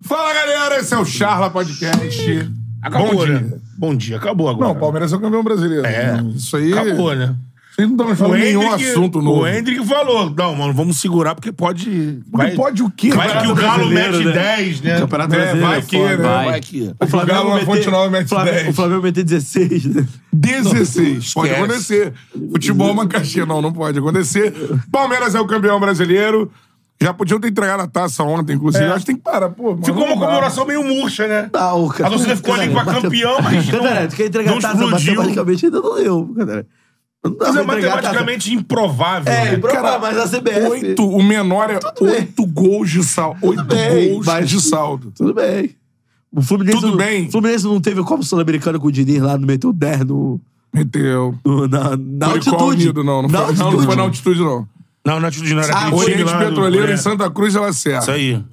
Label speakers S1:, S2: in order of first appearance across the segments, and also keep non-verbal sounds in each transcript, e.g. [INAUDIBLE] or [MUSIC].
S1: Fala galera, esse é o Charla Podcast.
S2: Acabou,
S1: Bom dia.
S2: né? Bom dia, acabou agora.
S1: Não, o Palmeiras é o campeão brasileiro.
S2: É.
S1: Isso aí.
S2: Acabou, né?
S1: Isso aí não estamos falando nenhum assunto novo.
S2: O Hendrick falou. Não, mano, vamos segurar porque pode.
S1: Porque pode o quê?
S2: Vai que o Galo
S3: Brasileiro,
S2: mete
S3: né?
S2: 10, né?
S3: Campeonato
S2: É,
S3: Brasileiro,
S2: Vai que,
S3: foda,
S2: né?
S3: vai.
S2: Vai que.
S1: O Galo na
S3: vai
S1: Fonte
S3: meter-
S1: Nova mete
S3: Flamengo-
S1: 10.
S3: O Flamengo vai meter 16, né?
S1: 16. Pode
S2: esquece.
S1: acontecer. Futebol é uma caixinha. Não, não pode acontecer. Palmeiras é o campeão brasileiro. Já podiam ter entregado a taça ontem, inclusive. Acho que tem que parar, pô. mano,
S2: É. Ficou uma
S1: não dá.
S2: comemoração meio murcha, né?
S1: Tá.
S3: Ah, o cara-
S2: A torcida ficou ali pra
S3: Bateu-
S2: campeão, mas não-
S3: Pera, tu quer entregar
S2: não
S3: a taça,
S2: explodiu.
S3: bateu matematicamente ainda não deu, cara. Não dá
S2: Mas
S3: pra
S2: é
S3: entregar a taça.
S2: matematicamente improvável.
S3: É,
S2: né?
S3: improvável,
S1: Cara,
S3: mas a CBF...
S1: Oito, o menor é
S3: Tudo bem.
S1: oito gols de saldo. Oito
S3: bem,
S1: gols
S3: mas-
S1: de saldo.
S3: Tudo bem. O Fluminense,
S1: Tudo
S3: não,
S1: bem.
S3: O Fluminense não teve como Sul-Americano com o Diniz lá, não meteu 10 no,
S1: Meteu.
S3: no- na, na
S1: Foi
S3: altitude.
S1: qual unido, não. Não,
S3: na
S1: foi, não,
S3: altitude.
S1: não foi na altitude, não.
S2: Não, na atitude não era aquele time
S1: Oriente
S2: lá do-
S1: Ah, Petroleiro
S2: é.
S1: em Santa Cruz, ela serve.
S2: Isso aí.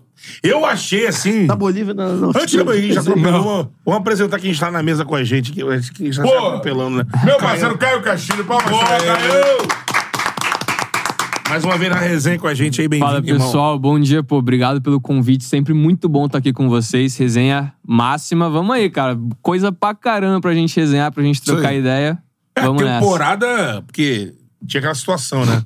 S2: Eu achei assim.
S1: Tá
S3: Na Bolívia, na, na altitude.
S2: Antes da Bahia, já
S3: Quer dizer,
S2: atropelou. Vamos- Vamos apresentar quem está na mesa com a gente. Que, que está se
S1: Pô,
S2: atropelando, né?
S1: Meu
S2: Caio.
S1: parceiro Caio Castilho, palmas
S2: Boa,
S1: pra ele.
S2: Caio! Mais uma vez na resenha com a gente aí, bem-vindo,
S4: Fala
S2: irmão.
S4: pessoal, bom dia, pô. Obrigado pelo convite. Sempre muito bom estar aqui com vocês. Resenha máxima. Vamos aí, cara. Coisa pra caramba pra gente resenhar, pra gente trocar
S1: aí.
S4: ideia. Vamos
S2: É a
S4: nessa.
S2: temporada, porque tinha aquela situação, né?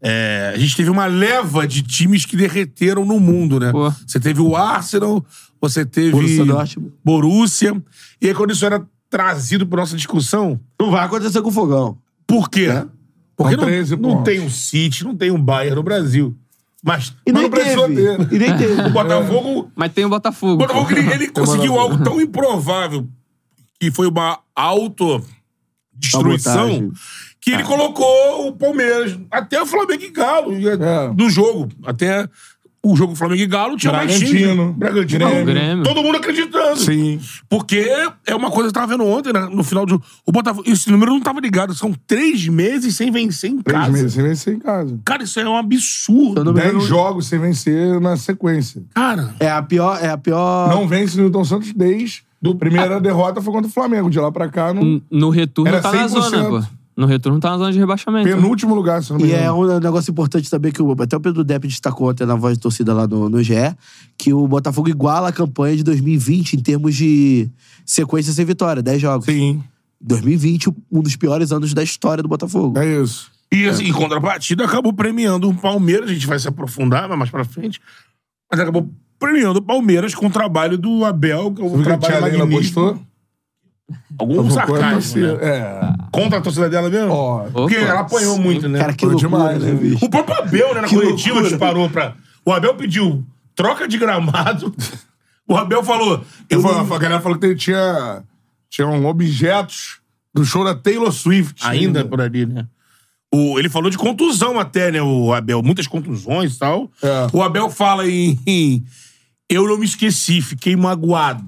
S2: É, a gente teve uma leva de times que derreteram no mundo, né?
S4: Pô.
S2: Você teve o Arsenal, você teve
S3: Borussia Dortmund.
S2: Borussia. E aí, quando isso era trazido para nossa discussão,
S3: Não vai acontecer com o Fogão.
S2: por quê? Porque
S1: Com 13
S2: não, não
S1: pontos.
S2: tem um City, não tem um Bayern no Brasil. Mas,
S3: E
S2: mas
S3: nem
S2: não precisou
S3: teve.
S2: ter. né?
S3: E
S2: [LAUGHS]
S3: nem teve.
S2: O Botafogo
S1: É.
S4: Mas tem o Botafogo.
S2: O Botafogo ele,
S1: [LAUGHS]
S2: ele conseguiu algo tão improvável que foi uma autodestruição
S3: Sabotagem.
S2: que
S1: Ah.
S2: ele colocou o Palmeiras até o Flamengo e Galo e-
S1: É.
S2: no jogo. Até o jogo Flamengo e Galo tinha mais time.
S1: né? Bragantino.
S2: Bragantino.
S1: Grêmio.
S4: Grêmio.
S2: Todo mundo acreditando.
S1: Sim.
S2: Porque é uma coisa que eu tava vendo ontem, né? No final do. O Botafogo. Esse número não tava ligado. São três meses sem vencer em
S1: Três
S2: casa.
S1: meses sem vencer em casa.
S2: Cara, isso é um absurdo.
S3: Eu não me
S1: Dez
S3: engano,
S1: jogos sem vencer na sequência.
S2: Cara.
S3: É a pior... É a pior...
S1: Não vence o Newton Santos desde. Do... Primeira derrota foi contra o Flamengo. De lá pra cá, no
S3: Hum.
S4: N- No retorno
S1: Era
S4: tá na
S1: 100%.
S4: zona, pô. No retorno tá na zona de rebaixamento.
S1: penúltimo lugar, se eu não me
S3: E é
S1: engano.
S3: um negócio importante também que o, até o Pedro Depp destacou ontem na voz de torcida lá no, no GE, que o Botafogo iguala a campanha de 2020 em termos de sequência sem vitória, 10 jogos.
S1: Sim.
S3: 2020, um dos piores anos da história do Botafogo.
S1: É isso.
S2: E assim, em contrapartida, acabou premiando o Palmeiras. A gente vai se aprofundar mais pra frente. Mas acabou premiando o Palmeiras com o trabalho do Abel, que é
S1: Viu
S2: um
S1: que a tia
S2: trabalho
S1: Leila
S2: magnífico.
S1: postou?
S2: Algum
S1: Tocou a
S2: sarcasmo,
S1: torcida.
S2: né?
S1: É.
S2: Contra a torcida dela mesmo?
S1: Ó.
S4: Opa.
S2: Porque ela apanhou muito, né?
S3: Cara, que
S1: Foi
S3: loucura,
S1: demais,
S3: né,
S1: né,
S3: bicho?
S2: [LAUGHS] O próprio Abel, né, na
S3: Que
S2: coletiva,
S3: loucura.
S2: disparou pra... O Abel pediu troca de gramado. [LAUGHS] O Abel falou... Eu
S1: Eu falo-
S2: não-
S1: A galera falou que tinha, tinha um objetos do show da Taylor Swift.
S2: Ainda por ali, né? O, ele falou de contusão até, né, o Abel? Muitas contusões e tal.
S1: É.
S2: O Abel fala em, em, Eu não me esqueci, fiquei magoado.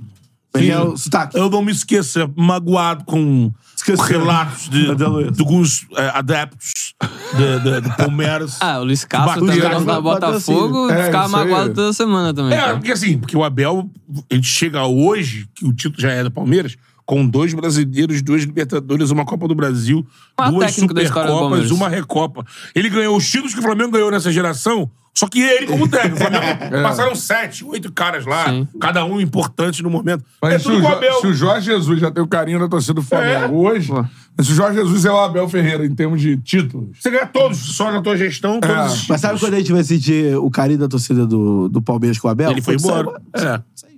S3: Ele é o sotaque.
S2: Eu não me esqueço, é magoado com
S3: Esqueceu.
S2: relatos de,
S3: Até Luiz.
S2: de alguns é, adeptos de- de- do Palmeiras.
S4: [LAUGHS] Ah, o Luiz
S2: Bateu-
S4: Castro também
S2: Bateu-
S4: quando tá no
S3: Bateu assim.
S4: Botafogo
S1: É,
S4: ficava
S1: isso aí.
S4: magoado toda semana também.
S2: É,
S4: cara.
S2: porque assim, porque o Abel, ele chega hoje, que o título já é do Palmeiras, com dois brasileiros, duas Libertadores, uma Copa do Brasil,
S4: Maior
S2: duas
S4: é técnico da história do
S2: Supercopas,
S4: Palmeiras.
S2: uma Recopa. Ele ganhou os títulos que o Flamengo ganhou nessa geração, só que ele como técnico. O
S4: [LAUGHS]
S2: Flamengo passaram sete, oito caras lá,
S4: É. Sim.
S2: cada um importante no momento. é
S1: Mas se,
S2: tudo
S1: o
S2: com o
S1: Jo-
S2: Abel. É.
S1: se o Jorge Jesus já tem o carinho da torcida do Flamengo hoje,
S4: Pô.
S1: mas se o Jorge Jesus é o Abel Ferreira em termos de títulos,
S2: Você ganha todos, só na tua gestão, todos
S1: É.
S2: os títulos.
S3: Mas sabe quando a gente vai sentir o carinho da torcida do, do Palmeiras com o Abel?
S2: Ele foi
S3: Quando sai-
S2: embora. É.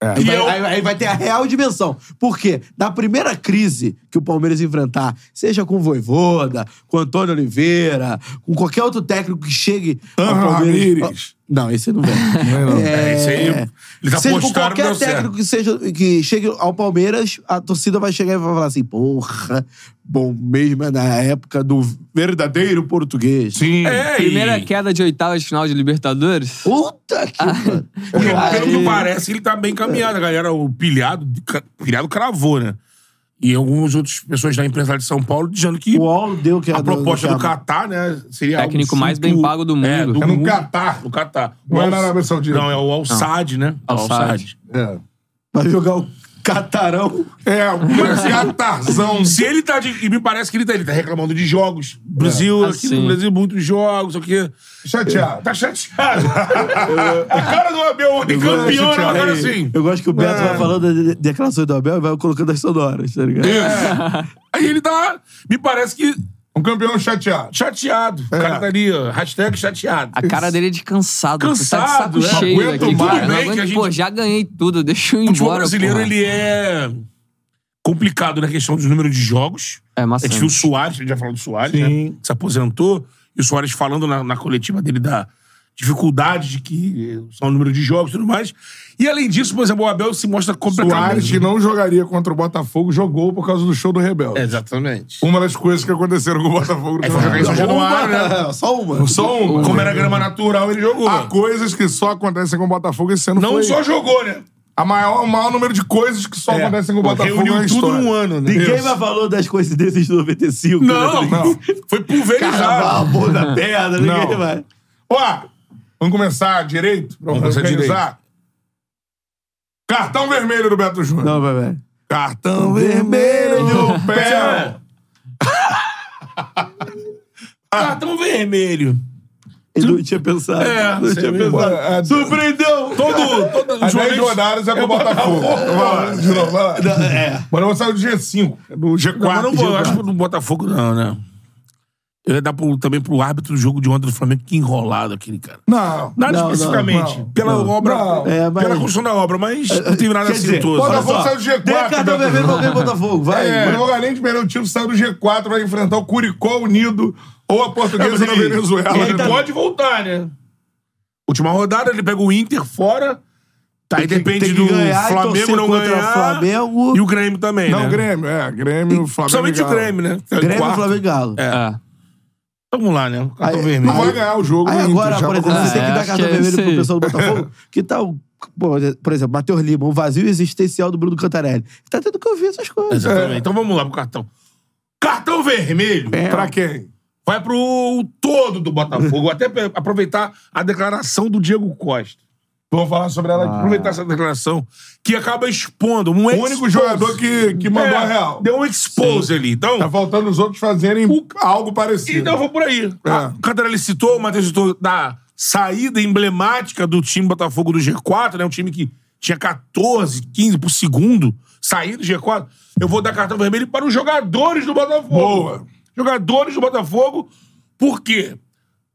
S3: Aí
S2: E
S3: vai,
S2: eu-
S3: É. aí- aí vai ter a real dimensão. Por quê? Na primeira crise que o Palmeiras enfrentar, seja com o Voivoda, com o Antônio Oliveira, com qualquer outro técnico que chegue ao
S1: Aham,
S3: Palmeiras. Ah,
S1: Ramírez.
S3: Não, esse não vem.
S2: É, isso aí. Eles
S3: Seja por
S2: apostaram deu
S3: qualquer
S2: certo.
S3: técnico que, seja, que chegue ao Palmeiras, a torcida vai chegar e vai falar assim: porra, bom mesmo é na época do verdadeiro português.
S1: Sim.
S2: É,
S4: Primeira
S2: e-
S4: queda de oitava de final de Libertadores.
S3: Puta que.
S2: Ah.
S3: pariu.
S2: Porque, pelo
S3: Aí-
S2: que parece, ele tá bem caminhado. A galera, o pilhado, ca- pilhado cravou, né? E algumas outras pessoas da imprensa lá de São Paulo dizendo que
S3: O UOL deu que é
S2: a proposta do
S3: Cabo.
S2: Catar, né? Seria
S4: Técnico
S2: algo
S4: mais
S2: junto-
S4: bem pago do
S2: É,
S4: mundo.
S2: do
S1: É no
S2: mundo.
S1: Catar.
S2: No Catar.
S1: Não é
S2: O
S1: na
S2: Al-
S1: Arábia Saudita.
S2: Não, é o Al-Saad, né?
S4: Al Sadd.
S1: É.
S3: Vai jogar o Catarão.
S1: É, mas é a Tarzão.
S2: assim, Se ele tá de, E me parece que ele tá, ele tá reclamando de jogos. Brasil, aqui
S4: Assim.
S2: no Brasil, muitos jogos, o quê?
S1: Chateado.
S2: Tá chateado. o cara do Abel ontem
S1: Eu-
S2: campeão,
S1: Chateado.
S2: agora sim. Ah.
S3: Eu gosto que o Beto
S1: É.
S3: vai falando das de- declarações do Abel e vai colocando as sonoras, tá ligado?
S2: É. Aí ele tá. Me parece que
S1: Um campeão chateado.
S2: chateado.
S1: É.
S2: O cara tá ali, ó. Hashtag chateado.
S4: A cara dele é de cansado.
S2: Cansado,
S4: tá de
S2: é.
S4: saco
S2: Não
S4: cheio
S1: aguento
S4: aqui,
S1: mais,
S4: cara.
S2: né,
S4: Não
S2: que
S4: aguento-
S2: a gente-
S4: Pô, já ganhei tudo, deixa eu ir
S2: O futebol
S4: embora.
S2: brasileiro,
S4: porra.
S2: ele é complicado na questão do número de jogos.
S4: É
S2: A
S4: maçante.
S2: gente viu o Soares, a gente já falou do Soares,
S1: Sim.
S2: né? Se aposentou. E o Soares falando na, na coletiva dele da dificuldade de que eh, são o número de jogos e tudo mais. E além disso, por exemplo, o Abel se mostra
S1: Soares,
S2: completamente...
S1: que não jogaria contra o Botafogo, jogou por causa do show do Rebelde.
S2: Exatamente.
S1: Uma das coisas que aconteceram com o Botafogo.
S2: É, foi jogar em São Januário, né?
S3: Uma, Só uma.
S1: Só uma.
S2: Como era grama natural, ele jogou.
S1: Há coisas que só acontecem com o Botafogo esse ano
S2: não
S1: Ah, foi
S2: só jogou, né?
S1: a maior, o maior número de coisas que só
S2: É.
S1: acontecem com o
S2: Pô,
S1: Botafogo
S2: reuniu
S1: na
S2: tudo
S1: história.
S3: Um
S2: num ano, né?
S3: Ninguém
S2: Isso.
S3: mais falou das coincidências de 95.
S2: Não, Ah.
S3: né?
S2: não. [LAUGHS] Foi
S3: Carnaval,
S2: pulverizado.
S3: bolo da pedra, ninguém
S1: Não.
S3: vai.
S1: Ó, vamos começar direito? Pra
S2: Vamos começar
S1: organizar. Cartão vermelho do Beto Júnior.
S3: Não, vai, vai.
S1: Cartão vermelho, pé.
S2: Cartão vermelho.
S3: Ele não tinha pensado.
S2: É,
S3: não
S2: você
S3: tinha
S2: viu?
S3: pensado.
S1: É,
S2: Todo,
S3: Surpreendeu!
S2: todo
S1: As 10
S2: jornalista-
S1: rodadas é pro Botafogo. Vai lá, de novo, vai lá.
S3: É.
S1: Mas eu vou sair do G5, do G4.
S2: Não, mas não vou, eu acho que no Botafogo não, né? Eu ia dar pro- também pro árbitro do jogo de ontem do Flamengo, que enrolado aquele cara.
S1: Não.
S2: Nada
S3: Não,
S2: especificamente.
S3: não, não.
S2: pela
S3: Não.
S2: obra.
S1: Não.
S3: É, mas- É,
S2: Pela construção da obra, mas não teve nada
S3: Quer
S2: assim
S3: dizer,
S2: todo.
S1: Botafogo
S3: olha só,
S1: saiu do G4,
S3: Dê
S2: né?
S3: cartão
S1: Beto.
S3: vermelho pra alguém, Botafogo. Vai.
S1: É,
S3: vai.
S1: o Galente de Pereira, o time saiu do G4, vai enfrentar o Curicó Unido ou a
S2: É,
S1: Portuguesa da Venezuela.
S2: ele pode voltar, né? Última rodada, ele pega o Inter fora. tá, Aí
S3: que-
S2: depende
S3: tem que
S2: do
S3: ganhar e torcer
S2: Flamengo não
S3: contra
S2: ganhar.
S3: Flamengo.
S2: E o Grêmio também,
S1: Não,
S2: né?
S1: o Grêmio, é. Grêmio, Flamengo.
S2: Principalmente
S1: e
S2: o
S1: Galo.
S2: Grêmio, né? Que é o
S3: Grêmio,
S2: quarto.
S3: Flamengo e Galo.
S4: É.
S2: Vamos lá, né? Cartão
S3: Aí-
S1: Não
S2: vermelho.
S1: vai ganhar o jogo.
S3: Aí
S1: o Inter,
S3: agora,
S1: já vai
S3: por exemplo, você
S1: começar.
S3: tem que
S4: É,
S3: dar
S4: acho
S3: cartão
S4: que é
S3: vermelho
S4: isso
S3: pro
S4: aí.
S3: pessoal do Botafogo. Que tal, pô, por exemplo, Matheus Lima, um vazio existencial do Bruno Cantarelli. Tá tendo que ouvir essas coisas.
S2: Exatamente. Então vamos lá pro cartão. Cartão vermelho
S1: Pra quem?
S2: vai pro todo do Botafogo. Até pe- aproveitar a declaração do Diego Costa.
S1: Vamos falar sobre ela. de
S2: Aproveitar essa declaração que acaba expondo. Um
S1: Ah. O único
S2: expose.
S1: jogador que, que mandou
S2: É,
S1: a real.
S2: Deu um expose ali. Então,
S1: Tá faltando os outros fazerem algo parecido.
S2: então eu vou por aí.
S1: É.
S2: Ah, O Cantarelli citou, o Matheus citou da saída emblemática do time Botafogo do G4, né? Um time que tinha 14, 15 por segundo, sair do G4. Eu vou dar cartão vermelho para os jogadores do Botafogo.
S1: Boa.
S2: Jogadores do Botafogo, por quê?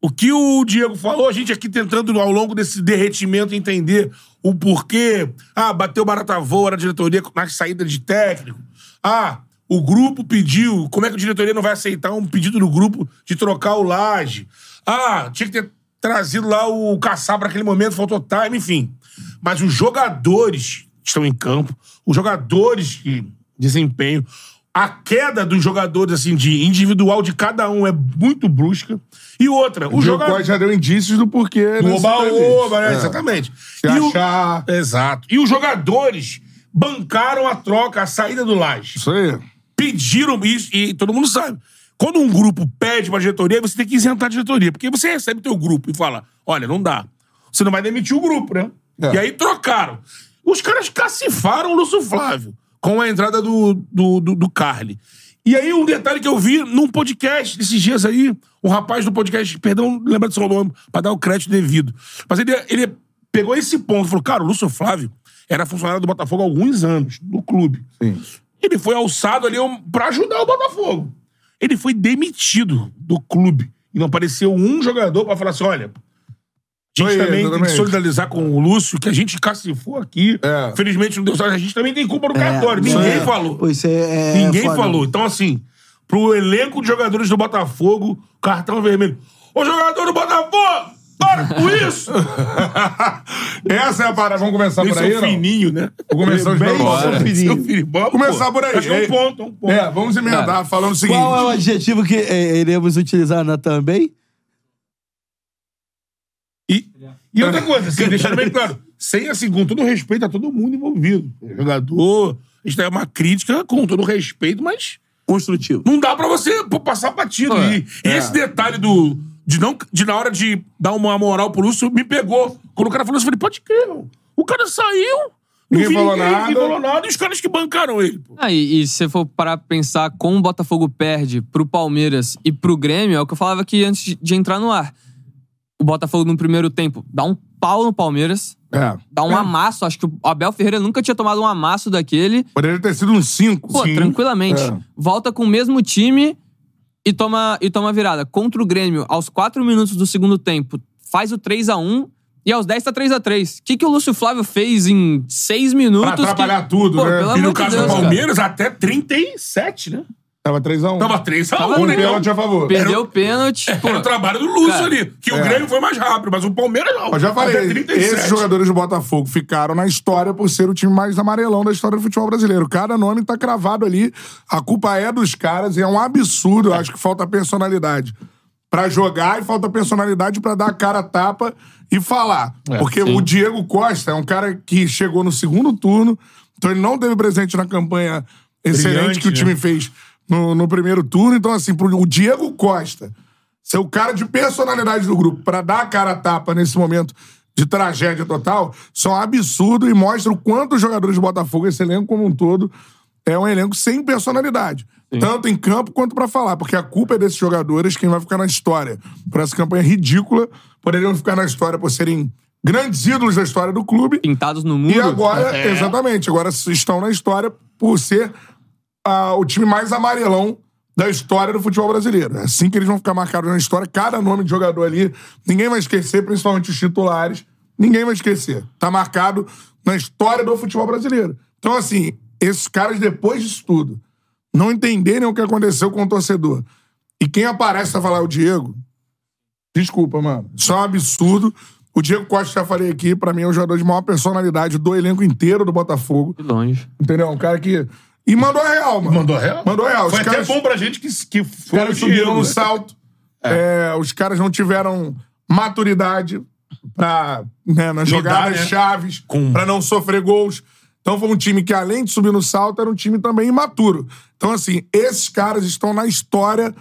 S2: O que o Diego falou, a gente aqui tentando ao longo desse derretimento entender o porquê. Ah, bateu barata voa na diretoria na saída de técnico. Ah, o grupo pediu. Como é que a diretoria não vai aceitar um pedido do grupo de trocar o laje? Ah, tinha que ter trazido lá o Caçabra naquele momento, faltou time, enfim. Mas os jogadores que estão em campo, os jogadores que desempenho, a queda dos jogadores, assim, de individual de cada um é muito brusca. E outra,
S1: O
S2: os
S1: Diego Costa
S2: jogadores.
S1: já deu indícios do porquê.
S2: O
S1: nessa entrevista.
S2: oba-oba, né?
S1: É.
S2: Exatamente.
S1: Se
S2: E o-
S1: achar.
S2: Exato. E os jogadores bancaram a troca, a saída do Laje
S1: Isso aí.
S2: pediram isso, e todo mundo sabe. Quando um grupo pede pra diretoria, você tem que isentar a diretoria. Porque você recebe o teu grupo e fala: olha, não dá. Você não vai demitir o grupo, né?
S1: É.
S2: E aí trocaram. Os caras cacifaram o Lúcio Flávio com a entrada do, do, do, do Carly. E aí, um detalhe que eu vi num podcast desses dias aí, um rapaz do podcast, perdão, não lembra do seu nome, pra dar o crédito devido. Mas ele, ele pegou esse ponto e falou: cara, o Lúcio Flávio era funcionário do Botafogo há alguns anos, no clube. Ele foi alçado ali um- pra ajudar o Botafogo. Ele foi demitido do clube. E não apareceu um jogador pra falar assim: olha, a gente
S1: Foi,
S2: também tem
S1: exatamente.
S2: que solidarizar com o Lúcio, que a gente cacifou aqui.
S1: É.
S2: Felizmente não deu certo. A gente também tem culpa no cartório.
S3: isso
S2: Ninguém
S3: é-
S2: falou.
S3: pô, Isso é, é
S2: Ninguém
S3: foda.
S2: falou. Então, assim, pro elenco de jogadores do Botafogo, cartão vermelho. Ô jogador do Botafogo! Para com
S1: [LAUGHS]
S2: isso!
S1: Essa é a parada. Vamos começar
S2: Isso
S1: por aí,
S2: é um
S1: não?
S2: fininho, né?
S1: Vou começar os
S2: Bem,
S1: dois
S2: seu
S1: agora.
S2: fininho. Seu fininho. Vamos
S1: Começar
S2: pô.
S1: por aí.
S2: Acho que é um ponto, é um ponto.
S1: É, vamos emendar falando o seguinte.
S3: Qual é o adjetivo que eh, iremos utilizar na também?
S2: E,
S1: [LAUGHS]
S2: e outra coisa, assim, deixando bem claro, sem assim, com todo respeito a todo mundo envolvido. é Jogador, isso é uma crítica com todo respeito, mas
S3: Construtivo.
S2: não dá pra você pô, passar batido.
S4: Pô,
S1: é.
S2: E, e esse detalhe do. De, não, de na hora de dar uma moral pro Lúcio, me pegou. Quando o cara falou isso, eu falei, pode crer, meu. O cara saiu. Não
S1: Ninguém
S2: vi
S1: falou
S2: ninguém, ninguém
S1: nada.
S2: falou nada. E os caras que bancaram ele. pô.
S4: Ah, e, e se você for parar pra pensar como o Botafogo perde pro Palmeiras e pro Grêmio, é o que eu falava aqui antes de, de entrar no ar. O Botafogo no primeiro tempo dá um pau no Palmeiras,
S1: É.
S4: dá um amasso. Acho que o Abel Ferreira nunca tinha tomado um amasso daquele.
S1: Poderia ter sido um 5.
S4: Pô, tranquilamente.
S1: É.
S4: Volta com o mesmo time e toma, e toma virada. Contra o Grêmio, aos 4 minutos do segundo tempo, faz o 3 a 1 e aos 10 tá 3 a 3 O que, que o Lúcio Flávio fez em 6 minutos?
S1: Pra atrapalhar
S4: que...
S1: tudo,
S4: Pô,
S1: né?
S4: pelo
S1: E
S4: amor
S2: E no
S4: de
S2: caso
S4: Deus,
S2: do
S4: cara.
S2: Palmeiras, até 37, né?
S1: Tava 3x1.
S2: Tava 3 a
S4: Tava
S2: 1,
S1: Um
S2: né? Então,
S1: pênalti a favor.
S4: Perdeu o pênalti. pô.
S2: Era o trabalho do Lúcio
S4: Cara,
S2: ali. Que
S1: é.
S2: o Grêmio foi mais rápido, mas o Palmeiras não.
S1: Eu já
S2: Até
S1: falei,
S2: 37.
S1: esses jogadores do Botafogo ficaram na história por ser o time mais amarelão da história do futebol brasileiro. Cada nome tá cravado ali. A culpa é dos caras e é um absurdo. Eu acho que falta personalidade pra jogar e falta personalidade pra dar a cara a tapa e falar.
S2: É,
S1: Porque o Diego Costa é um cara que chegou no segundo turno, então ele não teve presente na campanha excelente
S2: Brilhante,
S1: que o
S2: né?
S1: time fez no, no primeiro turno. Então, assim, pro, o Diego Costa ser é o cara de personalidade do grupo pra dar a cara a tapa nesse momento de tragédia total, são um absurdo e mostra o quanto os jogadores do Botafogo, esse elenco como um todo, é um elenco sem personalidade. Tanto em campo quanto pra falar, porque a culpa é desses jogadores quem vai ficar na história por essa campanha ridícula, poderiam ficar na história por serem grandes ídolos da história do clube
S4: Pintados no muro.
S1: e agora, exatamente, agora estão na história por ser ah, o time mais amarelão da história do futebol brasileiro. É assim que eles vão ficar marcados na história. Cada nome de jogador ali, ninguém vai esquecer, principalmente os titulares, ninguém vai esquecer. Tá marcado na história do futebol brasileiro. Então, assim, esses caras, depois disso tudo, não entenderem o que aconteceu com o torcedor. E quem aparece pra falar é o Diego, Desculpa, mano. Isso é um absurdo. O Diego Costa, já falei aqui, pra mim é um jogador de maior personalidade do elenco inteiro do Botafogo.
S4: De longe.
S1: Entendeu? Um cara que. E mandou a real, mano.
S2: Mandou real?
S1: Mandou real.
S2: Foi
S1: Os
S2: até
S1: caras-
S2: bom pra gente que, que
S1: Os
S2: foi
S1: caras
S2: o dinheiro,
S1: subiram no
S2: né?
S1: salto. É, os caras não tiveram maturidade pra, né, nas jogadas
S2: né?
S1: chaves,
S2: Com-
S1: pra não sofrer gols. Então foi um time que, além de subir no salto, era um time também imaturo. Então, assim, esses caras estão na história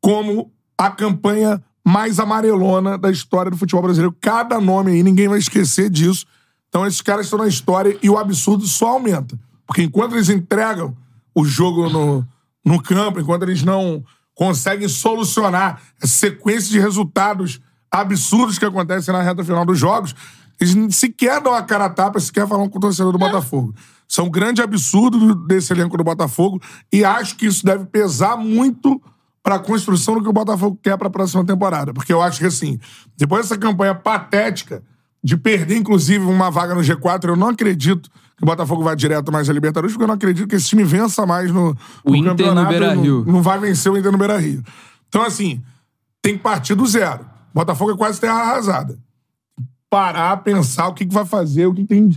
S1: como a campanha mais amarelona da história do futebol brasileiro. Cada nome aí, ninguém vai esquecer disso. Então, esses caras estão na história e o absurdo só aumenta. Porque enquanto eles entregam o jogo no, no campo, enquanto eles não conseguem solucionar essa sequência de resultados absurdos que acontecem na reta final dos jogos, eles nem sequer dão a cara a tapa, sequer falam com o torcedor do Botafogo. Isso é um grande absurdo do- desse elenco do Botafogo e acho que isso deve pesar muito para a construção do que o Botafogo quer para a próxima temporada. Porque eu acho que, assim, depois dessa campanha patética de perder, inclusive, uma vaga no G4, eu não acredito que o Botafogo vá direto mais a Libertadores, porque eu não acredito que esse time vença mais no,
S4: O
S1: no
S4: Inter no
S1: campeonato. e
S4: Beira-Rio.
S1: Não, não vai vencer o Inter no Beira-Rio. Então, assim, tem que partir do zero. Botafogo é quase terra arrasada parar, pensar o que, que vai fazer, o que tem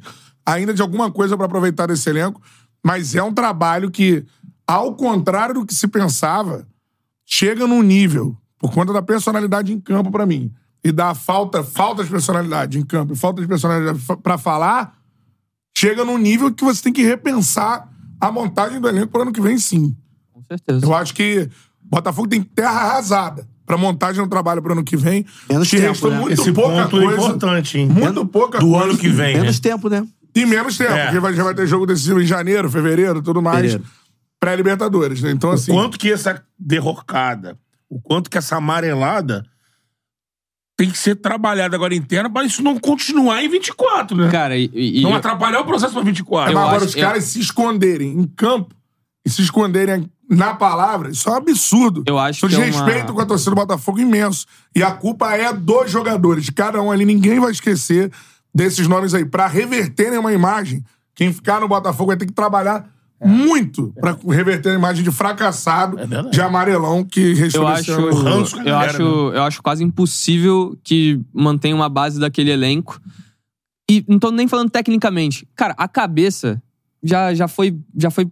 S1: ainda de alguma coisa pra aproveitar desse elenco. Mas é um trabalho que, ao contrário do que se pensava, chega num nível, por conta da personalidade em campo pra mim, e da falta, falta de personalidade em campo, e falta de personalidade fa- pra falar, chega num nível que você tem que repensar a montagem do elenco pro ano que vem, sim.
S4: Com certeza.
S1: Eu acho que Botafogo tem terra arrasada pra montagem do trabalho pro ano que vem.
S3: Menos
S1: que
S3: tempo,
S1: restou
S3: né?
S1: muito
S2: Esse
S1: pouca
S2: ponto
S1: coisa.
S2: é importante, hein?
S1: Muito pouca
S2: Do
S1: coisa.
S2: ano que vem, né?
S3: Menos tempo, né?
S1: E menos tempo,
S2: É.
S1: porque vai, já vai ter jogo decisivo em janeiro, fevereiro, tudo mais.
S3: Fevereiro.
S1: Pré-Libertadores, né? Então,
S2: O
S1: assim.
S2: quanto que essa derrocada, o quanto que essa amarelada tem que ser trabalhada agora interna pra isso não continuar em 24, né?
S4: Cara, e, e-
S2: não
S4: e-
S2: atrapalhar o processo pra
S1: mas
S2: 24.
S4: eu
S1: agora
S4: acho-
S1: os caras se esconderem em campo e se esconderem na palavra, isso é um absurdo.
S4: Eu acho
S1: isso
S4: que é uma-
S1: desrespeito com a torcida do Botafogo é imenso. E a culpa é dos jogadores, de cada um ali. Ninguém vai esquecer desses nomes aí. Pra reverterem uma imagem, quem ficar no Botafogo vai ter que trabalhar muito pra reverter a imagem de fracassado,
S2: É verdade.
S1: de amarelão que restou
S4: Eu
S1: nesse
S4: acho,
S1: ano.
S2: ranço com a
S4: eu,
S2: galera,
S4: acho, eu acho quase impossível que mantenha uma base daquele elenco. E não tô nem falando tecnicamente. Cara, a cabeça já, já foi. Já foi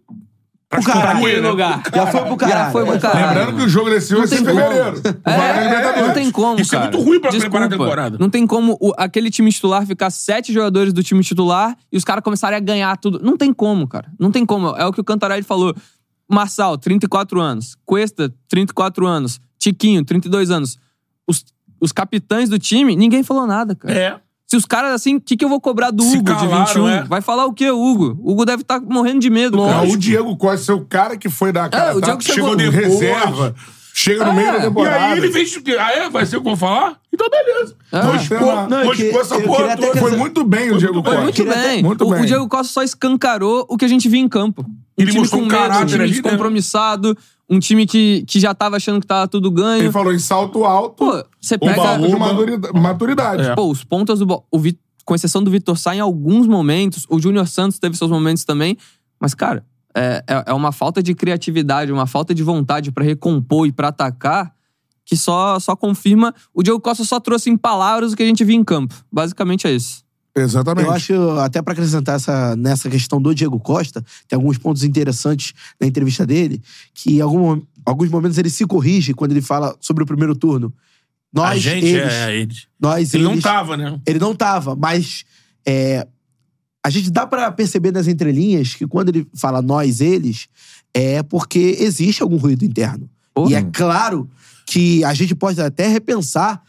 S2: Pra
S4: pra aquele
S2: escorrer, né?
S4: lugar.
S3: Já foi pro caralho.
S4: Já foi pro caralho.
S1: Lembrando que o jogo desse ano vai
S4: tem
S1: ser em
S4: como.
S1: fevereiro. Vai
S4: É,
S1: na
S4: é,
S1: Libertadores.
S4: não tem como,
S2: Isso é
S4: cara.
S2: muito ruim pra
S4: Desculpa.
S2: preparar a temporada.
S4: Não tem como o- aquele time titular ficar sete jogadores do time titular e os caras começarem a ganhar tudo. Não tem como, cara. Não tem como. É o que o Cantarelli falou. Marçal, 34 anos. Cuesta, 34 anos. Tiquinho, 32 anos. Os, os capitães do time, ninguém falou nada, cara.
S2: É.
S4: Se os caras, assim, o que, que eu vou cobrar do
S2: Se
S4: Hugo
S2: calaram,
S4: de 21?
S2: é.
S4: Vai falar o quê, Hugo? Hugo deve estar morrendo de medo, cara.
S1: Não, o Diego Costa é o cara que foi dar a cara,
S4: É, o
S1: tá?
S4: Diego
S1: chegou,
S4: chegou
S1: de
S2: depois.
S1: reserva, chega no
S4: É.
S1: meio da
S2: E
S1: temporada.
S2: aí ele vem chutar. Ah, é? Vai ser o que eu vou falar? Então beleza.
S4: É.
S2: Vou
S1: Não,
S2: expor,
S3: não, é
S2: vou
S3: que-
S2: expor essa
S3: eu
S2: porra
S3: queria até
S2: toda.
S3: que-
S1: Foi muito bem o Diego
S2: muito
S4: Foi
S1: Costa.
S4: muito
S3: queria até-
S4: bem.
S1: muito
S4: o, o
S1: bem.
S4: Diego Costa só escancarou o que a gente via em campo. Um
S2: Ele
S4: time
S2: mostrou
S4: com
S2: um
S4: medo, um
S2: caráter
S4: time
S2: ali, né?
S4: descompromissado, um time que, que já tava achando que tava tudo
S1: Ele
S4: ganho.
S1: falou em salto alto,
S4: Pô, você
S1: um
S4: pega.
S2: né?
S1: baú de maturida- maturidade.
S4: Pô, os pontas do. Bo- O Vi- com exceção do Vitor Sá em alguns momentos, o Júnior Santos teve seus momentos também. Mas, cara, é, é- é uma falta de criatividade, uma falta de vontade pra recompor e pra atacar que só, só confirma. O Diego Costa só trouxe em palavras o que a gente via em campo. Basicamente é isso.
S1: Exatamente.
S3: Eu acho, até pra acrescentar essa, nessa questão do Diego Costa, tem alguns pontos interessantes na entrevista dele, que em algum- alguns momentos ele se corrige quando ele fala sobre o primeiro turno. Nós,
S2: A gente
S3: eles,
S2: é ele.
S3: nós,
S2: Ele não
S3: eles.
S2: tava, né?
S3: Ele não tava, mas é, a gente dá pra perceber nas entrelinhas que quando ele fala nós, eles, é porque existe algum ruído interno.
S4: Porra.
S3: E é claro que a gente pode até repensar.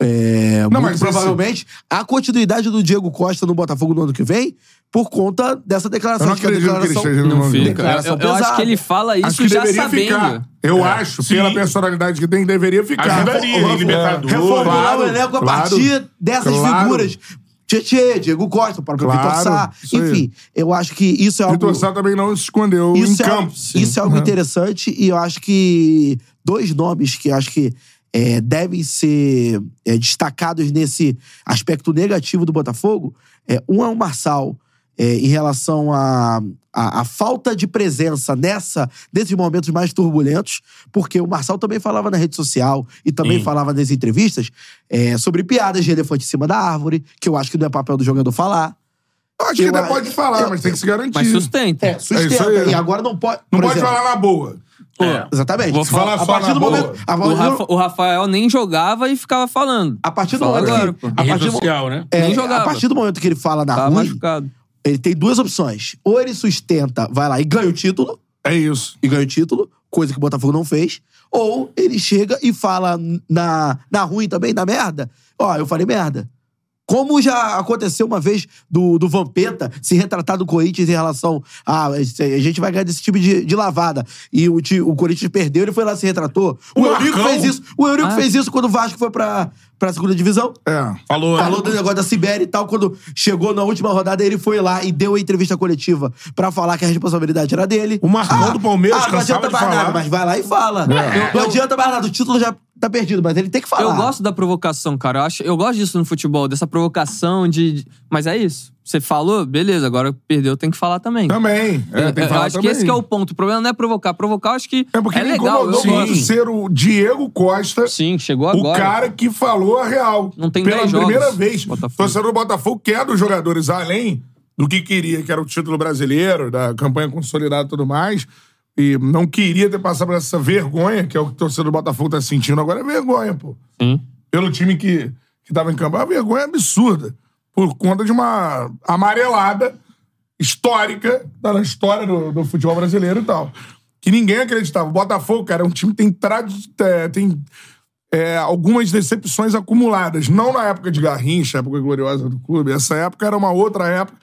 S3: é, muito
S1: mas esse-
S3: provavelmente a continuidade do Diego Costa no Botafogo no ano que vem por conta dessa
S1: Eu
S3: declaração.
S1: não
S3: que é uma
S1: acredito que ele
S3: declaração-
S1: esteja no
S4: Não
S1: nome
S4: fica.
S3: cara, são
S4: Eu, eu acho
S3: pesados.
S4: que ele fala
S1: Acho
S4: isso
S1: que
S4: já
S1: deveria
S4: sabendo. É.
S1: ficar. Eu acho,
S2: Sim.
S1: pela personalidade que tem, deveria ficar.
S2: Ajudaria,
S1: Reformular-
S2: em Libertadores.
S1: reformular
S3: Reformular o elenco é a partir dessas
S1: claro.
S3: figuras. Tietê, Diego Costa, o próprio
S1: Claro,
S3: Vitor Sá.
S1: isso aí.
S3: Enfim, eu acho que isso é algo...
S1: Vitor Sá também não se escondeu
S3: isso
S1: em
S3: é,
S1: campo.
S3: Isso é algo interessante e eu acho que dois nomes que eu acho que é, devem ser é, destacados nesse aspecto negativo do Botafogo, é, um é o Marçal, é, em relação à à à falta de presença nessa nesses momentos mais turbulentos, porque o Marçal também falava na rede social e também
S2: Sim.
S3: falava nas entrevistas é, sobre piadas de elefante em cima da árvore, que eu acho que não é papel do jogador falar.
S1: Eu acho que
S3: Eu
S1: ainda
S3: acho-
S1: pode falar, mas tem que se garantir.
S4: Mas sustenta.
S3: É,
S1: isso
S3: sustenta.
S1: aí.
S3: e agora não pode.
S1: não
S3: por
S1: pode
S3: exemplo,
S1: falar na boa.
S2: É.
S3: Exatamente.
S4: Vou
S1: falar
S3: a
S1: só na
S3: partir do
S1: boa.
S3: momento. A,
S4: O, Rafa- o Rafael nem jogava e ficava falando.
S3: a partir do
S4: Fala
S3: momento.
S4: agora,
S3: que,
S4: pô.
S3: a,
S2: A
S3: partir
S2: rede
S3: do,
S2: social, né?
S3: é,
S4: Nem jogava.
S3: a partir do momento que ele fala
S1: Ah,
S3: na
S4: Tava
S3: rua,
S4: machucado.
S3: ele tem duas opções. Ou ele sustenta, vai lá e ganha o título,
S1: É isso.
S3: e ganha o título, coisa que o Botafogo não fez. Ou ele chega e fala na, na ruim também, na merda. Ó, eu falei merda. Como já aconteceu uma vez do, do Vampeta se retratar do Corinthians em relação a. A gente vai ganhar desse time de, de lavada. E o, ti- o Corinthians perdeu, ele foi lá e se retratou. O,
S2: O
S3: Eurico
S2: Marcão?
S3: fez isso. O Eurico
S4: Ah.
S3: fez isso quando o Vasco foi pra, pra segunda divisão.
S1: É.
S2: Falou.
S3: Falou do negócio da Sibéria e tal. Quando chegou na última rodada, ele foi lá e deu a entrevista coletiva pra falar que a responsabilidade era dele.
S2: O Marcão do Palmeiras
S3: ah, não
S2: cansava
S3: adianta
S2: de
S3: mais
S2: falar.
S3: nada, mas vai lá e fala.
S4: É.
S3: Não
S4: Eu-
S3: adianta mais nada, o título já tá perdido, mas ele tem que
S1: Ah.
S3: falar.
S4: Eu gosto da provocação, cara. Eu, acho, eu gosto disso no futebol, dessa provocação de. de- Mas é isso. Você falou, beleza, agora perdeu, tem que falar também.
S1: Também. É, tem que
S4: eu
S1: falar
S4: acho
S1: também.
S4: que esse que é o ponto. O problema não é provocar. Provocar, eu acho que é,
S1: É porque me
S4: legal. Eu
S1: incomodou muito
S4: gosto.
S1: ser o Diego Costa,
S4: Sim, chegou
S1: o
S4: agora.
S1: cara que falou a real.
S4: Não tem
S1: Pela
S4: 10 jogos,
S1: primeira vez.
S4: Botafogo.
S1: Torcedor do Botafogo quer dos jogadores, além do que queria, que era o título brasileiro, da campanha consolidada e tudo mais. E não queria ter passado por essa vergonha, que é o que o torcedor do Botafogo tá sentindo agora, é vergonha, pô.
S4: Sim.
S1: Pelo time que, que tava em campo. É uma vergonha absurda. Por conta de uma amarelada histórica tá na história do, do futebol brasileiro e tal. Que ninguém acreditava. O Botafogo, cara, é um time que tem, tradi- é, tem é, algumas decepções acumuladas. Não na época de Garrincha, época gloriosa do clube. Essa época era uma outra época.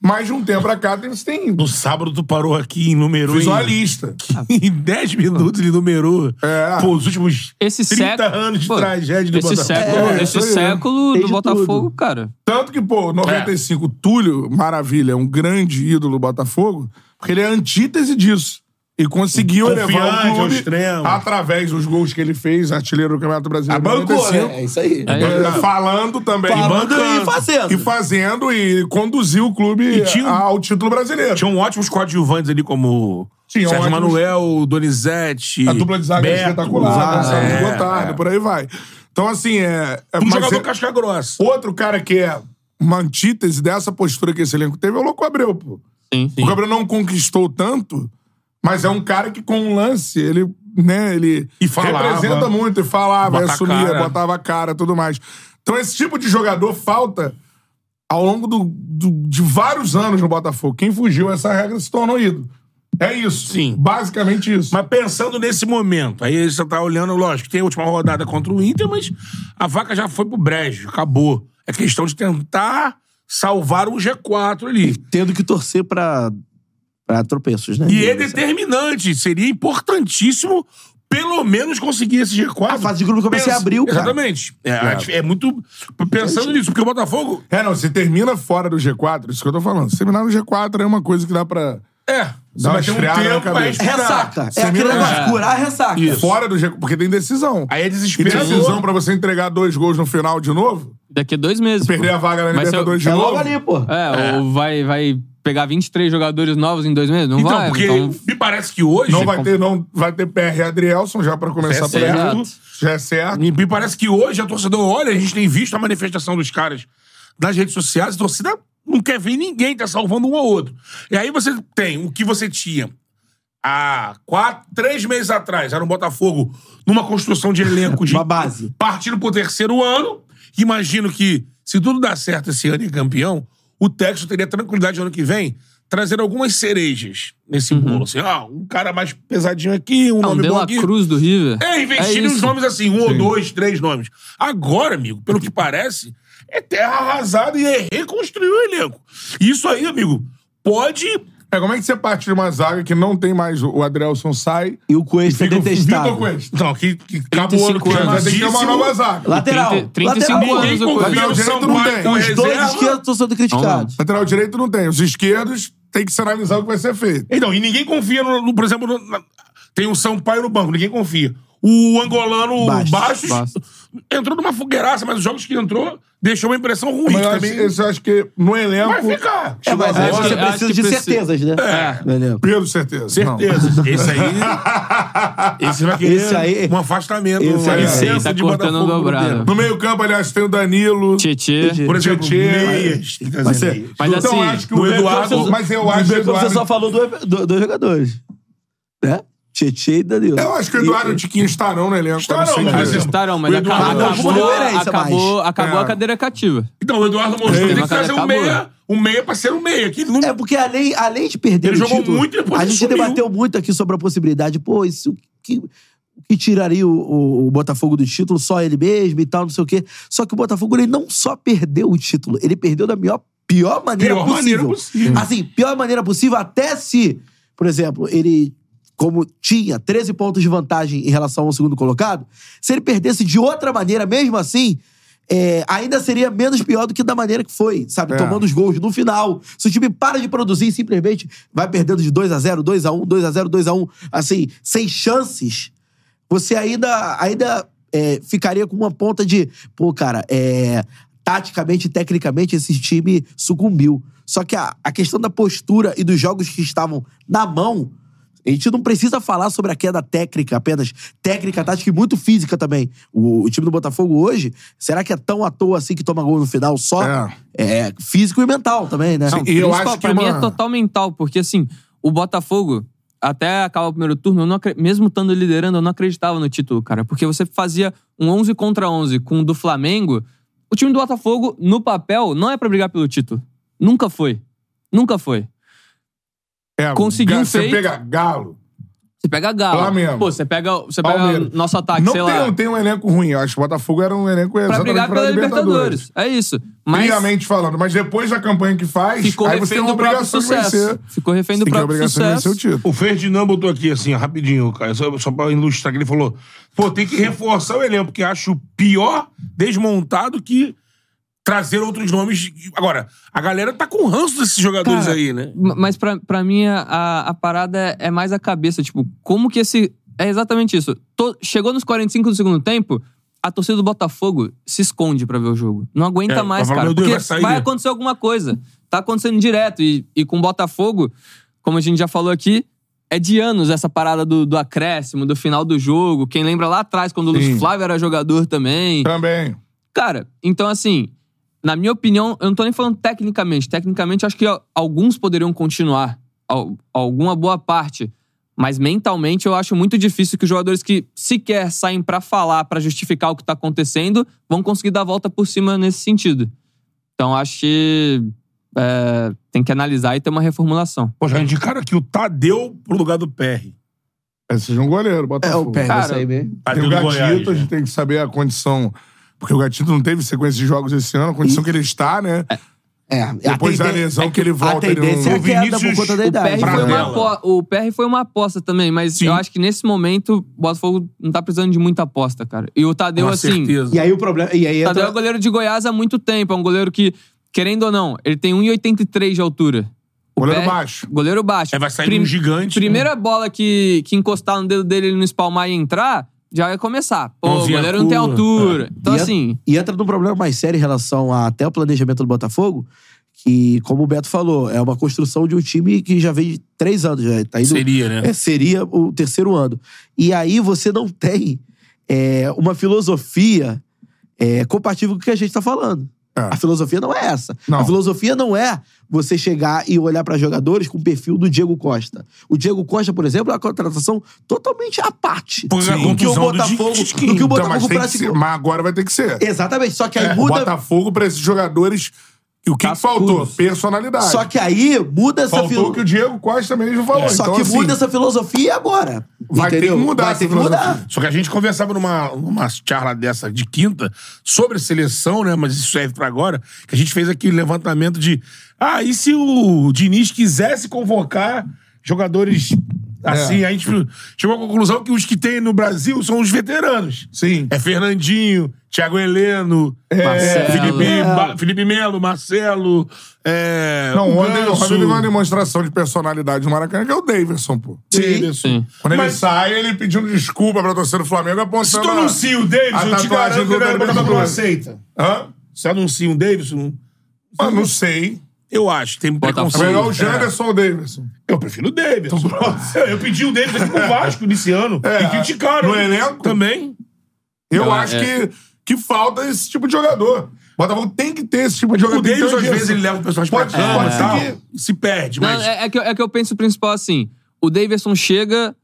S1: Mas de um tempo pra cá, tem- você tem.
S2: No sábado tu parou aqui e numerou
S1: Fiz uma
S2: em-
S1: lista.
S2: [LAUGHS] em 10 minutos ele numerou
S1: É.
S2: pô, os últimos
S4: Esse
S2: 30
S4: século.
S2: anos de
S4: pô,
S2: tragédia do
S4: esse
S2: Botafogo.
S4: século,
S1: É, isso
S4: esse
S1: aí.
S4: século
S3: Tem
S4: do
S3: de
S4: Botafogo, cara.
S1: Tanto que, pô, 95, o Túlio Maravilha é um grande ídolo do Botafogo, porque ele é a é antítese disso. E conseguiu
S2: Confiante
S1: levar o
S2: ao
S1: clube
S2: extremo.
S1: através dos gols que ele fez, artilheiro do Campeonato Brasileiro. de
S3: Bancou,
S1: 95.
S3: né? É isso aí.
S4: É.
S1: É, falando também.
S3: Falando
S2: bancando.
S3: e fazendo.
S1: E fazendo e conduziu o clube
S2: E tinha um-
S1: ao título brasileiro.
S2: Tinham ótimos coadjuvantes ali, como
S1: Tinha
S2: Sérgio
S1: ótimos-
S2: Manuel, Donizete.
S1: A dupla de zaga
S2: um Beto,
S1: é espetacular, Gonçalo
S2: é,
S1: Gotardo,
S2: é.
S1: por aí vai. Então, assim, é. é
S2: Um
S1: mas
S2: jogador
S1: é-
S2: casca grossa.
S1: Outro cara que é uma antítese dessa postura que esse elenco teve é o Louco Abreu, pô.
S4: Sim,
S1: O Gabriel não conquistou tanto, mas é um cara que com um lance, ele, né, ele
S2: E falava.
S1: representa muito, e falava,
S2: Bota a
S1: assumia,
S2: cara.
S1: botava a cara, tudo mais. Então esse tipo de jogador falta ao longo do- do- de vários anos no Botafogo. Quem fugiu essa regra se tornou ídolo. É isso.
S2: Sim.
S1: Basicamente isso.
S2: Mas pensando nesse momento, aí você tá olhando, lógico, tem a última rodada contra o Inter, mas a vaca já foi pro brejo, acabou. É questão de tentar salvar o G4 ali.
S3: Tendo que torcer pra, pra tropeços, né?
S2: E é determinante, seria importantíssimo pelo menos conseguir esse G4.
S3: é A fase de grupo começa em
S2: Pensa-
S3: abril, cara.
S2: Exatamente. É, é muito... Pensando nisso, porque o Botafogo...
S1: É, não, se termina fora do G4, isso que eu tô falando. Se terminar no G4 é uma coisa que dá pra.
S2: É,
S1: Dá uma
S2: vai ter um
S1: esfriada na
S2: tempo pra
S1: cabeça.
S2: respirar.
S3: Ressaca. É
S1: Você
S3: aquele
S1: me-
S3: negócio, curar a ressaca.
S1: Fora do G4, porque tem decisão.
S2: Aí é
S1: E
S2: desespero.
S1: decisão pra você entregar dois gols no final de novo,
S4: Daqui a dois meses. pô.
S1: perder a vaga na
S4: Vai ser-
S1: Libertadores
S2: Tá
S1: de
S3: É
S1: novo.
S3: logo ali, pô.
S4: É, ou vai, vai pegar 23 jogadores novos em dois meses? Não
S2: Então,
S4: vai.
S2: porque
S4: Então,
S2: me parece que hoje...
S1: Não vai ter, não vai ter PR e Adrielson já pra começar
S2: É
S1: por
S2: certo.
S1: perto. Já é certo.
S2: Me, me parece que hoje a torcedor olha, a gente tem visto a manifestação dos caras nas redes sociais, a torcida não quer ver ninguém, tá salvando um ao outro. E aí você tem o que você tinha há quatro, três meses atrás, era um Botafogo numa construção de elenco de
S4: [LAUGHS]
S3: Uma base.
S2: partindo pro terceiro ano. Imagino que, se tudo dar certo esse ano e campeão, o Texas teria tranquilidade no ano que vem trazer algumas cerejas nesse bolo. Assim, ah, um cara mais pesadinho aqui, um
S4: Uhum. não,
S2: nome
S4: De
S2: bom
S4: La
S2: aqui.
S4: Cruz do River.
S2: É, investir
S4: isso.
S2: nos nomes assim, um ou dois, três nomes. Agora, amigo, pelo que parece, é terra arrasada e é reconstruir o elenco. Isso aí, amigo, pode.
S1: É, como é que você parte de uma zaga que não tem mais o o Adrielson sai
S3: E o Cuesta é
S1: fica o
S3: detestado.
S1: Vitor Cuesta?
S2: Não, que, que acabou o ano
S4: 35 anos.
S1: Mas tem que ter uma nova
S2: queimadíssimo.
S1: zaga.
S3: Lateral.
S4: 30 35
S3: lateral.
S4: anos o
S2: Ninguém
S4: Cuesta.
S2: confia no
S1: Lateral direito não
S2: Sampaio
S1: tem.
S2: com
S1: Os
S3: Os dois
S2: reserva.
S3: esquerdos estão sendo criticados.
S1: Lateral direito não tem. Os esquerdos tem que se analisar o que vai ser feito.
S2: Então, e ninguém confia, no, no- por exemplo, no- na- tem o Sampaio no banco, ninguém confia. O angolano Baixos,
S3: Bastos.
S4: Bastos.
S2: entrou numa fogueiraça, mas os jogos que entrou deixou uma impressão ruim.
S1: Mas eu acho,
S2: também
S1: esse eu acho que no elenco.
S2: vai ficar.
S3: É, mas aí
S4: acho que-
S3: você
S4: acho
S3: precisa
S4: que
S3: de
S4: precisa-
S3: certezas, né?
S4: É.
S3: Entendeu?
S1: Pedro, certeza. Não.
S2: Certeza. Esse aí. Esse vai querer
S3: Esse aí-
S2: um afastamento.
S3: esse
S2: uma
S3: aí-
S2: licença
S4: esse aí tá
S2: de
S4: cortando
S2: Botafogo
S4: um dobrado.
S2: no dedo.
S1: No meio-campo, aliás, tem o Danilo.
S4: Tietê.
S3: Tietê.
S1: Tipo,
S2: Por exemplo,
S1: Tietê.
S2: meias. Tem que trazer
S3: Mas você-
S2: meias.
S4: Mas
S1: então,
S4: assim,
S1: acho que
S2: do
S1: o
S2: Eduardo-
S1: Eduardo. Mas eu acho que o
S3: Você
S1: Eduardo.
S3: só falou do- do- dois jogadores. Né? Tietê e Danilo.
S1: Eu acho que o Eduardo e o Tiquinho estarão assim, no elenco.
S2: Estarão,
S1: sem
S2: mas
S1: dúvida.
S2: esses
S4: Estarão, mas
S2: O
S4: aca-
S2: Eduardo
S4: acabou,
S3: mostrou diferença,
S4: acabou, acabou
S1: É.
S4: a cadeira cativa.
S2: Então, o Eduardo mostrou que tem que
S4: Mas
S2: trazer um
S4: acabou.
S2: meia, um meia pra ser um meia. Que ele não...
S3: É porque além, além de perder
S2: Ele
S3: o
S2: jogou
S3: título,
S2: muito e depois
S3: a
S2: ele
S3: gente
S2: sumiu.
S3: debateu muito aqui sobre a possibilidade, pô, isso que, que tiraria o, o- o Botafogo do título, só ele mesmo e tal, não sei o quê. Só que o Botafogo ele não só perdeu o título, ele perdeu da pior, pior maneira
S2: Pior
S3: possível.
S2: maneira possível.
S3: Assim, pior maneira possível, até se, por exemplo, ele como tinha 13 pontos de vantagem em relação ao segundo colocado, se ele perdesse de outra maneira, mesmo assim, é, ainda seria menos pior do que da maneira que foi, sabe?
S1: É.
S3: Tomando os gols no final. Se o time para de produzir e simplesmente vai perdendo de 2 a 0 2 a 1 2 a 0 2 a 1 assim, sem chances, você ainda, ainda é, ficaria com uma ponta de, pô, cara, é, taticamente e tecnicamente esse time sucumbiu. Só que a, a questão da postura e dos jogos que estavam na mão, a gente não precisa falar sobre a queda técnica apenas, técnica, tática e muito física também. O, o time do Botafogo hoje, será que é tão à toa assim que toma gol no final só?
S1: É.
S3: É, físico e mental também, né?
S1: Sim,
S3: Não,
S1: e eu
S4: Principal-
S1: acho que
S4: pra mim
S1: uma-
S4: é total mental, porque assim, o Botafogo, até acabar o primeiro turno, eu não acre- mesmo estando liderando, eu não acreditava no título, cara. Porque você fazia um 11 contra 11 com o do Flamengo, o time do Botafogo, no papel, não é pra brigar pelo título. Nunca foi. Nunca foi.
S1: É,
S4: Conseguiu
S1: Ga-
S4: um
S1: Você
S4: feito.
S1: pega Galo.
S4: Você pega Galo.
S1: Flamengo.
S4: Pô, você pega, você pega
S1: Palmeiras.
S4: nosso ataque,
S1: não
S4: Tá, sei
S1: tem,
S4: lá.
S1: não tem um elenco ruim. Eu acho que o Botafogo era um elenco
S4: pra
S1: exatamente
S4: brigar
S1: pra
S4: pela
S1: Libertadores.
S4: Libertadores. É isso. Mas
S1: Friamente falando. Mas depois da campanha que faz,
S4: ficou
S1: aí você tem
S4: refém
S1: uma
S4: do próprio
S1: obrigação de vencer.
S4: sucesso. Ficou refém
S1: Você
S4: do
S1: tem a
S4: próprio
S1: obrigação de vencer
S4: sucesso.
S1: o título.
S2: O Ferdinand botou aqui, assim, rapidinho, cara, só, só pra ilustrar, que ele falou: pô, tem que reforçar o elenco, porque acho pior desmontado que trazer outros nomes. Agora, a galera tá com ranço desses jogadores
S4: Cara,
S2: aí, né?
S4: M- Mas pra, pra mim, a- a, a parada é mais a cabeça. Tipo, como que esse. É exatamente isso. To- Chegou nos 45 do segundo tempo, a torcida do Botafogo se esconde pra ver o jogo. Não aguenta
S2: É, vai
S4: mais,
S2: falar,
S4: cara.
S2: "Meu Deus,
S4: porque
S2: vai sair".
S4: acontecer alguma coisa. Tá acontecendo direto. E, e com o Botafogo, como a gente já falou aqui, é de anos essa parada do, do acréscimo, do final do jogo. Quem lembra lá atrás, quando o
S1: Sim.
S4: Luiz Flávio era jogador também.
S1: Também.
S4: Cara, então assim, na minha opinião, eu não tô nem falando tecnicamente. Tecnicamente, acho que ó, alguns poderiam continuar. al- Alguma boa parte. Mas mentalmente, eu acho muito difícil que os jogadores que sequer saem pra falar, pra justificar o que tá acontecendo, vão conseguir dar a volta por cima nesse sentido. Então, acho que é, tem que analisar e ter uma reformulação.
S2: Pô, já indicaram aqui o Tadeu pro lugar do PR.
S1: É, seja um goleiro,
S3: É, o
S1: Botafogo.
S3: pé,
S4: Cara,
S3: isso aí mesmo.
S1: Tem
S2: Tadeu
S1: o
S2: do
S1: Gatito,
S2: Goiás,
S1: a
S2: né?
S1: gente tem que saber a condição. Porque o Gatito não teve sequência de jogos esse ano, a condição que ele está, né?
S3: É, a
S1: Depois da
S3: tenden-
S1: lesão
S3: é
S1: que ele volta,
S3: A
S1: ele
S3: tendência
S1: não-
S3: é a queda por
S2: Vinícius,
S3: conta da
S2: o
S4: PR
S3: idade. né?
S4: foi é uma
S2: Pradella.
S4: apo- o PR foi uma aposta também, mas
S2: Sim.
S4: eu acho que nesse momento o Botafogo não tá precisando de muita aposta, cara. E o Tadeu,
S2: Com
S4: assim,
S2: certeza.
S3: E aí o problema. E aí
S4: Tadeu é
S3: entra...
S4: goleiro de Goiás há muito tempo. É um goleiro que, querendo ou não, ele tem 1,83 de altura. O
S1: Goleiro
S4: pé-
S1: baixo.
S4: Goleiro baixo.
S2: É, vai sair
S4: Prim-
S2: um gigante.
S4: Primeira bola que, que encostar no dedo dele, ele não espalmar e entrar, já vai começar. Pô, o
S2: Mãozinha
S4: goleiro não tem
S2: curva. É.
S4: altura. Então,
S3: E en-
S4: assim,
S3: E entra num problema mais sério em relação a, até o planejamento do Botafogo, que, como o Beto falou, é uma construção de um time que já vem de três anos. Já tá
S2: né?
S3: indo,
S2: Seria, né?
S3: é, seria o terceiro ano. E aí você não tem é, uma filosofia é, compatível com o que a gente está falando.
S1: É.
S3: A filosofia não é essa.
S1: Não.
S3: A filosofia não é você chegar e olhar para jogadores com o perfil do Diego Costa. O Diego Costa, por exemplo, é uma contratação totalmente à parte
S2: Por causa da
S3: do que o
S2: contusão do
S3: Botafogo,
S2: Di-
S3: do,
S2: Di-
S3: que o
S1: Então,
S3: Botafogo
S1: mas, tem que ser-
S3: praticou.
S1: mas agora vai ter que ser.
S3: Exatamente, só que aí
S1: É, o
S3: muda
S1: Botafogo, pra esses jogadores, e o que, que
S4: Cascudos.
S1: faltou? Personalidade.
S3: Só que aí muda essa
S1: faltou o que
S3: filosofia.
S1: o Diego Costa mesmo falou.
S3: Só
S1: então,
S3: que
S1: assim,
S3: muda essa filosofia agora.
S1: vai ter
S3: entendeu?
S1: que mudar
S3: Vai
S1: essa
S3: ter que
S1: filosofia.
S3: mudar.
S2: Só que a gente conversava numa, numa charla dessa de quinta sobre seleção, né? Mas isso serve pra agora. Que a gente fez aquele levantamento de. Ah, e se o Diniz quisesse convocar jogadores
S1: É.
S2: assim? A gente chegou à conclusão que os que tem no Brasil são os veteranos.
S1: Sim.
S2: É Fernandinho, Thiago Heleno,
S4: Marcelo.
S2: é, Felipe, Ba- Felipe Melo, Marcelo. É,
S1: Não,
S3: um
S1: ontem
S2: Ganso,
S1: ontem teve uma demonstração de personalidade no Maracanã, que é o Davidson, pô.
S2: Davidson.
S4: Sim.
S1: Quando ele
S2: Mas-
S1: sai, ele pedindo desculpa pra torcer do Flamengo,
S2: Se
S1: apontando...
S2: tu
S3: um
S1: a-
S2: anuncia o Davidson,
S1: a
S2: eu te
S1: tatuagem
S2: garanto que
S1: do
S2: a galera do Botafogo não
S1: Davidson.
S2: aceita.
S1: Hã?
S2: então. Se anuncia um Davidson,
S1: Ah, não sei.
S2: eu acho. Tem um
S4: Botafogo.
S1: É melhor o
S2: preconceito.
S1: Janderson ou o Davidson?
S2: É. Eu prefiro o Davidson. Eu, [LAUGHS] eu pedi o Davidson aqui pro Vasco nesse ano.
S1: É.
S2: E criticaram.
S1: No elenco?
S2: Também.
S1: Eu
S4: Não,
S1: acho
S4: é-
S1: que, que falta esse tipo de jogador. O Botafogo tem que ter esse tipo de jogador.
S2: O Davidson,
S1: Então,
S2: às vezes, ele leva o pessoal pra
S1: Pode-
S2: cama
S1: pode
S2: e
S1: ser
S2: tal.
S1: que-
S2: E se perde,
S4: não,
S2: mas...
S4: é, é que, eu- é que eu penso o principal assim. O Davidson chega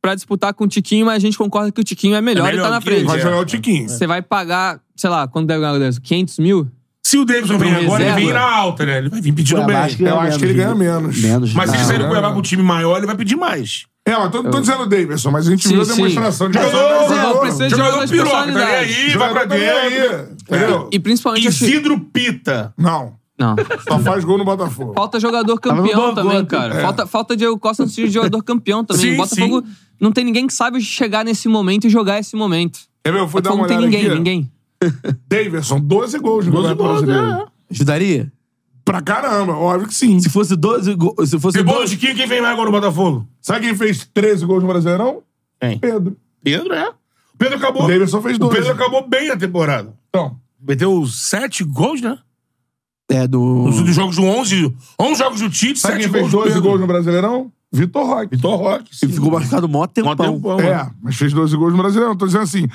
S4: pra disputar com o Tiquinho, mas a gente concorda que o Tiquinho é melhor,
S2: É
S4: e
S2: melhor
S4: tá na
S2: que ele,
S4: frente.
S1: Vai
S2: é.
S1: jogar o Tiquinho.
S4: Você vai pagar, sei lá, quanto deve ganhar o Davidson? 500 mil?
S2: Se o Davidson vem
S4: Pro
S2: agora, ele
S4: reserva.
S2: vem na alta, né? Ele vai vir pedindo
S3: Cuiabá, acho que
S2: bem.
S1: Eu
S3: ganha
S1: acho que ele ganha menos.
S3: Menos.
S2: Mas se ele
S3: Ah,
S2: sair do
S1: é um né?
S2: Cuiabá com um time maior, ele vai pedir mais.
S1: É, mas tô, tô dizendo o Davidson, mas a gente
S4: Sim,
S1: viu a
S4: sim.
S1: demonstração de
S3: Mas
S1: personalidade
S4: não,
S1: do jogador.
S4: precisa de jogador de
S2: piroca, tá nem aí, vai
S1: Jogador é
S2: pra
S1: também
S2: dentro.
S1: aí, entendeu?
S4: E principalmente. acho que-
S2: Isidro Pita.
S1: Não,
S4: Não.
S1: só faz gol no Botafogo.
S4: Falta
S1: Ah,
S4: jogador
S3: no
S4: campeão
S3: banco
S4: também,
S3: ontem.
S4: cara.
S1: É.
S4: Falta, falta Diego Costa antes de jogador campeão também.
S2: Sim,
S4: o Botafogo
S2: sim.
S4: não tem ninguém que sabe chegar nesse momento e jogar esse momento.
S1: Quer ver? Eu fui dar uma
S4: Botafogo não tem
S1: olhada
S4: ninguém,
S1: aqui.
S4: ninguém.
S1: Davidson, 12 gols no
S2: 12
S1: Campeonato
S2: gols, é.
S1: Brasileiro.
S3: Ajudaria?
S1: Pra caramba, óbvio que sim.
S3: Se fosse 12 gols. Se fosse
S2: Cebola
S3: 12,
S2: de quem? Quem vem mais agora no Botafogo?
S1: Sabe quem fez 13 gols no Brasileirão?
S2: Quem?
S1: Pedro.
S2: Pedro, é. O Pedro acabou.
S1: O Davidson fez
S2: O
S1: 12.
S2: Pedro é acabou bem a temporada.
S1: Então,
S2: Meteu sete gols, né?
S3: é do.
S2: Nos últimos jogos do 11, 11 jogos do Tite,
S1: Hum. sabe
S2: sete
S1: quem fez
S2: gols do
S1: 12
S2: Pedro.
S1: gols no Brasileirão? Vitor Roque.
S2: Vitor Roque.
S3: Ele ficou machucado mó
S4: um
S2: Mó
S3: tempão.
S2: tempão. mano.
S1: É, mas fez 12 gols no Brasileirão. Tô dizendo assim,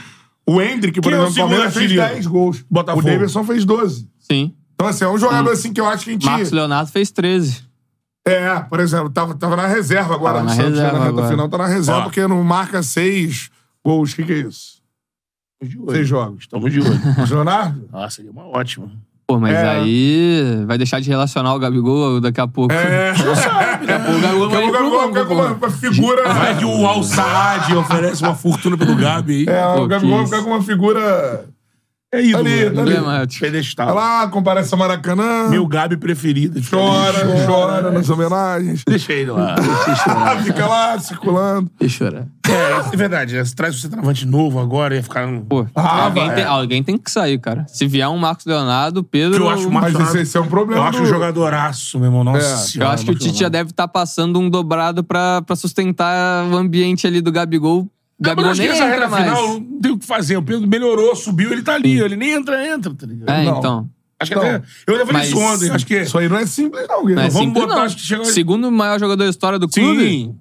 S1: o Hendrick, por
S2: Quem é o
S1: exemplo, do Palmeiras
S2: segundo
S1: fez
S2: artilheiro?
S1: 10 gols.
S2: Botafogo. Hum.
S1: O Davidson fez 12.
S4: Sim.
S1: Então, assim, é um jogador assim que eu acho que a gente...
S4: Marcos Leonardo fez 13.
S1: É, por exemplo, tava, tava na reserva agora
S4: Tava
S1: no
S4: na
S1: Santos, né,
S4: reserva
S1: na reta
S4: agora.
S1: final, tá na reserva
S2: Ó.
S1: porque não marca seis gols. O que, que é isso? Seis jogos.
S2: Estamos de olho.
S4: [LAUGHS]
S1: Mas Leonardo?
S2: Ah,
S4: é
S2: seria uma ótima.
S4: Pô, mas
S1: É.
S4: aí vai deixar de relacionar o Gabigol daqui a pouco.
S1: É.
S4: O Gabigol
S1: Daqui
S4: vai
S1: a
S4: ir pro
S1: pouco vai
S4: banco,
S1: ficar com
S4: pô.
S1: uma- uma figura.
S2: Vai um que
S1: [LAUGHS]
S2: o Al Saad oferece uma fortuna pelo Gabi aí.
S1: É, o
S4: Pô,
S1: Gabigol vai
S4: que
S1: ficar com uma figura.
S2: É isso,
S1: Ali,
S2: mano.
S1: tá ali.
S4: Problemático.
S1: Olha
S2: Pedestal.
S1: lá, comparece a Maracanã.
S2: Meu Gabi preferido.
S1: Chora,
S2: [LAUGHS]
S1: chora nas homenagens.
S2: Deixa ele lá.
S1: Fica lá circulando.
S3: Deixa eu chorar.
S2: É, isso é verdade. né? Se traz o centroavante novo agora, ia ficar. um-
S4: Pô,
S1: Ah,
S4: alguém,
S1: vai.
S4: tem, alguém tem que sair, cara. Se vier um Marcos Leonardo, Pedro.
S2: Eu acho o Marcos
S1: Mas esse- esse é um problema
S2: Eu acho
S1: do- É,
S2: um jogadoraço, meu irmão. Nossa senhora,
S4: Eu acho que o
S2: Marcos
S4: Tite já
S2: Leonardo.
S4: deve estar passando um dobrado pra, pra sustentar o ambiente ali do Gabigol.
S2: Ah, mas eu
S4: Gabigol
S2: acho que
S4: nem
S2: nessa reta
S4: entra mais.
S2: final não tem o que fazer. O Pedro melhorou, subiu, ele tá ali. Ele nem entra, entra, tá ligado?
S4: É,
S1: Não.
S4: então.
S2: Acho que
S1: Não.
S2: até. Eu levei
S4: Mas-
S2: isso ontem. Acho que.
S1: Isso aí não é simples, não, Guilherme.
S4: Não é
S2: Vamos
S4: simples,
S2: botar,
S4: não.
S2: acho que chega-
S4: Segundo maior jogador da história do clube.
S2: Sim.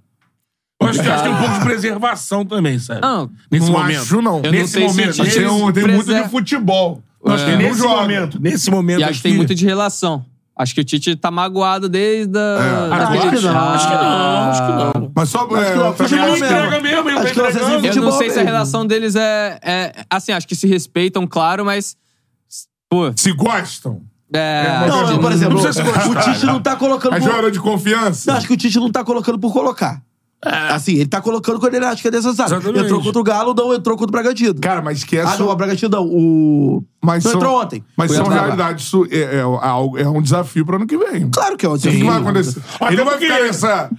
S2: Eu acho que, acho que tem um pouco de preservação também, sabe?
S4: Não,
S2: nesse
S1: não
S2: momento.
S1: acho, não.
S4: Eu não
S2: Nesse
S4: sei se
S2: momento,
S4: o Tite
S2: nesse-
S1: Tem, um- tem muito
S4: preser-
S1: de futebol. um
S2: eu acho que
S4: É.
S1: Não
S2: nesse
S1: joga.
S2: momento, nesse momento.
S4: E acho que tem muito de relação. Acho que o Tite tá magoado desde a.
S1: É.
S4: da
S3: Ah, acho que não,
S4: Copa.
S3: acho que
S2: não, acho que não.
S1: Mas só... é,
S3: que não é
S1: eu também
S3: futebol
S2: Ele não
S1: acho que-
S2: entrega mesmo, ele não tá
S3: Acho que vocês
S2: entregando.
S4: Eu não
S3: Futebol
S4: sei se a
S3: mesmo.
S4: relação deles é, é. Assim, acho que se respeitam, claro, mas. é, Pô, é.
S1: Se gostam.
S3: Não,
S4: acho
S3: eu,
S4: que
S3: por exemplo,
S2: precisa se
S3: o
S2: gostar,
S3: Tite
S2: né?
S3: não tá colocando.
S1: Mas
S3: por-
S1: hora de
S3: Não,
S1: confiança.
S3: acho que o Tite não tá colocando por colocar. Assim, ele tá colocando quando ele acha que é necessário.
S2: Exatamente.
S3: Entrou contra o Galo, não entrou contra o Bragantino.
S1: Cara, mas que
S3: ah,
S1: essa...
S3: não, o Bragantino não. O.
S1: mas
S3: não
S1: são-
S3: entrou ontem.
S1: Mas
S3: Foi
S1: são
S3: atrás.
S1: realidades... Isso é, é algo- é um desafio pro ano que vem.
S3: Claro que é ontem.
S1: O que que vai acontecer?
S2: Até
S1: Ele não vai
S2: porque-
S1: ficar nessa...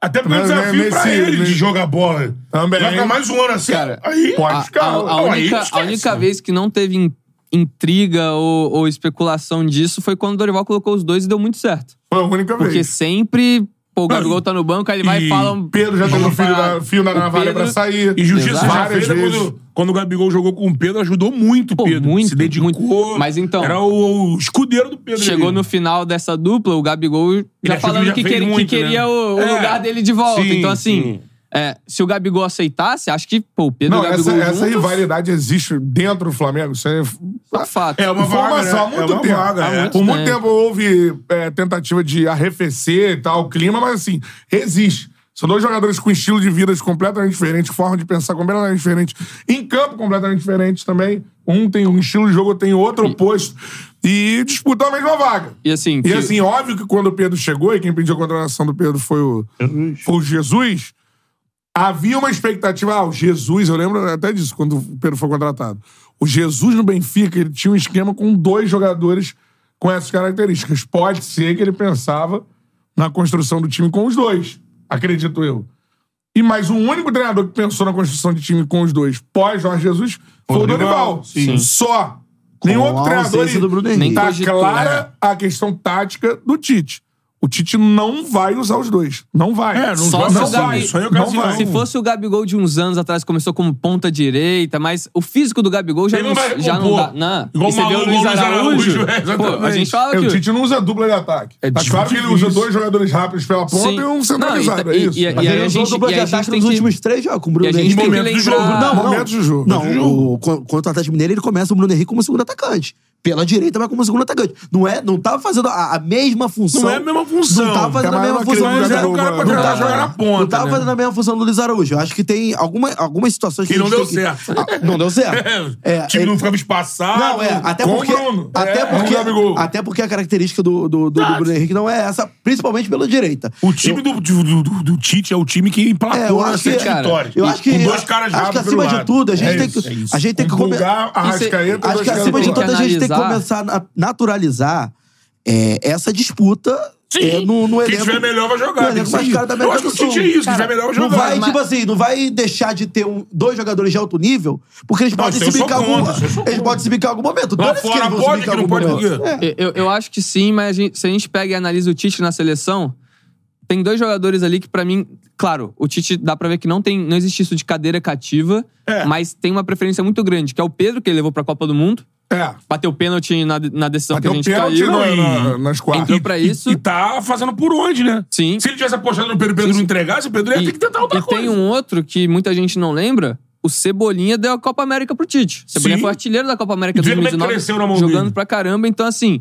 S2: Até porque é um
S1: Mas, né,
S2: desafio pra
S1: nesse-
S2: ele de
S1: nesse-
S2: jogar bola.
S1: Também.
S2: Vai ficar mais um ano assim.
S1: Cara,
S2: aí
S1: pode
S4: A,
S1: ficar.
S4: a- a
S2: Não, aí
S4: única, a
S1: é
S2: esquece,
S4: única
S2: né?
S4: vez que não teve in- intriga ou, ou especulação disso foi quando o Dorival colocou os dois e deu muito certo.
S1: Foi a única vez.
S4: Porque sempre, pô, o Gabigol tá no banco, aí ele vai e,
S2: e
S4: fala. Ah,
S1: Pedro já
S4: [LAUGHS]
S1: teve um fio da, fio da
S4: O
S1: navalha
S4: Pedro-
S1: pra sair.
S2: E justiça já
S1: várias
S2: feita,
S1: vezes.
S2: quando, quando o Gabigol jogou com o Pedro, ajudou muito o
S4: Pô,
S2: Pedro.
S4: muito,
S2: se dedicou.
S4: muito. Mas então-
S2: Era o, o escudeiro do Pedro.
S4: Chegou
S2: ali. [LAUGHS]
S4: no final dessa dupla, o Gabigol já
S2: achou
S4: falando
S2: que
S4: que,
S2: já fez
S4: quer- que
S2: muito,
S4: queria
S2: né?
S4: o, o
S2: É.
S4: lugar dele de volta.
S2: Sim,
S4: então, assim,
S2: sim.
S4: é, se o Gabigol aceitasse, acho que, pô, o Pedro
S1: Não,
S4: e o
S1: essa,
S4: Gabigol
S1: essa
S4: juntos, um
S1: rivalidade existe dentro do Flamengo. Isso é
S4: é um fato.
S2: É uma vaga, né?
S1: Informação há
S2: É
S1: muito
S2: uma
S1: tempo.
S2: vaga, é.
S1: Por muito
S4: É.
S1: tempo houve é, tentativa de arrefecer e tal, o clima, mas assim, existe. São dois jogadores com estilo de vida completamente diferente, forma de pensar completamente diferente, em campo completamente diferente também. Um tem um estilo de jogo, outro tem outro oposto. E disputam a mesma vaga.
S4: E assim,
S1: E
S4: que-
S1: assim, óbvio que quando o Pedro chegou, e quem pediu a contratação do Pedro foi o Jesus. Foi o Jesus havia uma expectativa. Ah, o Jesus, eu lembro até disso, quando o Pedro foi contratado. O Jesus no Benfica, ele tinha um esquema com dois jogadores com essas características. Pode ser que ele pensava na construção do time com os dois, acredito eu. E mais um único treinador que pensou na construção de time com os dois pós-Jorge Jesus foi o
S2: Dorival,
S1: Dorival.
S2: sim.
S1: Só. Nenhum
S3: Com
S1: outro
S3: a
S1: treinador.
S3: ausência do Bruno
S1: e-
S3: Henrique.
S1: Tá
S4: Cogitou,
S2: né?
S1: clara a questão tática do Tite. O Tite não vai usar os dois. Não vai.
S2: É, não joga,
S4: Só se o
S2: não vai.
S4: Gabi-
S2: Isso aí é
S1: não
S2: ocasião.
S1: vai.
S4: Se fosse o Gabigol de uns anos atrás, começou como ponta direita, mas o físico do Gabigol já,
S2: Ele
S4: não,
S2: não vai
S4: já não
S2: recompor.
S4: dá. Não.
S2: Igual
S4: e você vê o
S2: Malu,
S4: Luiz
S2: Luiz Araújo,
S4: Araújo.
S2: é, exatamente.
S4: pô, a gente
S1: É,
S4: fala que.
S1: o Tite não usa dupla de ataque.
S2: É
S1: tá claro que ele
S2: difícil.
S1: usa dois jogadores rápidos pela ponta
S4: Sim.
S1: e um
S4: Não,
S1: centralizado.
S4: e-
S1: é isso.
S4: e- e-
S3: Mas
S4: aí
S3: ele
S4: a
S3: usou
S4: gente-
S3: dupla
S4: e aí
S3: de
S4: a gente
S3: ataque
S4: tem
S3: nos
S4: que-
S3: últimos três jogos com o Bruno
S4: e a gente
S3: Henrique.
S4: tem que
S2: momentos do jogo.
S4: lembrar.
S3: Não, não.
S1: Momentos do jogo.
S3: Não,
S1: Momentos do jogo.
S3: o- co- contra o Atlético Mineiro, ele começa o Bruno Henrique como segundo atacante. Pela direita, vai como segundo atacante. Não é, não tá fazendo a, a mesma função.
S2: Não é a mesma função. Tá
S3: Não tava fazendo
S1: É,
S3: a
S1: mas
S3: mesma
S1: não
S3: função do
S1: acredito
S3: Luiz
S1: que era o
S3: Araújo.
S1: cara pra
S3: Não
S1: jogar-
S3: tava-
S2: jogar na ponta,
S3: Não tava
S2: né?
S3: fazendo a mesma função do Luiz Araújo. Eu acho que tem alguma, algumas situações que
S2: Que
S3: a
S2: não
S3: gente
S2: deu
S3: tem que-
S2: certo.
S3: Ah, Não deu certo.
S2: É, [LAUGHS] o time
S3: É, ele-
S2: não ficava espaçado.
S3: Não, é. Até
S2: com
S3: porque.
S2: o Bruno.
S3: Até,
S2: É,
S3: porque
S2: com o Gabigol. Tá.
S3: até porque a característica do, do, do- do Bruno Henrique não é essa, principalmente pela direita.
S2: O time do, do, do- do Tite é o time que
S3: É,
S2: emplacou
S3: eu acho
S2: nas
S3: que-
S2: sete
S4: cara,
S2: vitórias.
S3: Eu acho que.
S2: Com dois caras
S3: acho que
S2: rápidos
S3: acima
S2: pelo
S3: de
S2: lado.
S3: tudo, a gente
S2: É
S3: tem
S2: isso,
S3: que.
S2: é
S3: a
S2: isso.
S3: gente tem que
S1: Um
S3: come-
S1: Pulgar, Arrascaeta,
S3: Acho
S1: dois
S3: que acima de
S4: tem que
S3: tudo a gente tem que
S4: analisar.
S3: começar a na- naturalizar é, essa disputa é, no, no
S2: Quem
S3: elenco.
S2: tiver melhor vai
S3: no
S2: jogar. tem
S3: elenco
S2: que
S3: mais
S2: seguir.
S3: caro da
S2: Eu
S3: América
S1: tá
S2: acho que o
S3: do
S2: Tite
S3: Sul.
S2: é isso. Quem tiver melhor vai
S3: Não
S2: jogar.
S3: vai,
S4: mas-
S3: tipo assim, não vai deixar de ter um- dois jogadores de alto nível, porque eles
S2: Não,
S3: podem
S2: isso eu
S3: se
S2: sou
S3: bicar em algum-
S2: contra, isso eu sou
S3: Eles
S2: contra.
S3: podem se bicar em algum momento.
S2: Lá
S3: Todos que
S2: fora
S3: eles vão se
S2: pode,
S3: bicar
S2: que
S3: em
S2: não
S3: algum
S2: pode,
S3: momento.
S2: que-
S3: É.
S4: Eu, eu acho que sim, mas a gente- se a gente pega e analisa o Tite na seleção, tem dois jogadores ali que, pra mim, claro, o Tite dá pra ver que não tem, não existe isso de cadeira cativa,
S2: É.
S4: mas tem uma preferência muito grande, que é o Pedro, que ele levou pra Copa do Mundo,
S1: É.
S4: bateu pênalti na, na decisão
S1: Bateu
S4: que tá a Então, gente
S1: pênalti é?
S4: caiu.
S1: na-
S2: e-
S1: na- nas quartas.
S4: Entrou Então, pra isso.
S2: E tá fazendo por onde, né?
S4: Sim.
S2: Se ele tivesse apostado no Pedro e o Pedro não entregasse, o Pedro ia ter que tentar tá outra
S4: e
S2: coisa.
S4: tem um outro que muita gente não lembra. O Cebolinha deu a Copa América pro Tite. O Cebolinha
S2: Sim.
S4: foi artilheiro da Copa América
S2: E tu vê como é que
S4: 2019,
S2: cresceu na mão
S4: jogando
S2: dele.
S4: pra caramba. Então, assim,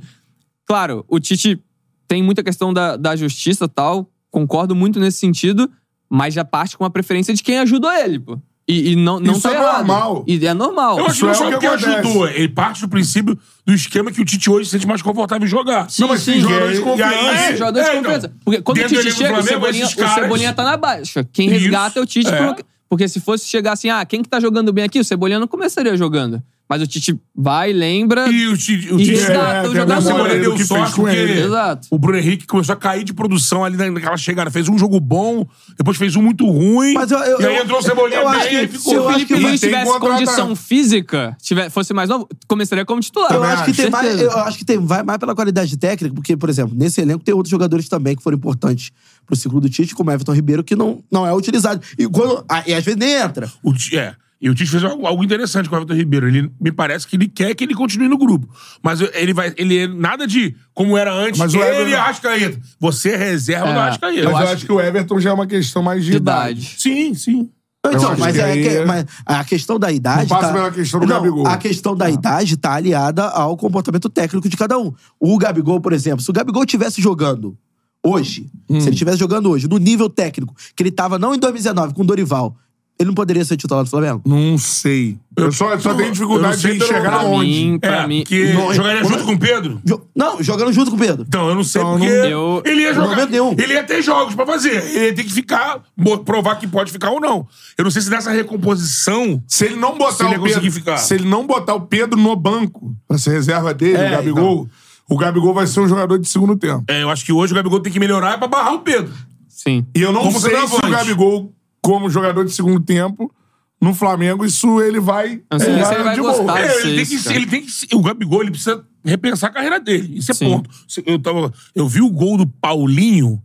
S4: claro, o Tite tem muita questão da, da justiça e tal. Concordo muito nesse sentido, mas já parte com a preferência de quem ajudou ele, pô. E, e não, não
S1: Isso
S4: tá
S1: é
S4: errado.
S1: normal.
S4: E é normal.
S2: Eu acho
S1: Isso
S2: que não
S1: é
S2: só
S1: o que
S2: porque
S1: acontece.
S2: ajudou. Ele parte do princípio do esquema que o Tite hoje se sente mais confortável em jogar.
S4: Sim,
S1: mas
S4: sim.
S1: tem jogador
S2: E
S1: de
S2: aí-
S1: confiança.
S2: e aí-
S4: É, jogador
S2: É,
S4: de
S2: então.
S4: confiança. Porque quando
S2: Dentro
S4: o
S2: do
S4: Tite
S2: elenco
S4: chega,
S2: do
S4: o
S2: Flamengo,
S4: Cebolinha,
S2: esses caras-
S4: o Cebolinha tá na baixa. Quem
S2: Isso,
S4: resgata é o Tite.
S2: é.
S4: Porque, porque se fosse chegar assim, ah, quem que tá jogando bem aqui? O Cebolinha não começaria jogando. Mas o Tite vai, lembra.
S2: E o Tite. O
S4: E
S2: Tite
S4: resgata
S2: é, tem
S4: o
S2: a
S4: jogador.
S2: memória dele
S1: O que
S2: deu sorte
S1: fez com
S2: porque
S1: ele.
S4: Exato.
S2: o Bruno Henrique começou a cair de produção ali naquela chegada. Fez um jogo bom, depois fez um muito ruim.
S3: Mas eu- eu-
S2: e aí
S3: eu-
S2: entrou o Cebolinha
S3: eu
S2: bem,
S3: acho que-
S2: e aí
S3: se
S2: ficou
S3: eu
S4: o
S2: o
S3: acho
S4: Felipe
S3: que
S1: vai
S4: Luiz
S1: ter que
S4: tivesse
S1: contratar.
S4: condição física, tiver, fosse mais novo, começaria como titular.
S3: Eu
S1: Também
S3: acho que tem mais,
S4: Certeza.
S3: eu acho que tem, vai mais pela qualidade técnica, porque, por exemplo, nesse elenco tem outros jogadores também que foram importantes pro ciclo do Tite, como Everton Ribeiro, que não, não é utilizado. E, quando, ah, e às vezes nem entra.
S2: O, Ti- é, e o Tite fez algo, algo interessante com o Everton Ribeiro. Ele me parece que ele quer que ele continue no grupo. Mas eu- ele vai. Ele é nada de como era antes,
S1: Mas o
S2: ele
S1: Everton-
S2: Arrascaeta. Você é reserva
S4: É,
S2: do Arrascaeta.
S4: eu
S1: Mas eu
S4: acho
S1: acho que o Everton já é uma questão mais de
S4: De
S1: idade.
S4: idade.
S2: Sim, sim.
S3: Então,
S1: acho
S3: mas,
S1: que
S3: é
S1: aí-
S3: que- mas a questão da idade.
S1: Não passa
S3: tá-
S1: pela questão do Gabigol.
S3: A questão da idade tá aliada ao comportamento técnico de cada um. O Gabigol, por exemplo, se o Gabigol estivesse jogando hoje, se ele estivesse jogando hoje, no nível técnico, que ele tava não em 2019 com o Dorival, ele não poderia ser titular do Flamengo?
S1: Não sei. Eu só, só
S2: Eu-
S1: tenho
S2: eu
S1: dificuldade
S2: não sei
S1: de
S2: pelo-
S1: enxergar
S4: pra
S1: onde.
S4: mim, pra
S2: é,
S4: mim.
S2: Porque
S3: Não,
S2: jogaria
S3: como-
S2: junto com o Pedro?
S3: Jo- não, jogando junto com o Pedro.
S2: Então, eu não sei
S1: Então,
S2: porque
S1: não
S4: deu-
S2: ele ia
S3: não
S2: jogar.
S3: deu.
S2: Ele ia ter jogos pra fazer. Ele ia ter que ficar, mo- provar que pode ficar ou não. Eu não sei se nessa recomposição.
S1: Se ele não botar
S2: Se ele
S1: o
S2: conseguir
S1: Pedro,
S2: ficar.
S1: se ele não botar o Pedro no banco pra ser reserva dele,
S2: É,
S1: o Gabigol, o Gabigol vai ser um jogador de segundo tempo.
S2: É, eu acho que hoje o Gabigol tem que melhorar pra barrar o Pedro.
S4: Sim.
S1: E eu não
S2: Como
S1: sei se
S2: centroavante.
S1: o Gabigol, como jogador de segundo tempo, no Flamengo, isso ele vai.
S4: Eu não sei
S1: ele
S4: se ele vai
S1: de
S4: gostar.
S1: boa.
S4: Ah,
S2: É,
S4: sei
S2: ele, tem
S4: isso,
S2: que, se-
S4: cara.
S2: ele tem que. se- O Gabigol, ele precisa repensar a carreira dele. Isso é
S4: Sim.
S2: ponto. Se- Eu, tava, eu vi o gol do Paulinho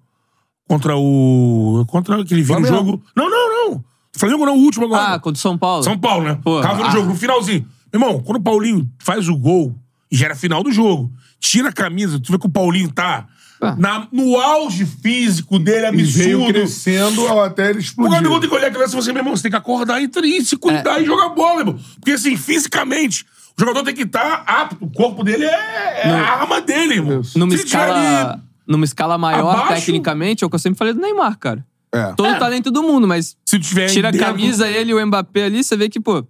S2: contra o. Contra aquele vira o
S3: Flamengo.
S2: jogo. Não, não, não. Flamengo não, o último agora.
S4: Ah, contra o São Paulo.
S2: São Paulo, né?
S4: Pô,
S2: Tava no
S4: ah.
S2: jogo, no finalzinho. Meu irmão, quando o Paulinho faz o gol, e já era final do jogo, tira a camisa, tu vê que o Paulinho tá
S4: Ah.
S2: na- no auge físico dele,
S1: E veio
S2: absurdo.
S1: crescendo ao- até ele
S2: O
S1: explodir.
S2: Gabigol tem que olhar a criança e falar assim, meu irmão, você tem que acordar e, e se
S4: É.
S2: cuidar e jogar bola, irmão. Porque, assim, fisicamente, o jogador tem que estar apto. O corpo dele é, é a arma dele, irmão.
S4: Numa
S2: Se ele tiver ali-
S4: escala, numa escala maior,
S2: abaixo-
S4: tecnicamente, é o que eu sempre falei do Neymar, cara.
S1: É.
S4: Todo o talento do mundo, mas
S2: Se tiver
S4: tira a
S2: dentro-
S4: camisa, ele e o Mbappé ali, você vê que, pô,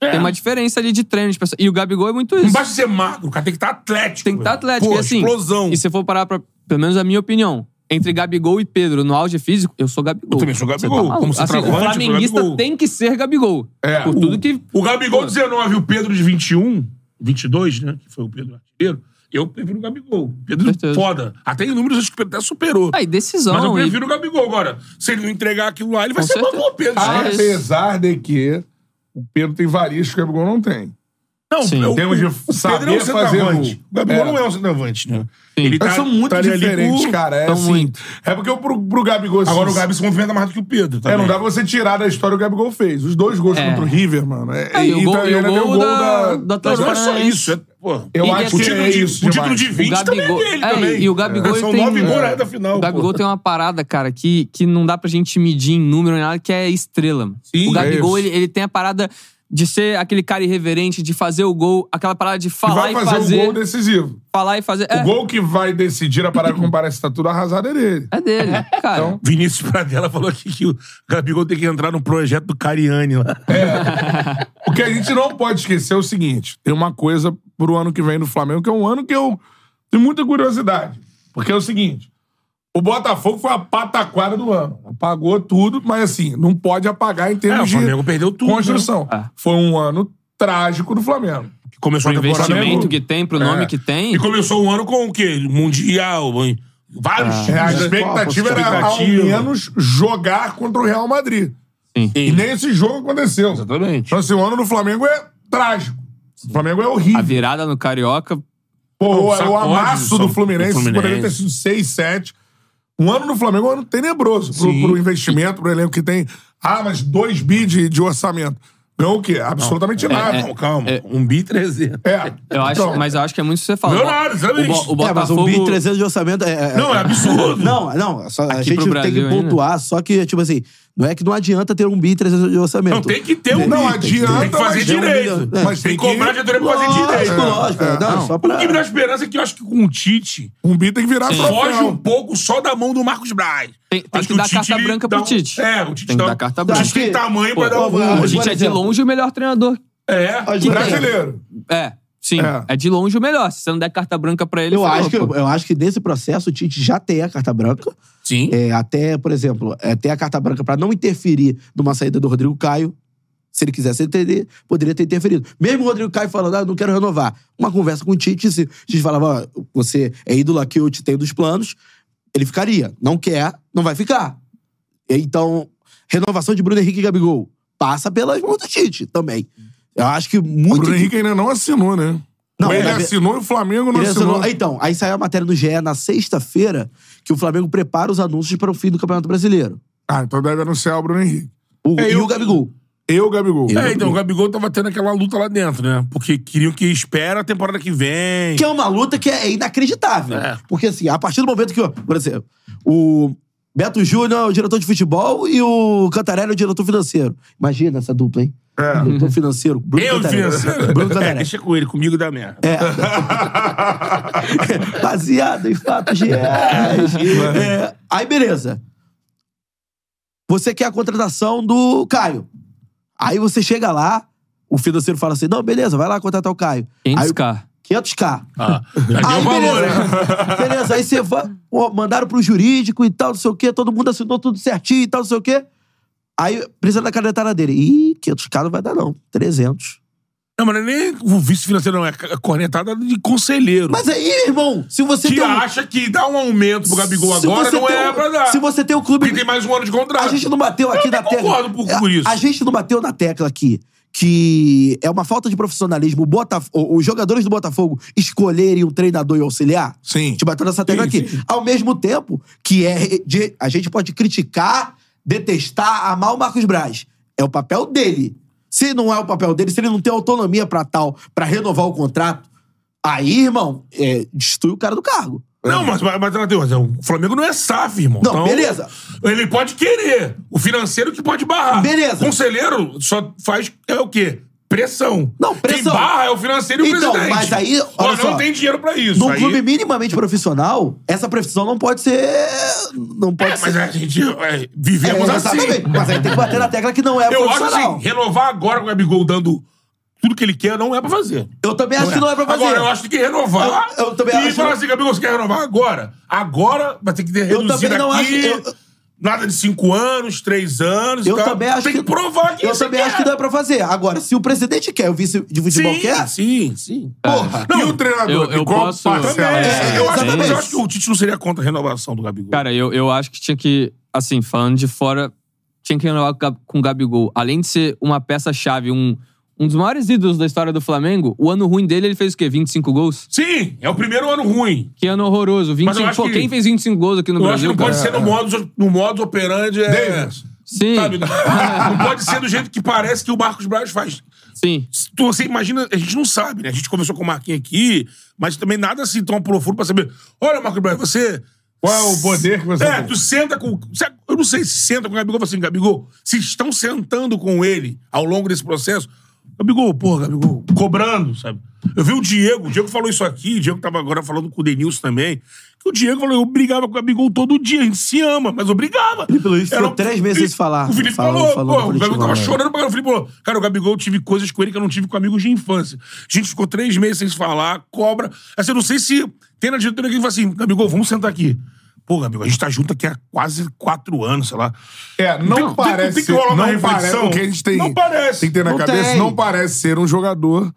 S2: É.
S4: tem uma diferença ali de treino. de pessoa- E o Gabigol é muito
S2: Não
S4: isso.
S2: basta ser magro, cara. Tem que estar atlético.
S4: Tem que estar
S2: irmão.
S4: atlético.
S2: Pô,
S4: e assim,
S2: explosão.
S4: E se for parar pra, pelo menos a minha opinião, entre Gabigol e Pedro no auge físico, eu sou Gabigol.
S2: Eu também sou Gabigol,
S4: maluco?
S2: como
S4: assim, O
S2: centroavante, eu sou
S4: flamenguista
S2: Gabigol.
S4: tem que ser Gabigol.
S1: É,
S4: Por tudo que...
S2: O Gabigol
S4: Pô.
S2: 19 e um, o Pedro de 21, 22, né? Que foi o Pedro artilheiro. Eu prefiro o Gabigol. Pedro
S4: Certeza.
S2: foda. Até em números acho que até superou.
S4: Aí, decisão.
S2: Mas eu
S4: e-
S2: prefiro o Gabigol agora. Se ele não entregar aquilo lá, ele vai
S4: Com
S2: ser
S4: certeza.
S2: bom o Pedro.
S4: Ah,
S2: gente.
S4: é.
S1: Apesar de que o Pedro tem varizes que o Gabigol não tem.
S2: Não,
S4: Sim.
S2: o-
S1: Em termos de
S2: o Pedro
S1: saber
S2: é um
S1: fazer
S2: centroavante.
S1: gol.
S2: O Gabigol
S1: É.
S2: não é um centroavante, né? Ele
S1: Eles são muito
S2: ali ali
S1: diferentes,
S2: com-
S1: cara. É,
S4: São
S1: assim,
S4: muito.
S1: é porque pro, pro Gabigol... assim,
S2: Agora o Gabi se movimenta mais do que o Pedro.
S1: É,
S2: também.
S1: não dá pra você tirar da história o Gabigol fez. Os dois gols
S4: É.
S1: contra o River, mano. É,
S4: É, e o gol-
S1: também
S4: e o
S1: ainda tem
S4: gol da- da
S2: Não, não é só
S4: Paranaense.
S2: isso. É, pô,
S1: Eu
S4: E
S1: acho
S4: assim,
S1: que
S2: o título,
S1: é
S2: de,
S1: isso
S2: o título
S1: demais.
S2: de 20 também é dele também.
S4: e o Gabigol
S2: São
S4: tem...
S2: nove gols na
S4: é.
S2: reta final.
S4: O Gabigol
S2: pô.
S4: tem uma parada, cara, que, que não dá pra gente medir em número nem nada, que é estrela. mano.
S2: Sim,
S4: o Gabigol,
S1: é
S4: ele, ele tem a parada de ser aquele cara irreverente, de fazer o gol, aquela parada de
S1: E
S4: falar
S1: vai
S4: e
S1: fazer,
S4: fazer.
S1: o gol decisivo.
S4: Falar e fazer. É,
S1: O gol que vai decidir a parada como parece que tá tudo arrasado é dele.
S4: é dele, cara.
S1: Então-
S2: Vinícius Pradella [LAUGHS] falou aqui que o Gabigol tem que entrar no projeto do Cariani lá.
S1: O que a gente não pode esquecer é o seguinte: tem uma coisa pro ano que vem do Flamengo, que é um ano que eu tenho muita curiosidade. Porque é o seguinte: o Botafogo foi a pataquara do ano. Apagou tudo, mas assim, não pode apagar em
S2: É, o
S1: termos
S2: Flamengo
S1: de
S2: perdeu tudo.
S1: construção.
S4: né? Ah.
S1: Foi um ano trágico do Flamengo.
S2: né? Começou a
S4: o
S2: temporada.
S4: investimento
S1: Flamengo-
S4: que tem, pro nome
S1: É.
S4: que tem.
S2: E começou o ano com o quê? Mundial, hein? vários
S1: É, a
S2: times.
S1: expectativa era ao
S2: Expectativa.
S1: menos jogar contra o Real Madrid.
S4: Sim.
S1: E nem esse jogo aconteceu.
S2: Exatamente.
S1: Então, assim, o ano do Flamengo é trágico. O Flamengo é
S4: A
S1: horrível.
S4: virada no Carioca.
S1: Pô, é
S2: Não, sacode
S1: o amasso
S2: do
S1: do Fluminense,
S2: Fluminense.
S1: poderia ter sido 6, 7. Um ano no Flamengo é um ano tenebroso pro,
S2: Sim.
S1: pro investimento, pro elenco que tem. Ah, mas 2 bi de, de orçamento. Ganhou o quê? Absolutamente nada.
S2: Calma, calma. Um bi 300.
S1: É.
S4: Eu acho,
S1: Então,
S4: mas eu acho que é muito isso que você fala.
S2: Leonardo, sabe
S4: É. o, Bo-
S2: isso?
S4: o
S3: É, mas
S4: Botafogo.
S3: um bi 300 de orçamento é, é-
S2: Não, é absurdo.
S3: Não, não, é só a
S4: Aqui
S3: gente
S4: pro
S3: tem que
S4: Brasil ainda.
S3: pontuar, só que, tipo assim, não é que não adianta ter um bi 300 de orçamento.
S2: Não, tem que ter um
S1: Não
S2: bi.
S1: adianta,
S2: Tem que fazer
S1: mas tem um
S2: direito.
S1: milhão. É.
S2: Mas tem que cobrar a diretoria pra fazer
S3: Lógico,
S2: direito.
S3: lógico. não, só
S2: O
S3: pra...
S2: que me dá esperança é que eu acho que com o Tite
S1: um bi tem que virar
S2: foge um
S1: troféu.
S2: pouco só da mão do Marcos Braz.
S4: Tem- tem
S2: Acho
S4: que dar
S2: o Tite,
S4: carta
S2: ele
S4: branca
S2: dá
S4: pro
S2: um-
S4: Tite.
S2: É, o Tite
S4: Tem que
S2: dá
S4: dar
S2: um-
S4: carta
S2: o
S4: branca.
S2: Tite tem tamanho pra
S4: Pô,
S2: dar uma...
S4: A gente é de
S3: exemplo.
S4: longe o melhor treinador.
S2: É.
S3: Mas, por exemplo,
S1: Brasileiro.
S4: É, sim.
S1: É.
S4: É, de longe o melhor. Se você não der carta branca pra ele, é
S3: Eu
S4: falou,
S3: acho, que,
S4: pô.
S3: eu acho que nesse processo o Tite já tem a carta branca.
S2: Sim.
S3: É, até, por exemplo, é, tem a carta branca pra não interferir numa saída do Rodrigo Caio. Se ele quisesse, ele teria- poderia ter interferido. Mesmo o Rodrigo Caio falando, ah, eu não quero renovar. Uma conversa com o Tite, se o Tite falava, ó, você é ídolo aqui, eu te tenho dos planos, ele ficaria. Não quer, não vai ficar. Então, renovação de Bruno Henrique e Gabigol passa pelas mãos do Tite também. Eu acho que
S1: O
S3: muito...
S1: Bruno Henrique ainda não assinou, né?
S3: Não,
S1: Ou ele
S3: na ve-
S1: assinou e o Flamengo não
S3: Ele
S1: assinou.
S3: assinou- Então, aí saiu a matéria no GE na sexta-feira que o Flamengo prepara os anúncios para o fim do Campeonato Brasileiro.
S1: Ah, então deve anunciar o Bruno Henrique.
S3: O-
S2: É,
S3: e
S2: eu-
S3: o Gabigol.
S1: Eu, Gabigol.
S2: É, então, o Gabigol tava tendo aquela luta lá dentro, né? Porque queriam que espera a temporada que vem.
S3: Que é uma luta que é inacreditável.
S2: É.
S3: Porque, assim, a partir do momento que, ó, por exemplo, o Beto Júnior é o diretor de futebol e o Cantarelli é o diretor financeiro. Imagina essa dupla, hein?
S1: É.
S3: Diretor financeiro. Bruno
S4: tá
S2: Eu
S3: Cantarelli.
S2: financeiro.
S3: Bruno
S2: É, [LAUGHS]
S3: Cantarelli. É.
S2: deixa com ele, comigo dá
S4: [LAUGHS]
S2: merda.
S3: [LAUGHS] baseado em fatos reais. É, aí, beleza. Você quer a contratação do Caio. Aí você chega lá, o financeiro fala assim: não, beleza, vai lá contratar o Caio. Aí,
S4: 500k.
S3: 500k.
S2: Ah, já deu
S3: Aí,
S2: valor,
S3: beleza.
S2: né?
S3: [LAUGHS] beleza, aí você vai. Pô, mandaram pro jurídico e tal, não sei o quê, todo mundo assinou tudo certinho e tal, não sei o quê. Aí precisa da canetada dele. Ih, 500k não vai dar, não. 300.
S2: Não, mas não é nem o vice financeiro, não. É a cornetada de conselheiro.
S3: Mas aí, irmão, se você
S2: que
S3: tem. um-
S2: acha que dá um aumento pro Gabigol
S3: se
S2: agora
S3: você
S2: não
S3: tem
S2: é
S3: um-
S2: pra dar.
S3: Se você tem o clube
S2: Porque tem mais um ano de contrato.
S3: A gente não bateu aqui
S2: Eu
S3: na
S2: nem
S3: tecla. É,
S2: concordo por- por isso.
S3: A gente não bateu na tecla aqui que é uma falta de profissionalismo o Botaf- o- os jogadores do Botafogo escolherem um treinador e auxiliar?
S1: Sim.
S3: A gente bateu nessa
S1: Sim,
S3: tecla aqui.
S1: sim.
S3: Ao mesmo tempo que é de- a gente pode criticar, detestar, amar o Marcos Braz. É o papel dele. Se não é o papel dele, se ele não tem autonomia pra tal, pra renovar o contrato, aí, irmão, é, destrui o cara do cargo.
S2: Não, mas, mas, mas, Matheus, o Flamengo não é SAF, irmão.
S3: Não, beleza.
S2: Ele pode querer. O financeiro que pode barrar.
S3: Beleza.
S2: Conselheiro só faz é o quê? Pressão.
S3: Não, pressão.
S2: Quem barra é o financeiro e o
S3: Então,
S2: presidente.
S3: mas aí,
S2: Ó,
S3: olha
S2: não
S3: só.
S2: tem dinheiro pra isso.
S3: Num
S2: aí... é,
S3: clube minimamente profissional, essa profissão não pode ser. Não pode
S2: É,
S3: ser.
S2: mas a gente é, vivemos
S3: É,
S2: assim.
S3: exatamente. Mas aí tem que bater na tecla que não é
S2: Eu acho
S3: profissional.
S2: assim, renovar agora com o Gabigol dando tudo que ele quer não é pra fazer.
S3: eu também acho que não é pra fazer.
S2: Agora, eu acho que tem que renovar.
S3: Eu- eu também
S2: e
S3: acho-
S2: falar assim, Gabigol, você quer renovar agora? Agora vai ter que ter
S3: Eu
S2: reduzido
S3: também não
S2: aqui.
S3: acho- eu-
S2: Nada de cinco anos, três anos. e
S3: Eu
S2: tal.
S3: também acho
S2: Tem que, provar que
S3: Eu
S2: você
S3: também
S2: quer.
S3: acho que não é pra fazer. Agora, se o presidente quer, o vice de é? futebol
S2: sim,
S3: quer.
S2: sim, sim.
S3: Porra.
S1: e o treinador?
S4: eu- eu
S1: De qual
S4: posso-
S2: Também,
S1: parcela?
S2: é,
S3: é,
S2: eu, acho,
S3: exatamente.
S2: eu acho que o Tite não seria contra a renovação do Gabigol.
S4: Cara, eu, eu acho que tinha que, assim, falando de fora, tinha que renovar com o Gab- com o Gabigol. Além de ser uma peça-chave, um, um dos maiores ídolos da história do Flamengo, o ano ruim dele, ele fez o quê? 25 gols?
S2: Sim, é o primeiro ano ruim.
S4: Que ano horroroso.
S2: Mas eu
S4: 25,
S2: acho
S4: pô,
S2: que-
S4: quem fez 25 gols aqui no
S2: Eu acho que não
S4: Brasil?
S2: pode
S4: cara?
S2: ser no modo, no modo operandi. É,
S1: Davis.
S4: Sim,
S2: sabe? Não pode ser do jeito que parece que o Marcos Braz faz.
S4: sim.
S2: Se tu- Você imagina, a gente não sabe, né? A gente conversou com o Marquinhos aqui, mas também nada assim tão profundo pra saber. Olha, Marcos Braz, você.
S1: Qual é o poder que você
S2: É,
S1: tem?
S2: tu senta com. se- Eu não sei se senta com o Gabigol, fala assim, Gabigol, se estão sentando com ele ao longo desse processo. Gabigol, porra, Gabigol, cobrando, sabe? Eu vi o Diego, o Diego falou isso aqui, o Diego tava agora falando com o Denilson também. Que o Diego falou, eu brigava com o Gabigol todo dia, a gente se ama, mas eu brigava.
S3: Felipe Luiz
S2: Era
S3: ficou
S2: um-
S3: três meses sem falar.
S2: O Felipe falou,
S3: Falou- falou
S2: pô,
S3: no
S2: o Gabigol
S3: coletivo,
S2: tava
S3: né?
S2: chorando chorando pra caralho. O Felipe falou, cara, o Gabigol, eu tive coisas com ele que eu não tive com amigos de infância. A gente ficou três meses sem se falar, cobra. Assim, eu não sei se tem na diretoria que fala assim, Gabigol, vamos sentar aqui. Pô, Gabigol, a gente tá junto aqui há quase quatro anos, sei lá.
S1: É, não
S2: Tem- tem-
S1: parece.
S2: tem que rolar uma
S1: não
S2: reflexão?
S1: parece, o que a gente tem,
S2: Não parece.
S1: tem que ter na
S3: Não
S1: cabeça
S3: tem.
S1: não parece ser um jogador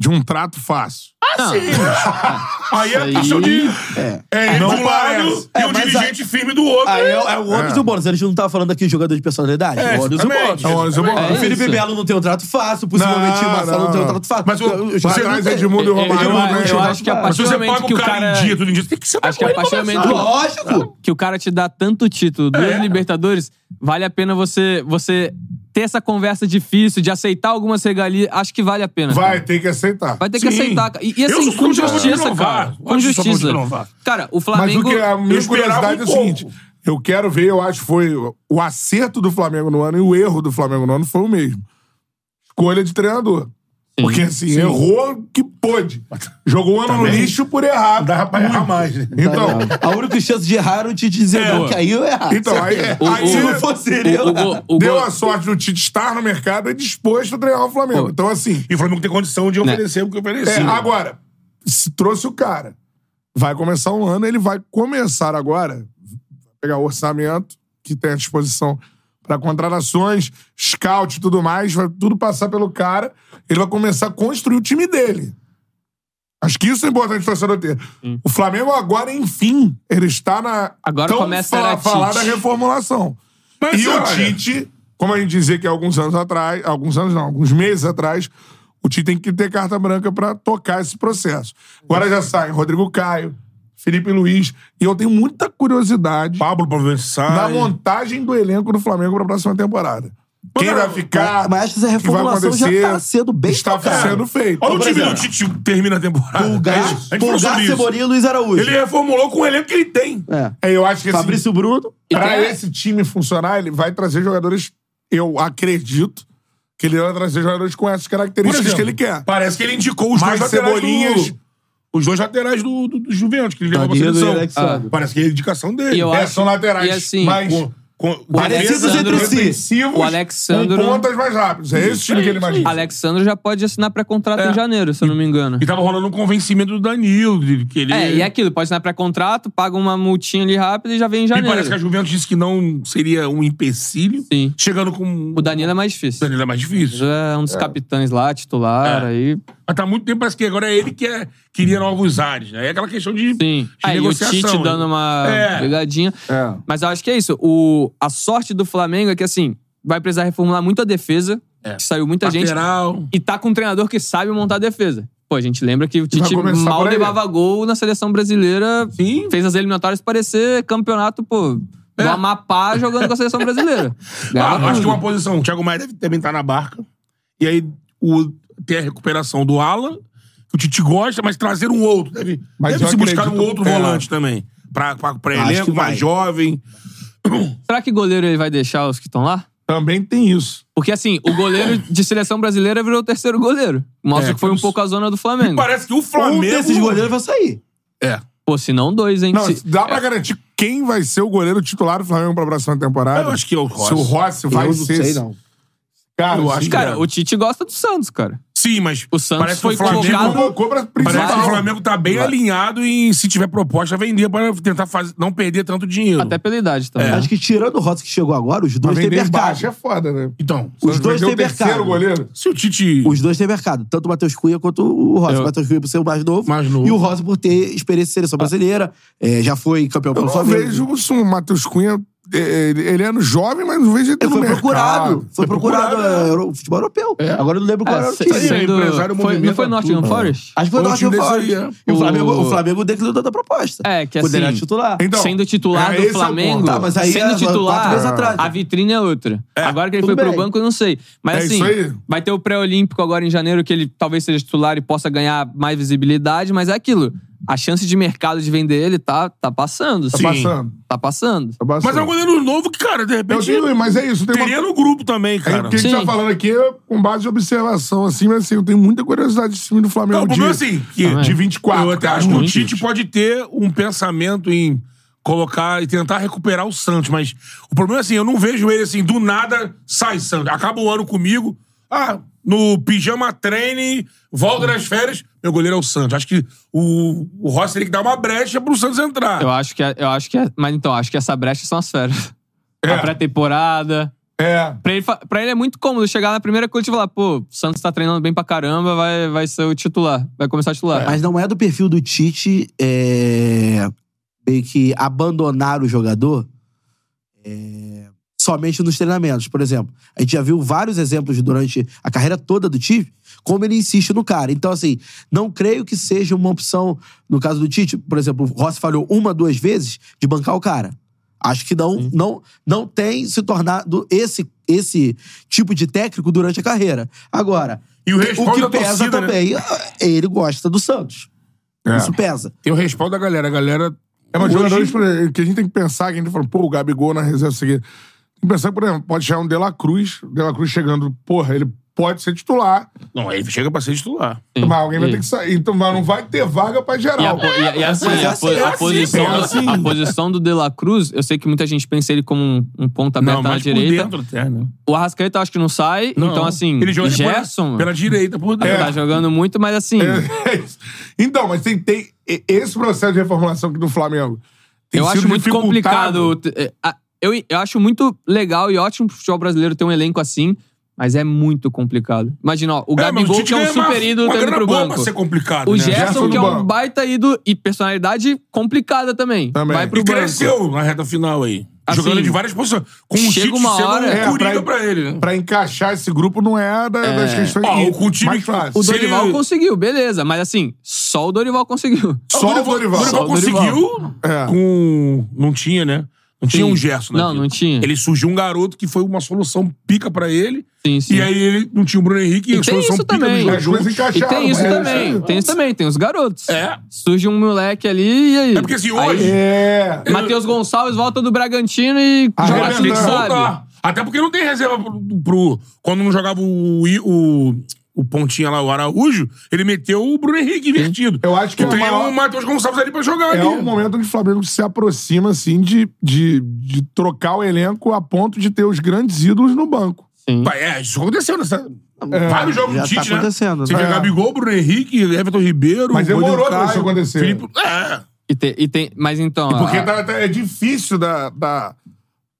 S1: de um trato fácil.
S4: Não,
S2: Aí é
S4: Isso
S2: questão de...
S4: aí-
S3: É.
S2: É, ele
S1: Não
S2: de um lado
S1: parece.
S2: e
S3: É,
S2: o
S3: mas
S2: dirigente firme do outro. né?
S3: Aí é, é o ônus
S1: É.
S3: e o bônus. A gente não tava falando aqui de jogador de personalidade.
S2: É,
S3: É, o ônus e o
S2: exatamente.
S3: bônus.
S1: É o ônus e o bônus.
S3: O Felipe
S4: isso.
S3: Melo não tem um trato fácil, possivelmente
S1: Não,
S3: o Marcelo não,
S1: não,
S3: tem um
S1: não.
S3: trato fácil.
S2: Mas o-
S3: Os
S1: Pra
S3: caras não
S1: trás,
S3: têm.
S1: Edmundo
S2: é,
S1: e o
S4: É, Eu- eu-
S1: Romário
S4: eu-
S1: não
S4: eu
S1: mexem
S4: acho
S1: na-
S4: que
S2: Mas se
S4: a partir do
S2: você
S4: momento
S2: paga
S4: que
S2: o
S4: o
S2: cara,
S4: cara-
S2: em dia, tudo em dia, você tem que sentar
S4: Acho que
S2: com
S4: é a
S2: ele e
S4: partir do
S2: conversar.
S4: momento que-
S3: Lógico!
S4: que o cara te dá tanto título,
S2: É.
S4: duas Libertadores, vale a pena você você ter essa conversa difícil, de aceitar algumas regalias, acho que vale a pena.
S1: Vai
S4: cara.
S1: ter que aceitar.
S4: Vai ter que
S2: Sim.
S4: aceitar. cara. E, e
S2: Eu
S4: assim,
S2: sou
S4: com
S2: contra
S4: justiça,
S2: renovar.
S4: cara.
S2: Eu
S4: Com
S2: acho que sou contra
S4: justiça.
S2: renovar.
S4: Cara, o
S1: Mas o
S4: Flamengo.
S1: que a minha
S2: esperava
S1: curiosidade é
S2: um
S1: o seguinte:
S2: pouco.
S1: eu quero ver, eu acho que foi o acerto do Flamengo no ano e o erro do Flamengo no ano foi o mesmo. Escolha de treinador. Porque assim, errou o que pôde. Jogou o ano no lixo por errar. Dá pra errar mais, né? Então,
S3: A única chance de errar era o Tite dizer
S4: É,
S3: não, que aí eu errar.
S1: então aí, aí,
S4: O- o-
S3: se não fosse ele, eu
S4: o,
S3: errar.
S4: o, o,
S1: deu
S4: gol-
S1: a sorte do Tite estar no mercado e disposto a treinar o Flamengo. Então, assim,
S2: E o Flamengo tem condição de oferecer o que
S1: é,
S2: oferecer.
S1: agora, se trouxe o cara, vai começar um ano, ele vai começar agora, pegar o orçamento que tem à disposição pra para contratações, scout e tudo mais, vai tudo passar pelo cara. Ele vai começar a construir o time dele. Acho que isso é importante o torcedor ter. O Flamengo agora, enfim, ele está na
S4: Agora
S1: tão
S4: começa a
S1: fa-
S4: era
S1: falar da
S4: Tite.
S1: reformulação.
S2: Mas
S1: e o
S2: olha-
S1: Tite, como a gente dizia que há alguns anos atrás, alguns anos não, alguns meses atrás, o Tite tem que ter carta branca para tocar esse processo. Agora já saem Rodrigo Caio, Felipe Luiz, e eu tenho muita curiosidade
S2: Pablo Provençal.
S1: da montagem do elenco do Flamengo para a próxima temporada. Quem vai ficar?
S3: Mas acho que essa
S1: o que vai
S3: reformulação já
S1: acontecer,
S3: tá sendo bem
S1: está
S3: tocada.
S1: sendo feito.
S2: Olha o
S1: Por
S2: time do
S1: exemplo,
S2: Tite termina a temporada.
S3: Pulgar,
S2: É isso. a gente falou
S3: Pulgar
S2: sobre isso.
S3: Cebolinha e Luiz Araújo.
S2: Ele é reformulou com o elenco que ele tem.
S3: É.
S1: é, eu acho que assim,
S3: Fabrício né? Bruno.
S4: E
S1: Pra
S4: tem-
S1: esse time funcionar, ele vai trazer jogadores, eu acredito, que ele vai trazer jogadores com essas
S2: Por
S1: características
S2: exemplo,
S1: que ele quer.
S2: Parece que ele indicou os
S1: Mais
S2: dois laterais
S1: Cebolinhas.
S2: do, Os dois laterais do, do, do Juventus, que ele levou pra
S3: Danilo e
S2: seleção.
S3: Alexandre.
S2: Ah, Parece que é a indicação dele.
S4: E eu
S1: É,
S4: acho-
S1: são laterais,
S4: e assim,
S1: mas
S2: Com- com-
S3: Parecidos
S4: Alexandre-
S3: entre si.
S1: defensivos,
S4: O Alexandro-
S1: com pontas mais rápidos. É esse time que ele imagina.
S4: Alexandre já pode assinar pré-contrato em janeiro, se eu não me engano.
S2: É. E tava rolando um convencimento do Danilo, de que ele...
S4: É, e é aquilo, pode assinar pré-contrato, paga uma multinha ali rápida e já vem em
S2: E
S4: janeiro.
S2: parece que a Juventus disse que não seria um empecilho.
S4: Sim.
S2: Chegando com...
S4: O Danilo é mais
S2: O
S4: difícil.
S2: Danilo é mais difícil.
S4: É um dos capitães lá, titular,
S2: É.
S4: aí.
S2: Mas tá muito tempo, parece que agora é ele que é- queria novos ares, né? É aquela questão de,
S4: Sim.
S2: de
S4: Aí o
S2: negociação.
S4: Tite
S2: né?
S4: dando uma
S2: É.
S4: brigadinha.
S3: Um
S4: Mas eu acho que é isso. O, a sorte do Flamengo é que, assim, vai precisar reformular muito a defesa.
S2: É.
S4: Que saiu muita gente.
S2: Lateral.
S4: E tá com um treinador que sabe montar a defesa. Pô, a gente lembra que o Tite
S1: começar por
S4: mal
S1: aí.
S4: levava gol na seleção brasileira.
S2: Sim. É.
S4: Fez as eliminatórias parecer campeonato, pô, do Amapá jogando com a seleção brasileira.
S2: [LAUGHS] Ah,
S4: Ganhava
S2: acho que
S4: tudo.
S2: uma posição. O Thiago Maia deve também estar na barca. E aí o, tem a recuperação do Alan, que o Tite gosta, mas trazer um outro. Deve,
S1: Mas
S2: deve
S1: eu
S2: se buscar um
S1: acredito-
S2: outro
S1: é.
S2: volante também. Pra, pra, pra
S3: Acho
S2: elenco
S3: que
S2: mais
S3: vai.
S2: jovem.
S4: Será que goleiro ele vai deixar os que estão lá?
S1: Também tem isso.
S4: Porque assim, o goleiro de seleção brasileira virou o terceiro goleiro. Mostra
S2: É,
S4: que foi um
S2: temos-
S4: pouco a zona do Flamengo.
S2: Parece que o
S3: Um
S2: Flamengo.
S3: desses goleiros vai sair.
S2: É.
S4: Pô, se não dois, hein?
S1: Não,
S4: Se-
S1: dá pra garantir quem vai ser o goleiro titular do Flamengo pra próxima temporada.
S2: Eu acho que é o Rossi.
S1: Se o Rossi vai
S3: eu não
S1: ser.
S3: sei, não.
S1: Cara,
S2: Eu acho
S1: sim,
S2: que-
S4: Cara,
S2: é.
S4: o Tite gosta do Santos, cara.
S2: Sim, mas.
S4: O Santos
S2: parece que
S4: foi
S2: o Flamengo.
S4: convocado-
S1: Convocou pra principal.
S2: Parece que o Flamengo tá bem alinhado em, se tiver proposta, vender para tentar faz- não perder tanto dinheiro.
S4: Até pela idade também.
S3: Acho que tirando o Rossi que chegou agora, os
S1: Pra
S3: dois têm
S1: vender
S3: mercado.
S1: baixo é foda, né?
S2: Então,
S3: Os dois
S1: Vender
S3: têm
S1: o terceiro
S3: mercado.
S1: goleiro.
S2: se o Tite.
S3: Os dois têm mercado. Tanto o Matheus Cunha quanto o Rossi.
S4: Eu-
S3: O Matheus Cunha por ser o mais novo.
S2: Mais novo.
S3: E o Rossi por ter experiência em seleção brasileira. é, já foi campeão
S1: Eu
S3: pelo
S1: não
S3: Flamengo.
S1: vejo isso, o Matheus Cunha. é, Ele, ele é no jovem, mas não vejo ele
S3: Ele
S1: no
S3: foi
S1: mercado.
S3: procurado. Foi procurado.
S2: procurado,
S3: é, euro- futebol europeu. Agora eu não lembro qual
S4: É,
S3: era o
S4: se-
S3: time.
S4: sendo-
S2: empresário
S4: foi- não
S2: movimenta
S4: foi Nottingham Forest?
S3: Acho que foi o
S1: Foi um
S3: Norte
S1: time desse
S3: Forest.
S1: aí,
S3: E
S4: O-
S3: o Flamengo, o Flamengo declinou da proposta.
S4: É, que
S3: Quando ele era
S4: assim-
S3: titular.
S1: Então,
S4: Sendo titular
S1: é,
S4: do
S1: esse é o
S4: Flamengo,
S1: ponto.
S3: Tá, mas aí
S4: sendo
S3: é quatro meses
S4: titular,
S3: atrás.
S4: a vitrine é outra. Agora que ele foi
S3: tudo
S4: pro
S3: bem.
S4: banco, eu não sei. Mas
S1: É
S4: assim,
S1: isso aí.
S4: vai ter o pré-olímpico agora em janeiro, que ele talvez seja titular e possa ganhar mais visibilidade, mas é aquilo. A chance de mercado de vender ele tá, tá passando.
S1: Tá
S4: sim.
S1: passando.
S4: Tá passando.
S1: Tá passando.
S2: Mas é um goleiro novo que, cara, de
S1: Eu
S2: repente.
S1: digo, mas é isso. Tem
S2: Teria
S1: uma...
S2: no grupo também,
S1: é,
S2: cara.
S1: o que a gente
S4: Sim.
S1: tá falando aqui é com base de observação, assim, mas assim, eu tenho muita curiosidade desse time do Flamengo.
S2: Não, o
S1: de,
S2: problema é assim, que
S1: de 24.
S2: eu até
S1: cara.
S2: acho que o
S1: Muito.
S2: Tite pode ter um pensamento em colocar e tentar recuperar o Santos, mas o problema é assim, eu não vejo ele assim, do nada sai Santos, acaba o ano comigo, ah, no pijama treine, volta das férias, meu goleiro é o Santos. Acho que o, o Rossi tem que dar uma brecha pro Santos entrar.
S4: Eu acho que é, eu acho que é, mas então acho que essa brecha são as férias. A pré-temporada.
S1: É.
S4: Pra ele, fa- pra ele é muito cômodo chegar na primeira coletiva e falar, pô, o Santos tá treinando bem pra caramba, vai, vai ser o titular, vai começar a titular.
S3: Mas não é do perfil do Tite é, meio que abandonar o jogador é, somente nos treinamentos, por exemplo. A gente já viu vários exemplos durante a carreira toda do Tite, como ele insiste no cara. Então, assim, não creio que seja uma opção, no caso do Tite, por exemplo, o Rossi falhou uma, duas vezes, de bancar o cara. Acho que não, não, não tem se tornado esse, esse tipo de técnico durante a carreira. Agora,
S2: E o
S3: o
S2: respaldo
S3: que
S2: da
S3: pesa
S2: torcida, né?
S3: também, ele gosta do Santos.
S1: É.
S3: Isso pesa.
S2: Tem o respaldo da galera, a galera
S1: É, mas jogadores por exemplo, que a gente tem que pensar, que a gente fala, pô, o Gabigol na reserva seguinte. Tem que pensar, por exemplo, pode chegar um De La Cruz, De La Cruz chegando, porra, ele pode ser titular,
S2: Não, ele chega pra ser titular.
S4: Sim.
S1: mas alguém vai
S4: E-
S1: ter que sair. Então, mas não vai ter vaga pra
S4: E, a,
S1: geral.
S4: po- e- e assim,
S3: É. Mas
S4: a,
S3: assim,
S4: po-
S3: é
S4: a
S3: assim,
S4: posição,
S1: é assim.
S4: a posição do De La Cruz, eu sei que muita gente pensa ele como um, um ponta aberta
S2: Não,
S4: na
S2: mas por
S4: direita.
S2: dentro até, né?
S4: O Arrascaeta eu acho que não sai, então assim,
S2: ele joga
S4: Gerson
S2: pela, pela É. direita, por dentro.
S4: tá jogando muito, mas assim,
S1: [LAUGHS] É isso. então, mas tem, tem e- esse processo de reformulação aqui do Flamengo. tem
S4: eu
S1: sido
S4: acho muito
S1: dificultado.
S4: complicado. É, a- eu, eu acho muito legal e ótimo pro futebol brasileiro ter um elenco assim, mas é muito complicado. Imagina, ó, o
S2: mas o
S4: Gabigol,
S2: Tite
S4: que é um
S2: ganha uma-
S4: super ídolo,
S2: uma
S4: tá indo
S2: grana
S4: pro
S2: boa
S4: banco.
S2: pra ser complicado,
S4: O
S2: né?
S4: Gerson,
S1: Gerson
S4: que é
S1: no
S4: um
S1: banco.
S4: baita ídolo e personalidade complicada também.
S1: Também.
S4: Vai pro
S2: E
S4: banco.
S2: cresceu na reta final aí.
S4: Assim,
S2: jogando de várias posições. Com o
S4: chega
S2: Tite
S4: uma
S2: sendo
S4: hora-
S2: um
S4: É,
S2: coringa pra,
S1: pra-
S2: ele. né?
S1: Pra encaixar esse grupo não é, da- das questões
S2: Ó, o- o time-
S1: mais fácil.
S4: O
S2: Se
S4: Dorival
S2: ele-
S4: conseguiu, beleza. Mas assim, só o Dorival conseguiu.
S1: Só
S2: Ah,
S1: o Dorival.
S4: Só o Dorival.
S2: conseguiu
S1: É.
S2: com... Não tinha, né? Não tinha
S4: Sim.
S2: um Gerson, né?
S4: Não, não tinha.
S2: Ele surgiu um garoto que foi uma solução pica pra ele.
S4: Sim, sim.
S2: E aí ele não tinha o Bruno Henrique e,
S4: E
S2: a
S4: tem
S2: solução
S4: isso
S2: pica
S4: também.
S2: dos dois
S1: As coisas
S2: juntos.
S4: E
S1: encaixaram.
S4: tem isso
S1: é,
S4: também. Tem isso também, tem os garotos.
S2: É.
S4: Surge um moleque ali e aí.
S2: É porque assim,
S4: Aí,
S2: hoje...
S1: É.
S4: Matheus Gonçalves volta do Bragantino e
S1: Ah,
S4: joga
S1: é
S4: assim,
S1: verdade.
S4: sabe?
S2: voltar. Até porque não tem reserva pro, pro- Quando não jogava o, I- o, o Pontinha lá, o Araújo, ele meteu o Bruno Henrique invertido.
S1: Eu acho que é
S2: tem
S1: o maior-
S2: o Matheus Gonçalves ali pra jogar
S1: É
S2: ali.
S1: um momento onde o Flamengo se aproxima, assim, de, de, de trocar o elenco a ponto de ter os grandes ídolos no banco.
S4: Sim.
S2: Pá, É, isso aconteceu nessa. Vários jogos
S3: já
S2: do Tite,
S3: tá
S2: né?
S3: acontecendo,
S2: Você
S3: né?
S2: tinha
S1: É.
S2: Gabigol, Bruno Henrique, Everton Ribeiro.
S1: Mas
S2: Rodrigo
S1: demorou pra
S2: Caio,
S1: isso acontecer.
S2: Felipe... É.
S4: E tem, e tem, mas então.
S1: Porque
S4: a-
S1: tá- tá- é difícil da, da,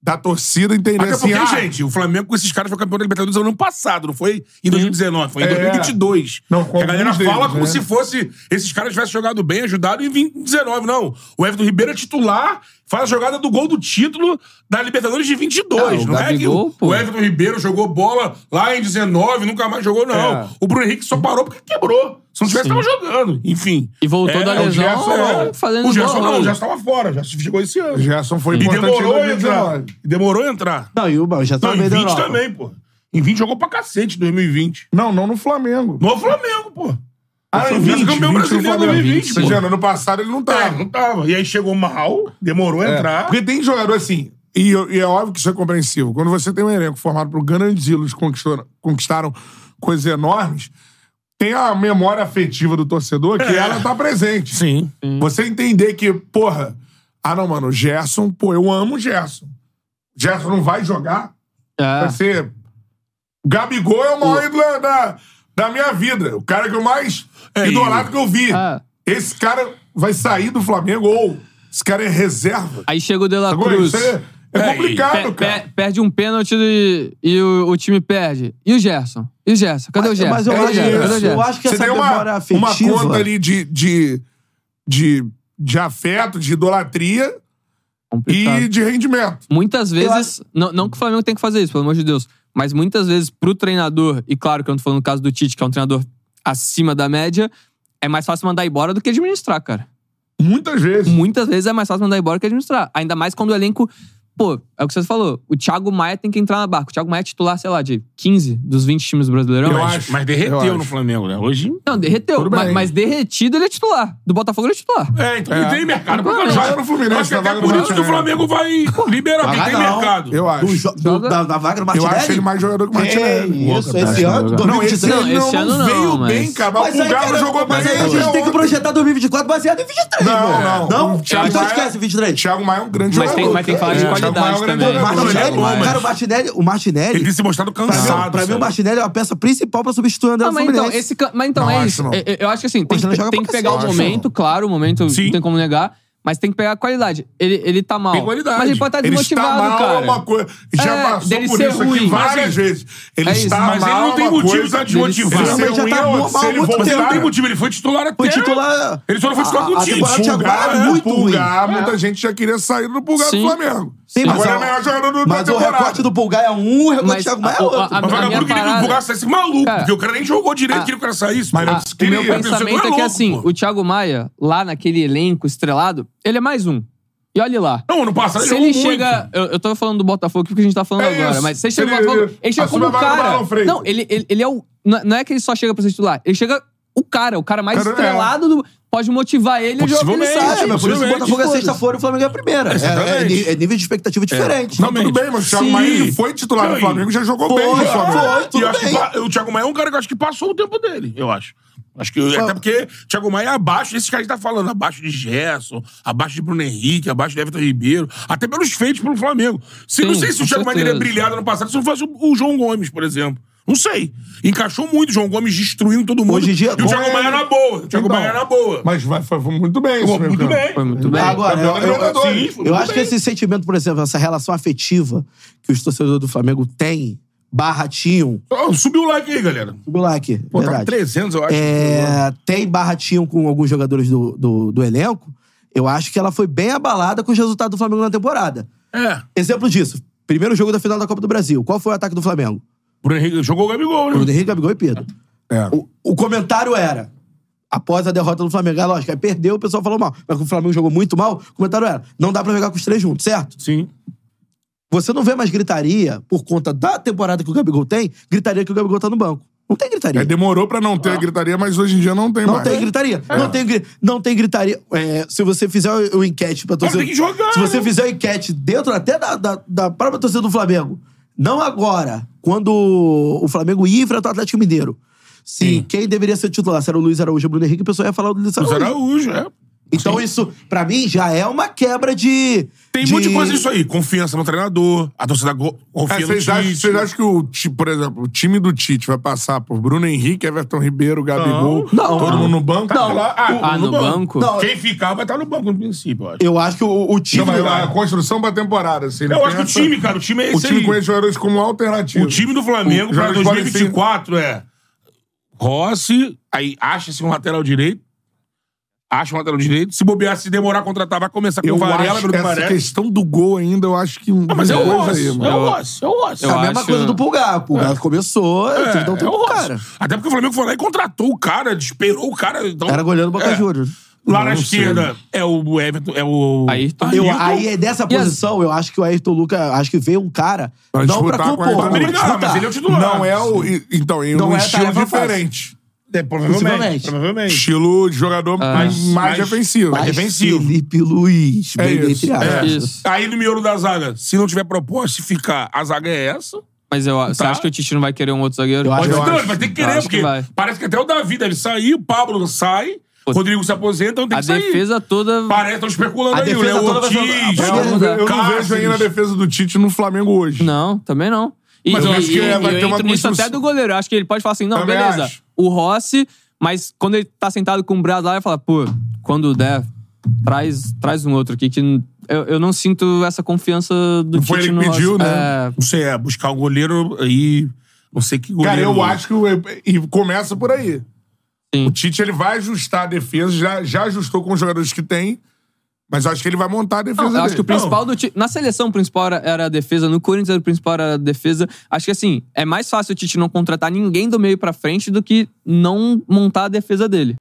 S1: da torcida entender
S2: Até
S1: assim.
S2: é porque,
S1: ah,
S2: gente, o Flamengo com esses caras foi campeão da Libertadores ano passado, não foi em 2019, foi em
S1: É.
S2: 2022.
S1: Não,
S2: Que
S1: com
S2: a galera
S1: alguns deles,
S2: fala como
S1: né?
S2: se fosse esses caras tivessem jogado bem, ajudado em 2019. Não, o Everton Ribeiro é titular, faz a jogada do gol do título da Libertadores de 22.
S4: Ah, o
S2: não é que
S4: Gabigol,
S2: o,
S4: pô.
S2: o Everton Ribeiro jogou bola lá em 19, nunca mais jogou, não.
S1: É.
S2: O Bruno Henrique só parou porque quebrou. Se não tivesse,
S4: Sim.
S2: tava jogando. Enfim. É,
S4: E voltou da
S2: o
S4: lesão,
S2: Gerson, é.
S4: fazendo
S2: O Gerson
S4: gol. né?
S2: não, o Gerson tava fora, já chegou esse ano.
S1: O Gerson foi
S2: E
S1: importante é
S2: demorou
S1: em
S2: a entrar.
S1: 2019.
S2: E demorou a entrar.
S3: Não, e o já tá
S2: Não,
S3: bem
S2: em
S3: da
S2: 20
S3: Europa.
S2: também, pô. Em 20 jogou pra cacete em 2020.
S1: Não, não no Flamengo.
S2: No Flamengo, pô.
S1: Ah,
S2: Foi
S1: em
S2: vice-campeão
S1: 20, 20 no
S2: brasileiro em
S1: Flamengo.
S2: 2020, pô.
S1: Ou seja, no ano passado ele não
S2: Tá,
S1: tava.
S2: não tava. E aí chegou mal, demorou a
S1: É,
S2: entrar.
S1: Porque tem jogador assim, e, eu- e é óbvio que isso é compreensível. Quando você tem um elenco formado por grandes ídolos que conquistaram, conquistaram coisas enormes, tem a memória afetiva do torcedor que
S2: É.
S1: ela tá presente.
S2: Sim.
S1: Você entender que, porra, ah não, mano, o Gerson, pô, eu amo o Gerson. Gerson não vai jogar,
S4: é.
S1: vai ser. Gabigol é o maior ídolo da, da minha vida. O cara que eu mais
S2: É, e-
S1: idolato que eu vi.
S4: É.
S1: Esse cara vai sair do Flamengo ou esse cara é reserva.
S4: Aí chega o De
S2: Tá
S4: La
S1: Agora,
S4: Cruz.
S1: isso é, é
S2: É,
S1: complicado,
S4: Pe-
S1: cara.
S4: pe- perde um pênalti e, e o, o time perde. E o Gerson? E o Gerson? Cadê o Gerson?
S3: Mas eu,
S4: Cadê o
S3: acho,
S4: Gerson? Cadê o
S1: isso.
S4: Gerson?
S3: eu acho que
S1: Você
S3: essa
S1: tem
S3: memória
S1: uma, uma
S3: afetiva...
S1: conta ali de, de, de, de afeto, de idolatria
S4: Complicado.
S1: e de rendimento.
S4: Muitas
S3: Eu
S4: vezes, não, não que o Flamengo tem que fazer isso, pelo amor de Deus, mas muitas vezes pro treinador, e claro que eu não tô falando no caso do Tite, que é um treinador acima da média, é mais fácil mandar embora do que administrar, cara.
S1: Muitas vezes.
S4: Muitas vezes é mais fácil mandar embora do que administrar. Ainda mais quando o elenco. Pô, é o que você falou. O Thiago Maia tem que entrar na barca. O Thiago Maia é titular, sei lá, de 15 dos 20 times do Brasileirão.
S1: Eu
S4: Mas-
S1: acho.
S2: Mas
S1: Eu
S2: derreteu
S1: acho.
S2: no Flamengo, né? Hoje.
S4: Não, derreteu.
S1: Tudo
S4: ma- Mas,
S1: bem.
S4: derretido ele é titular. Do Botafogo ele é titular.
S2: É, então. E
S1: É.
S2: tem mercado pra
S4: Agora,
S2: caramba.
S1: vaga no Fluminense,
S2: Eu Acho que
S1: tá
S2: até
S1: vaga no
S2: por isso que o Flamengo
S4: né?
S1: Flamengo.
S2: vai liberar, porque
S3: Vai
S2: tem
S3: não.
S2: mercado.
S1: Eu acho.
S3: Do, jo- do, da, da vaga do
S1: Eu
S3: Martinelli?
S1: acho ele mais jogador que o Martinelli.
S3: Tem, isso, esse ano,
S1: Não, esse
S3: 2023.
S4: Não,
S1: ano
S4: esse
S1: não,
S4: ano não,
S1: veio
S4: mas-
S1: bem, cara. Mas, o
S3: aí,
S1: Galo
S3: cara,
S1: jogou
S3: mas
S1: bem.
S3: aí a gente tem que projetar 2024 baseado em 23,
S1: Não,
S3: pô.
S1: não.
S3: Não?
S1: O Thiago
S3: então
S1: Maia-
S3: esquece 23.
S1: Thiago Maia é um grande
S4: Mas tem-
S1: jogador.
S4: mas tem que falar
S1: cara.
S4: de
S1: O Thiago Maia é um
S4: qualidade
S1: grande
S4: também. né?
S1: jogador.
S2: Martinelli,
S3: Martinelli,
S2: mas-
S3: cara, o Martinelli, o Martinelli,
S2: Ele tem se mostrado
S3: pra, mim,
S2: cansado.
S3: pra mim o
S2: sabe?
S3: Martinelli é uma peça principal pra substituir o André
S4: Ah,
S3: no
S4: mas
S3: Fluminense.
S4: então, esse, ca- mas então
S1: Não
S4: é
S1: acho,
S4: isso.
S1: não.
S4: Eu, eu acho que assim, tem,
S3: Marcelo
S4: que-
S3: joga
S4: tem
S3: pra
S4: que pegar o
S3: cacete,
S4: momento, claro, o momento
S2: Sim.
S4: não tem como negar, mas tem que pegar a qualidade. Ele, ele tá mal.
S2: Tem qualidade.
S4: Mas ele pode estar
S1: Ele está
S4: desmotivado,
S1: mal
S4: cara.
S1: é uma coisa. Já
S4: É,
S1: passou
S4: dele
S1: por
S4: ser
S1: isso
S4: ruim.
S1: aqui várias
S2: Mas-
S1: vezes. Ele
S4: É isso,
S1: está
S2: Tá, Mas ele
S1: mal,
S2: não tem
S1: é uma
S2: motivo de
S1: coisa,
S2: estar
S1: Ele ser ruim
S2: desmotivado.
S3: Ele já
S2: um
S3: tá
S1: é outra.
S3: normal
S1: Se
S3: há
S1: ele
S3: muito
S1: voltar-
S2: Você
S3: tempo.
S2: não tem motivo, ele foi titular até.
S3: Foi titular-
S1: é
S2: Ele só não foi titular do um
S3: A- a
S2: Tite.
S3: temporada do Thiago Maia
S2: né?
S1: Pulgar,
S3: é muito
S1: o Pulgar,
S3: ruim.
S1: muita gente já queria sair do Pulgar
S4: Sim.
S1: do Flamengo.
S4: Sim,
S1: Agora
S3: mas
S1: é
S3: a-
S1: o melhor jogador do,
S3: Mas
S1: da
S3: o
S1: temporada.
S3: recorte do Pulgar é um, o recorte
S4: Mas
S3: do Thiago Maia é
S4: a- a-
S3: outro.
S4: a-
S2: Mas
S4: minha
S2: vagabundo queria Um que o
S4: parada-
S2: Pulgar saísse maluco,
S4: Cara,
S2: porque o cara nem jogou direito,
S4: ah,
S2: queria que o cara saísse.
S1: Mas
S2: pô.
S1: eu
S4: O meu
S1: queria.
S2: pensei,
S4: pensamento é
S2: "Ué,
S4: que
S2: louco,
S4: assim,
S2: pô."
S4: o Thiago Maia, lá naquele elenco estrelado, ele é mais um. E olha lá.
S2: Não, ano passado
S4: Se
S2: ele
S4: ele
S2: jogou muito.
S4: chega. Eu, eu tô falando do Botafogo porque a gente tá falando
S1: É
S4: agora,
S1: isso.
S4: mas se ele chega
S1: Ele-
S4: no Botafogo. Ele chega
S1: assume
S4: como
S1: a vaga do
S4: cara.
S1: Marlon Freitas.
S4: Não, ele, ele, ele é o. n- Não é que ele só chega pra ser titular. Ele chega o cara, o cara mais
S1: Cara, é.
S4: estrelado do. Pode motivar ele e jogar o que ele
S2: Possivelmente,
S4: sabe.
S3: É, mas por isso que o
S2: Exatamente.
S3: Botafogo é sexta-feira e o Flamengo é a primeira. É, é ni- é nível de expectativa diferente.
S1: Não, tudo bem, mas o Thiago
S2: Sim.
S1: Maia ele foi titular do
S2: Não,
S1: Flamengo, já jogou bem no
S3: Foi,
S1: Flamengo.
S3: Ah, foi,
S2: E
S3: tudo
S2: eu acho que
S3: bem.
S2: pa- o Thiago Maia é um cara que eu acho que passou o tempo dele, eu acho. Acho que,
S3: Ah.
S2: até porque o Thiago Maia é abaixo desses caras que a gente tá falando, abaixo de Gerson, abaixo de Bruno Henrique, abaixo de Everton Ribeiro, até pelos feitos pelo Flamengo. Se, não
S4: Sim,
S2: sei se o
S4: com
S2: Thiago Maia teria
S4: certeza.
S2: brilhado no passado se não fosse o, o João Gomes, por exemplo. Não sei. Encaixou muito, João Gomes destruindo todo mundo.
S3: Hoje em dia, é
S2: e o Thiago
S1: Gomes-
S2: Maia na boa. O Thiago
S1: Então,
S2: Maia na boa.
S1: Mas vai, foi, foi muito bem.
S2: Pô,
S1: esse meio
S2: muito
S1: campo.
S2: bem.
S4: Foi muito bem.
S3: Agora, eu,
S1: Campeão
S3: eu-
S1: Libertadores.
S2: Sim, foi
S3: eu
S2: muito
S3: acho que
S2: bem.
S3: esse sentimento, por exemplo, essa relação afetiva que os torcedores do Flamengo têm, barra tinham.
S2: Ó, Subiu o like aí, galera.
S3: Subiu lá aqui,
S2: Pô, tá
S3: verdade.
S2: 300, eu acho.
S3: É, tem barra tinham com alguns jogadores do, do, do elenco. Eu acho que ela foi bem abalada com os resultados do Flamengo na temporada.
S2: É.
S3: Exemplo disso. Primeiro jogo da final da Copa do Brasil. Qual foi o ataque do Flamengo?
S2: Bruno Henrique jogou o Gabigol, né?
S3: Bruno Henrique, Gabigol e Pedro.
S1: É.
S3: O, o comentário era, após a derrota do Flamengo, é lógico, aí perdeu, o pessoal falou mal. Mas como o Flamengo jogou muito mal, o comentário era, não dá pra jogar com os três juntos, certo?
S2: Sim.
S3: Você não vê mais gritaria por conta da temporada que o Gabigol tem, gritaria que o Gabigol tá no banco. Não tem gritaria.
S1: É, demorou pra não ter a gritaria, mas hoje em dia não tem
S3: Não
S1: mais.
S3: tem né? gritaria. Não, tem, gri- não tem gritaria. É, se você fizer o, o enquete pra torcida.
S2: tem que jogar,
S3: Se você
S2: né?
S3: fizer o enquete dentro até da, da, da própria torcida do Flamengo, não agora, quando o Flamengo ia enfrentar o Atlético Mineiro. Se quem deveria ser titular, se era o Luiz Araújo ou o Bruno Henrique, o pessoal ia falar do
S2: Mas
S3: Luiz
S2: Araújo,
S3: Araújo.
S2: é.
S3: Então isso, pra mim, já é uma quebra de.
S2: Tem
S3: de...
S2: um monte de coisa nisso aí. Confiança no treinador, a torcida go-
S1: É,
S2: confia no
S1: vocês, acham,
S2: time.
S1: vocês acham que o, ti- por exemplo, o time do Tite vai passar por Bruno Henrique, Everton Ribeiro, Gabigol,
S3: Não.
S1: todo
S3: Não.
S1: mundo no banco?
S2: Tá lá- ah,
S4: Ah, no banco?
S1: né?
S3: Não,
S2: Quem ficar vai estar no banco no princípio, eu acho.
S3: Eu acho que o, o time. é
S1: Não, mas a construção pra temporada. Assim, ele
S2: Eu,
S1: tem
S2: acho que o
S1: essa-
S2: time, cara, o time
S1: O
S2: é esse
S1: time
S2: aí.
S1: com esses jogadores como alternativa.
S2: O time do Flamengo
S1: O-
S2: pra
S1: jogadores podem ser-
S2: 2024 é Rossi, aí acha-se um lateral direito, acha um lateral direito. Se bobear, se demorar a contratar, vai começar com
S1: Eu
S2: o Varela,
S1: acho
S2: Bruno
S1: essa
S2: Varela.
S1: questão do gol ainda, eu acho que... um
S2: Mas é o
S1: coisa
S2: Rossi, é
S1: mano.
S2: o Rossi, é o Rossi.
S3: É
S4: Eu
S3: a mesma
S4: acho-
S3: coisa do Pulgar. O Pulgar começou, teve que dar um
S2: é
S3: tempo
S2: o Rossi.
S3: pro cara.
S2: Até porque o Flamengo foi lá e contratou o cara, esperou o cara. Então,
S3: Era goleiro do Boca
S2: É.
S3: Juniors.
S2: Lá na
S3: Não sei.
S2: esquerda é o Everton, é o.
S4: Ayrton.
S3: Eu, aí, é dessa
S4: E as-
S3: posição, eu acho que o Ayrton Luca, acho que veio um cara
S1: Pra
S3: não pra
S1: disputar com o
S3: compor,
S1: Ayrton
S3: pra
S1: Lucas.
S2: Americano, mas
S3: disputar.
S2: ele é o titular.
S1: Não é o... e- Então, em
S3: Não
S1: um
S3: é a
S1: estilo
S3: tarefa fácil.
S1: diferente.
S2: É,
S1: um
S3: Possivelmente.
S2: provavelmente. Provavelmente.
S1: Estilo de jogador
S4: Ah.
S1: mais, mais
S2: mais-
S1: defensivo.
S3: Mas
S2: defensivo.
S3: Felipe Luiz,
S1: É
S3: bem
S1: isso,
S3: entre aspas.
S4: Isso.
S2: Aí no miolo da zaga, se não tiver proposta, se ficar, a zaga é essa.
S4: Mas eu, você
S2: Tá.
S4: acha que o Tite não vai querer um outro zagueiro?
S3: Eu acho-
S2: Pode
S1: eu
S2: ser, não,
S1: acho.
S2: ele vai ter que
S4: Eu
S2: querer,
S4: acho que
S2: porque
S4: vai.
S2: parece que até o Davi deve sair, o Pablo sai, o Rodrigo se aposenta, então tem
S4: A
S2: que sair.
S4: defesa toda.
S2: Parece, estão especulando
S3: A
S2: aí, o
S3: defesa
S2: Léo
S3: toda vai
S2: Ortiz.
S3: ser-
S4: "Ah,
S1: É, eu não ve- eu não
S2: Cáceres.
S1: vejo ainda a defesa do Tite no Flamengo hoje.
S4: Não, também não. E,
S1: Mas eu
S4: e-
S1: acho que
S4: e-
S1: é, vai
S4: eu
S1: ter uma
S4: entro nisso
S1: construção.
S4: até do goleiro. Eu acho que ele pode falar assim: não,
S1: Também
S4: beleza.
S1: acho.
S4: O Rossi, mas quando ele tá sentado com o braço lá, ele fala, pô, quando der, traz, traz um outro aqui. Que n- eu, eu não sinto essa confiança do
S1: Foi
S4: Tite
S1: ele
S4: no
S1: que pediu,
S4: Rossi.
S1: né?
S2: Não sei, é, buscar um goleiro aí. Não sei que goleiro.
S1: Cara, eu acho que o- e começa por aí.
S4: Sim.
S1: O Tite ele vai ajustar a defesa, já, já ajustou com os jogadores que tem, mas acho que ele vai montar a defesa.
S4: Não, eu acho que o
S1: dele.
S4: principal do time. Na seleção, o principal era, era a defesa. No Corinthians, o principal era a defesa. Acho que, assim, é mais fácil o Tite não contratar ninguém do meio pra frente do que não montar a defesa dele.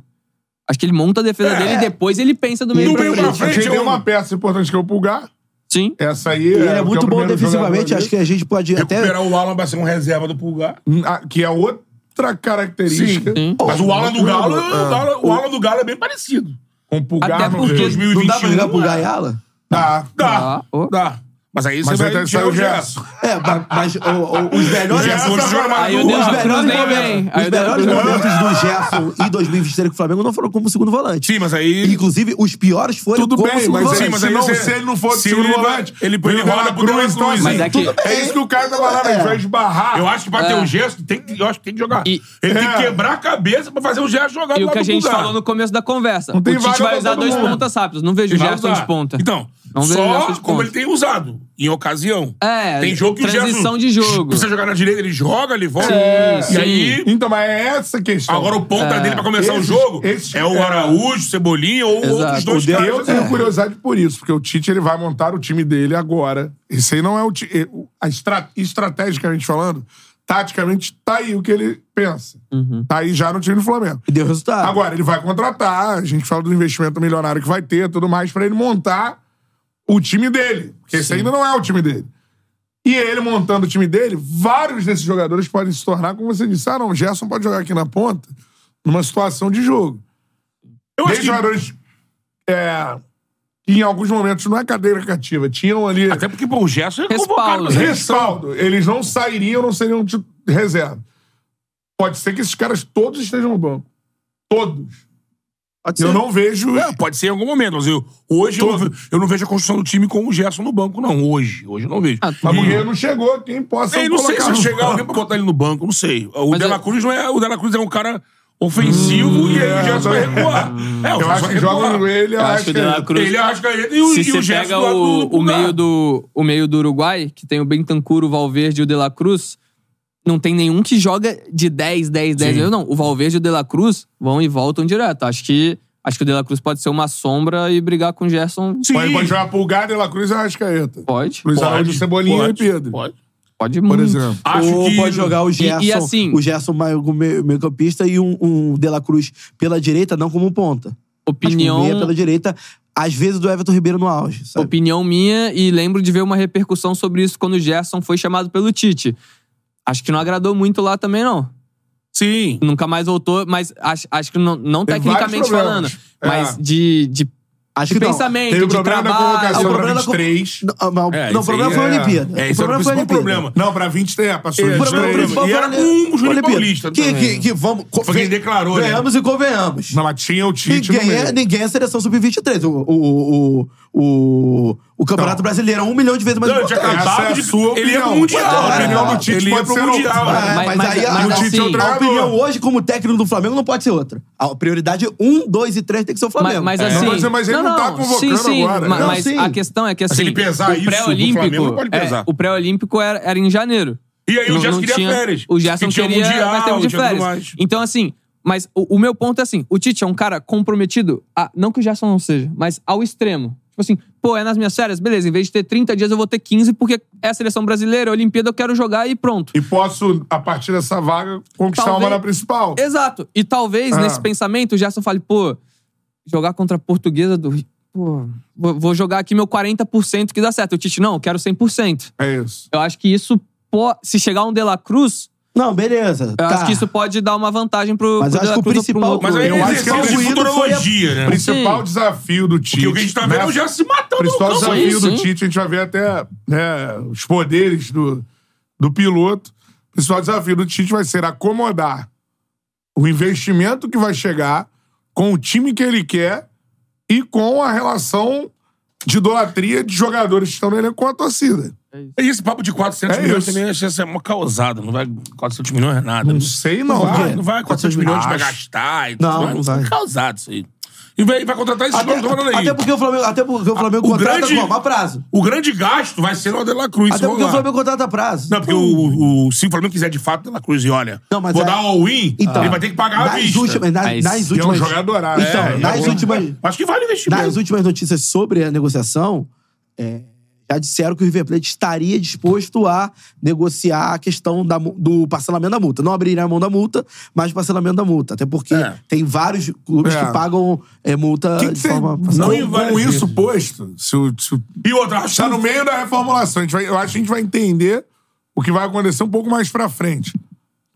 S4: Acho que ele monta a defesa dele e depois ele pensa do meio
S1: Do É.
S4: pra
S1: meio
S4: frente.
S1: pra frente,
S2: frente,
S1: tem
S2: eu-
S1: uma peça importante que é o Pulgar.
S4: Sim.
S1: Essa aí.
S3: E ele é muito bom defensivamente, acho que a gente pode até.
S2: Recuperar o Alan vai ser um reserva do Pulgar.
S1: que. Que é outra característica.
S4: Sim.
S2: Mas o Alan do Galo,
S1: Ah.
S2: o Alan- o Alan do Galo é bem parecido.
S1: Com o um Pulgar
S4: Até
S1: no
S4: porque-
S1: meio.
S3: Não dá pra
S2: 2021,
S3: jogar pro
S1: um,
S2: é.
S3: Gaiala?
S1: Dá.
S2: Dá,
S4: Ah, ô.
S2: dá. Mas aí você
S1: Mas
S2: vai
S1: até
S2: tirar
S1: saiu
S2: o
S1: o
S2: Gerson.
S1: Gerson.
S3: É, ba- mas o- o- os
S1: [LAUGHS]
S3: melhores.
S2: O Gerson
S3: momentos-
S2: joga mais
S4: Aí o
S2: do-
S4: Dela
S3: os
S4: Cruz
S3: melhores,
S4: nem vem.
S3: momentos,
S4: Aí
S3: os
S4: o Dela
S3: melhores
S4: Cruz-
S3: momentos do Gerson em 2023 com o Flamengo não foram como segundo volante.
S2: Sim, mas aí.
S3: Inclusive, os piores foram
S1: Tudo
S3: como
S1: bem,
S3: segundo
S1: mas
S3: volante.
S1: sim, mas aí
S2: Se
S1: não,
S2: você-
S1: se ele não for
S2: se
S1: segundo
S2: ele vai-
S1: volante,
S2: ele- ele
S1: Bruno
S2: roda pro
S1: Cruz, Cruz,
S2: Deus Cruz,
S1: sim.
S4: mas é que-
S1: É isso que o cara tá falando, ele vai esbarrar.
S2: Eu acho que pra ter
S4: É.
S2: um gesto, tem que, eu acho que tem que jogar.
S4: E-
S2: Ele tem que
S1: É.
S2: quebrar a cabeça pra fazer o gesto jogar
S4: E
S2: do
S4: o
S2: lado
S4: que a
S2: do
S4: gente
S2: lugar.
S4: falou no começo da conversa. O
S1: tem
S4: Tite
S1: vaga
S4: vai
S1: pra
S4: usar
S1: todo
S4: dois
S1: mundo.
S4: pontas rápidos. Não vejo o
S2: Ele vai
S4: Gerson
S2: usar.
S4: de ponta.
S2: Então,
S4: Não vejo o
S2: só
S4: Gerson de
S2: como
S4: ponta.
S2: ele tem usado, em ocasião.
S4: É,
S2: tem jogo que o Gerson
S4: transição de jogo.
S2: Precisa jogar na direita, ele joga, ele volta.
S4: Sim,
S2: e
S4: sim. É.
S2: aí,
S1: Então, mas é essa a questão.
S2: agora o ponta dele pra começar o
S1: Esses-
S2: jogo
S1: esses-
S2: é o
S1: é.
S2: Araújo, Cebolinha ou
S4: Exato.
S2: outros dois
S1: O Deus, é. eu
S2: caras. é.
S1: tenho curiosidade por isso, porque o Tite ele vai montar o time dele agora. Esse aí não é o ti- eh, o- a estra- estrategicamente falando, taticamente tá aí o que ele pensa. Tá aí já no time do Flamengo.
S3: E deu
S2: Tá.
S3: resultado.
S1: Agora ele vai contratar, a gente fala do investimento milionário que vai ter, tudo mais pra ele montar o time dele, porque esse ainda não é o time dele. E ele montando o time dele, vários desses jogadores podem se tornar, como você disse, ah, não, o Gerson pode jogar aqui na ponta numa situação de jogo.
S2: Eu acho
S1: Desde
S2: que
S1: jogadores é, que em alguns momentos não é cadeira cativa, tinham ali
S2: Até porque, pô, o Gerson é convocado.
S4: Respaldo.
S2: mas ele-
S1: respaldo. Eles não sairiam, não seriam de reserva. Pode ser que esses caras todos estejam no banco. Todos.
S3: Pode
S1: Eu
S3: ser.
S1: não vejo.
S2: É, pode ser em algum momento. Mas eu, hoje eu não, ve- eu não vejo a construção do time com o Gerson no banco, não. Hoje. Hoje eu não vejo.
S4: Ah,
S1: Mas
S4: Hum.
S1: porque não chegou, quem possa
S2: Ei, não sei se
S1: colocar
S2: vai
S1: no
S2: chegar
S1: banco.
S2: alguém pra botar ele no banco, não sei. O
S4: Mas
S2: Dela
S4: eu-
S2: Cruz não é. O Dela Cruz é um cara ofensivo e aí o Gerson vai recuar. É, o
S1: Eu acho
S2: Gerson
S1: que
S2: vai
S1: joga
S2: recuar.
S1: no ele, eu
S5: acho
S1: acho
S5: que o
S1: que.
S5: De La Cruz-
S2: Ele é arrasca ele e o,
S4: Se
S2: e o
S4: você
S2: Gerson
S4: pega
S2: do lado
S4: o,
S2: do-
S4: o,
S2: do
S4: meio
S2: lado.
S4: do, o meio do Uruguai, que tem o Bentancur, o Valverde e o De La Cruz, não tem nenhum que joga de 10, 10, 10.
S2: Sim.
S4: Não, o Valverde e o De La Cruz vão e voltam direto. Acho que, acho que o De La Cruz pode ser uma sombra e brigar com o Gerson.
S2: Sim.
S1: Pode, pode jogar Pulgar, De La Cruz e Arrascaeta.
S4: Pode,
S1: Luiz
S2: Pode,
S1: Araújo, Cebolinha
S2: pode,
S1: e Pedro.
S2: Pode.
S4: pode
S1: Por
S4: muito.
S1: exemplo.
S2: Acho
S3: Ou
S2: que.
S3: pode jogar o Gerson,
S4: e assim-
S3: o Gerson meio meio- meio-campista e um, um De La Cruz pela direita, não como ponta. Mas como
S4: Opinião,
S3: meia pela direita, às vezes do Everton Ribeiro no auge. sabe?
S4: opinião minha e lembro de ver uma repercussão sobre isso quando o Gerson foi chamado pelo Tite. Acho que não agradou muito lá também, não.
S2: Sim.
S4: Nunca mais voltou, mas acho, acho que não, não
S1: Tem vários
S4: tecnicamente
S1: problemas.
S4: falando, mas de, de
S3: Acho
S4: de
S3: que não.
S4: pensamento,
S1: Teve o
S4: de
S1: um problema da
S4: trabalho.
S1: convocação
S2: um
S3: Ah, o
S1: pra
S3: problema da con-
S1: 23.
S3: Não, ah, mas-
S2: É,
S3: não, o
S2: isso aí
S3: problema foi a
S2: é- é,
S3: Olimpíada. o
S2: esse era o
S3: problema foi a
S2: principal
S3: Olimpíada.
S2: problema.
S1: Não, pra 20 tem, é, passou
S2: Esse
S3: O problema
S2: Esse
S1: 23.
S2: problema.
S3: principal
S2: E
S3: foi a
S2: era
S1: é
S2: com o Júnior
S3: Olimpíada.
S2: Paulista
S3: que,
S2: também.
S3: que, que vamos.
S2: Foi quem declarou, né?
S3: Venhamos e convenhamos.
S1: Não, mas tinha o Tite no
S3: Ninguém é,
S1: meio.
S3: ninguém é seleção sub-23. O, o, o, o, o Campeonato
S1: Então.
S3: Brasileiro é um milhão de vezes mais
S2: Não, tinha
S3: importante.
S2: acabado
S1: Essa é a
S2: de-
S1: sua
S2: ele ia pro
S1: opinião.
S2: Mundial,
S1: A
S3: né?
S1: opinião do
S3: Ele
S1: Tite
S2: ia
S1: pode
S2: pro
S1: ser
S2: Mundial,
S1: outra.
S3: né?
S4: Mas,
S3: mas
S4: mas,
S3: aí a-
S4: mas
S3: o
S1: Tite é o
S4: assim,
S3: A
S1: treinador.
S3: opinião hoje, como técnico do Flamengo, não pode ser outra. A prioridade 1, 2 e 3 tem que ser o Flamengo.
S4: Mas, mas
S3: É.
S4: assim.
S1: tô dizendo, mas ele não tá
S4: sim,
S1: convocando
S4: sim,
S1: agora,
S4: ma-
S1: né?
S4: Mas
S3: Não, sim.
S4: a questão é que assim.
S2: ele pesar isso
S4: o
S2: pro Flamengo, não
S4: pré-olímpico.
S2: pode pesar.
S4: é, o pré-olímpico era, era em janeiro.
S2: E aí o
S4: Não-
S2: Gerson
S4: não
S2: queria
S4: tinha-
S2: férias.
S4: O
S2: E
S4: Gerson
S2: tinha um
S4: queria
S2: Mundial,
S4: mas tempo de
S2: tinha tudo
S4: férias.
S2: mais.
S4: Então, assim. Mas o, o meu ponto é assim: o Tite é um cara comprometido, a- não que o Gerson não seja, mas ao extremo. Tipo assim, pô, é nas minhas férias? Beleza, em vez de ter 30 dias, eu vou ter 15, porque é a seleção brasileira, a Olimpíada, eu quero jogar e pronto.
S1: E posso, a partir dessa vaga, conquistar
S4: Talvez-
S1: uma na principal.
S4: Exato. E talvez,
S1: Ah.
S4: nesse pensamento, o Gerson fale, pô, jogar contra a portuguesa do Rio. Pô, vou vou jogar aqui meu 40% que dá certo. O Tite, não, eu quero 100%.
S1: É isso.
S4: Eu acho que isso pode. Se chegar um De La Cruz,
S3: Não, beleza.
S4: eu
S3: tá.
S4: acho que isso pode dar uma vantagem pro,
S3: Mas
S4: pro
S3: eu acho
S4: De La
S3: que o
S4: Cruz ou pro
S3: principal-
S4: Lou-
S2: Mas aí
S1: Eu
S2: é um
S1: acho que é um
S2: exercício de
S3: ruído, foi a-
S2: futurologia, né?
S1: O principal desafio do Tite.
S2: Porque o que a gente tá vendo é o
S1: nessa-
S3: assim.
S2: Gerson se matando no
S1: principal
S2: campo. é
S1: desafio
S4: sim,
S1: do
S4: sim.
S1: Tite, a gente vai ver até né, os poderes do, do piloto. O principal desafio do Tite vai ser acomodar o investimento que vai chegar com o time que ele quer e com a relação de idolatria de jogadores que estão nele com a torcida.
S2: E esse papo de 400
S1: É
S2: milhões
S1: isso.
S2: também acho que é uma causada. Não vai 400 milhões é nada.
S1: Não sei, não.
S2: Não
S3: Por
S2: vai,
S3: quê?
S2: não vai 400 milhões pra
S1: Acho.
S2: gastar e
S3: Não,
S2: tudo mais.
S3: não vai.
S2: É causado isso aí. E vai, vai contratar esses
S3: Até,
S2: nomes que eu tô falando aí.
S3: até porque o Flamengo, até porque o Flamengo
S2: o
S3: contrata
S2: grande-
S3: como? A prazo.
S2: O grande gasto vai ser no De La Cruz.
S3: Até
S2: vamos
S3: porque o
S2: lá.
S3: Flamengo contrata a prazo.
S2: Não, porque o, o- se o Flamengo quiser de fato De La Cruz e olha,
S3: Não, mas
S2: vou
S3: é-
S2: dar um all-in,
S3: Então,
S2: ele vai ter que pagar a
S3: nas
S2: vista.
S3: últimas, nas,
S4: Mas-
S3: nas
S4: E é um
S1: E é um
S3: últimas,
S1: jogador árabe.
S3: Então,
S1: É, é
S3: nas
S1: um-
S3: últimas,
S2: Acho que vale o investimento.
S3: nas últimas notícias sobre a negociação, é, já disseram que o River Plate estaria disposto a negociar a questão da mu- do parcelamento da multa. Não abriria a mão da multa, mas parcelamento da multa. Até porque
S2: É.
S3: tem vários clubes
S1: É.
S3: que pagam é, multa
S1: Que que
S3: de
S1: cê-
S3: forma
S2: Não
S1: com,
S2: invade.
S1: com isso posto, se o, se o
S2: E outra, acho
S1: Tá
S2: que-
S1: no meio da reformulação. A gente vai- eu acho que a gente vai entender o que vai acontecer um pouco mais pra frente.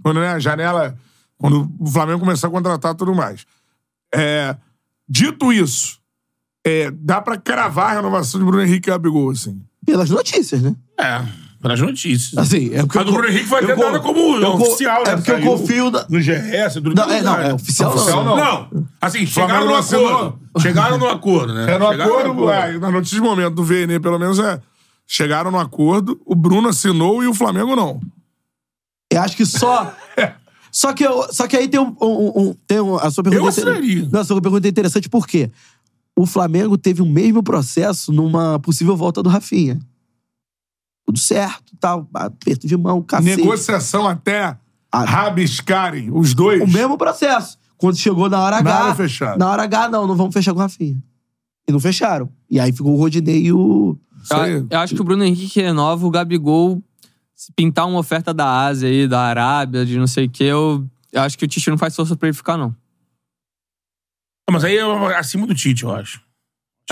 S1: Quando né, a janela. Quando o Flamengo começar a contratar tudo mais. É, dito isso, é, dá pra cravar a renovação de Bruno Henrique e Gabigol, assim.
S3: pelas notícias, né?
S2: É, pelas notícias.
S3: Assim, é porque
S2: Mas o
S3: eu-
S2: Bruno Henrique vai
S3: eu
S2: ter
S3: co-
S2: dado como
S3: eu co-
S2: oficial, né?
S3: É porque eu
S2: Saiu
S3: confio na-
S2: No GS, do
S3: Não, é, não, é oficial não.
S1: Oficial não.
S2: Não, assim, chegaram
S1: Flamengo
S2: no
S1: não assinou.
S2: acordo. Chegaram no acordo, né?
S1: É no
S2: Chegaram
S1: acordo, é, na notícia de momento do VN, pelo menos é. Chegaram no acordo, o Bruno assinou e o Flamengo não.
S3: Eu acho
S1: [LAUGHS]
S3: que só. é, só, que eu- só que aí tem um. um- um- tem um- a sua pergunta
S2: Eu
S3: é inter-
S2: assinaria.
S3: Não, a sua pergunta é interessante por quê? O Flamengo teve o mesmo processo numa possível volta do Rafinha. Tudo certo, tal, aperto de mão, cacete.
S1: Negociação até
S3: Ah.
S1: rabiscarem os dois.
S3: O mesmo processo. Quando chegou na hora H.
S1: Nada fechado.
S3: Na hora H, não, não vamos fechar com o Rafinha. E não fecharam. E aí ficou o Rodinei e o.
S1: Isso aí.
S4: Eu, eu acho que o Bruno Henrique renova, o Gabigol, se pintar uma oferta da Ásia aí, da Arábia, de não sei o quê, eu, eu acho que o Tite não faz força pra ele ficar, não.
S2: Mas aí é acima do Tite, eu acho.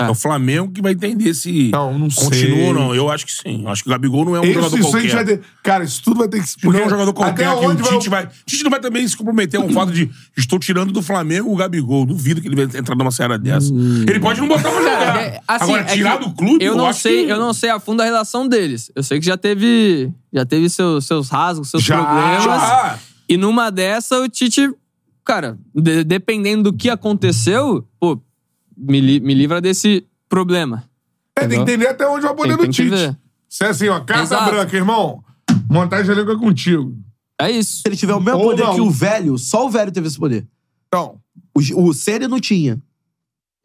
S2: Acho
S4: É.
S2: que É o Flamengo que vai entender se
S1: Não, não sei.
S2: continua ou não. Eu acho que sim. Eu Acho que o Gabigol não é um
S1: Isso,
S2: jogador
S1: isso a
S2: qualquer.
S1: gente vai ter. Cara, isso tudo vai ter que se.
S2: Porque é um jogador qualquer
S1: até
S2: que o
S1: onde
S2: Tite vai... Tite não vai também se comprometer ao fato de estou tirando do Flamengo o Gabigol. Duvido que ele vai entrar numa série dessa.
S1: Hum.
S2: Ele pode não botar pra jogar.
S4: É, assim,
S2: Agora,
S4: é que
S2: tirar do clube,
S4: eu não
S2: acho
S4: sei,
S2: que-
S4: eu não sei a fundo a relação deles. Eu sei que já teve, já teve seus, seus rasgos, seus
S1: Já,
S2: Ah,
S4: problemas.
S2: já.
S4: E numa dessa o Tite cara, de- dependendo do que aconteceu, pô, me, li- me livra desse problema.
S1: É, tem que entender até onde vai poder
S4: Tem-
S1: do
S4: tem que
S1: Tite.
S4: ver.
S1: Se é assim, ó, Casa
S4: Exato.
S1: Branca, irmão, montagem de elenco é contigo.
S4: É isso.
S3: Se ele tiver o mesmo
S1: Ou
S3: poder
S1: não.
S3: que o velho, só o velho teve esse poder.
S1: Então,
S3: O, o Ceni não tinha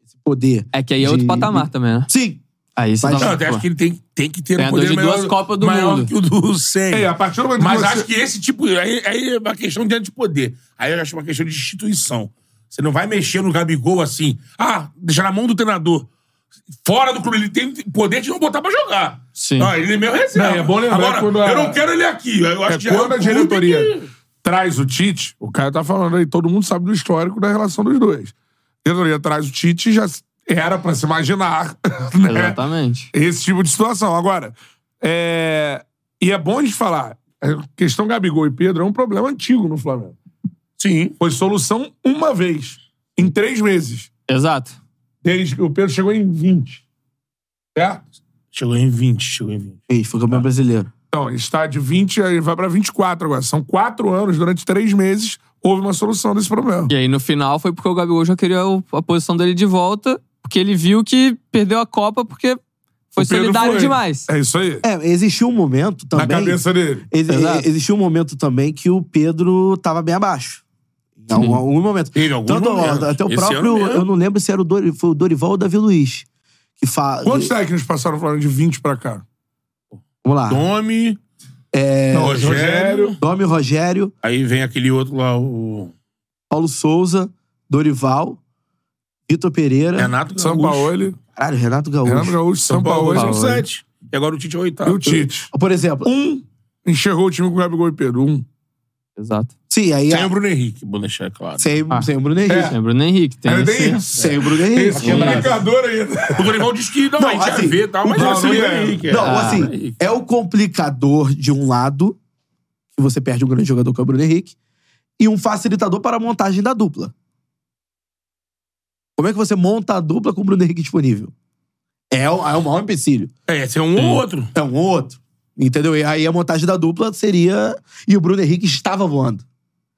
S3: esse poder.
S4: É que aí é outro
S3: De-
S4: patamar também, [LAUGHS] né?
S3: Sim.
S4: Aí você
S3: Mas-
S4: tá
S2: Não,
S4: maluco,
S2: eu acho
S4: pô.
S2: que ele tem, tem que ter um
S4: Ganhador
S2: poder
S4: de
S2: maior,
S4: duas Copas do
S2: maior
S4: Mundo.
S2: que o do Senna.
S1: é, a partir do momento
S2: Mas
S1: que você...
S2: acho que esse tipo. Aí, aí é uma questão dentro de poder. Aí eu acho uma questão de instituição. Você não vai mexer no Gabigol assim. Ah, deixar na mão do treinador. Fora do clube, ele tem poder de não botar pra jogar.
S4: Sim.
S2: Ah, ele é meu reserva.
S1: Não, é bom lembrar
S2: Agora,
S1: quando a-
S2: eu não quero ele aqui. Eu acho que
S1: É,
S2: já
S1: quando a
S2: um clube
S1: diretoria
S2: que-
S1: traz o Tite, o cara tá falando aí, todo mundo sabe do histórico da relação dos dois. A diretoria traz o Tite já era pra se imaginar [LAUGHS] né,
S4: Exatamente.
S1: esse tipo de situação. Agora, é... e é bom a gente falar, a questão Gabigol e Pedro é um problema antigo no Flamengo.
S2: Sim.
S1: Foi solução uma vez, em três meses.
S4: Exato.
S1: Desde que o Pedro chegou em 20. Certo?
S2: Chegou em 20, chegou em 20.
S3: Fez, foi campeão brasileiro.
S1: Então, está de 20, aí vai pra 24 agora. São quatro anos, durante três meses, houve uma solução desse problema.
S4: E aí no final foi porque o Gabigol já queria o- a posição dele de volta, porque ele viu que perdeu a Copa porque foi
S1: O Pedro
S4: solidário
S1: foi.
S4: demais.
S1: É isso aí.
S3: É, existiu um momento também.
S1: Na cabeça dele.
S3: Exi-
S4: Exato.
S3: existiu um momento também que o Pedro tava bem abaixo. Em
S4: Sim.
S3: algum, algum momento.
S2: Em alguns
S3: Tanto, ó,
S2: momentos.
S3: até o
S2: Esse
S3: próprio.
S2: ano mesmo.
S3: Eu não lembro se era o, Dori- foi o Dorival ou o Davi Luiz. Que fala.
S1: Quantos tá- técnicos passaram o Flamengo de 20 pra cá?
S3: Vamos lá.
S2: Tome.
S3: É,
S1: Não,
S2: Rogério.
S3: Domi Rogério,
S2: Aí vem aquele outro lá, o.
S3: Paulo Souza, Dorival, Vitor Pereira.
S2: Renato Gaúcho.
S1: É. Sampaoli,
S3: Caralho, Renato Gaúcho.
S1: Renato Gaúcho, Sampaoli
S2: Sampaoli são
S4: Sampaoli.
S2: sete. E agora o Tite é o
S1: e
S2: oitavo.
S1: o Tite.
S3: Por exemplo.
S1: Um enxergou o time com o Gabigol e Pedro. Um.
S4: Exato.
S3: Sim, aí.
S2: Sem o Bruno Henrique, bom deixar é claro.
S3: Sem,
S4: Ah.
S3: sem o Bruno Henrique.
S4: É. Bruno Henrique. Tem
S1: Era
S4: esse-
S1: bem isso.
S3: Sem o Bruno
S1: Esse
S3: Henrique.
S1: que é
S4: Sim.
S1: marcador ainda.
S2: O Dorival disse que não,
S3: Não,
S2: a gente
S3: assim,
S2: ia ver e tal,
S1: o
S2: mas não,
S1: Bruno
S2: assim,
S1: Henrique.
S2: Henrique.
S3: Não,
S4: Ah,
S3: assim, é o complicador de um lado, que você perde um grande jogador que é o Bruno Henrique, e um facilitador para a montagem da dupla. Como é que você monta a dupla com o Bruno Henrique disponível? É, o- é o maior empecilho.
S2: É, esse é um ou outro.
S3: É um ou outro. Entendeu? E aí a montagem da dupla seria. E o Bruno Henrique estava voando.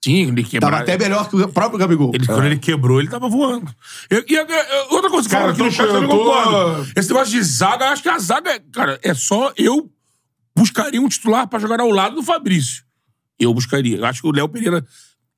S2: Sim, ele
S3: Tava
S2: quebrava.
S3: até melhor que o próprio Gabigol.
S2: É
S3: É.
S2: Ele, quando ele quebrou, ele tava voando. Eu- E, eu- eu- outra coisa que
S1: Cara,
S2: falaram aqui no
S1: tô-
S2: chat eu também
S1: eu tô-
S2: concordo. Esse negócio de zaga, eu acho que a zaga, é- cara, é só eu buscaria um titular pra jogar ao lado do Fabrício. Eu buscaria. Eu acho que o Léo Pereira,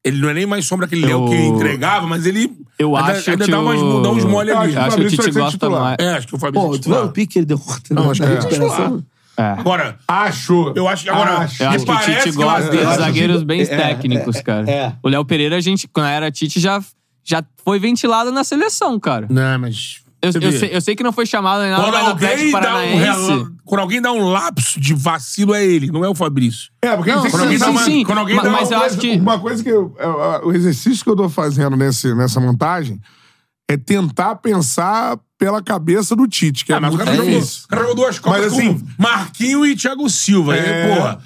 S2: ele não é nem mais sombra aquele Léo
S4: Eu-
S2: que entregava, mas ele
S4: Eu
S2: ainda,
S4: acho
S2: ainda
S4: que
S2: dá,
S4: o...
S2: umas, dá uns mole
S1: Eu
S2: ali.
S1: acho
S4: Acho que o
S1: Fabrício vai
S4: Tite
S1: ser
S4: gosta
S1: titular.
S4: mais.
S2: É, acho que o Fabrício
S3: Pô,
S2: é
S3: tu viu
S2: titular.
S3: o pique que ele deu
S2: Não, acho que
S3: na
S2: é titular.
S3: recuperação?
S4: É.
S2: Agora,
S1: Achou.
S2: eu acho que agora...
S1: Acho.
S4: Eu
S2: me
S4: acho que o
S2: parece
S4: Tite
S2: que lá
S4: gosta
S2: dentro-
S4: de
S3: acho que-
S4: zagueiros bem
S3: é,
S4: técnicos, cara.
S3: é.
S4: O Léo Pereira, a gente, quando era Tite, já, já foi ventilado na seleção, cara.
S2: Não, mas...
S4: Eu,
S2: você
S4: eu
S2: vê.
S4: sei, eu sei que não foi chamado nem nada,
S2: Quando
S4: mas no
S2: alguém,
S4: Atlético
S2: dá um
S4: Paranaense...
S2: rela- quando alguém dá um lapso de vacilo, é ele, não é o Fabrício.
S1: É, porque
S4: Não,
S1: tem que
S4: sim,
S1: pensar
S4: sim,
S1: mais-
S4: sim.
S2: quando alguém
S4: Ma-
S2: dá
S4: mas
S2: uma
S4: eu
S1: Uma
S4: acho
S1: coisa-
S4: que...
S1: Uma coisa que eu- eu- eu- o exercício que eu tô fazendo nesse, nessa montagem é tentar pensar pela cabeça do Tite, que é,
S2: Ah, mas o
S1: muito
S2: cara, jogou,
S4: isso.
S2: o cara jogou duas copas
S1: Mas, assim,
S2: com Marquinho e Thiago Silva. aí,
S1: É.
S2: porra,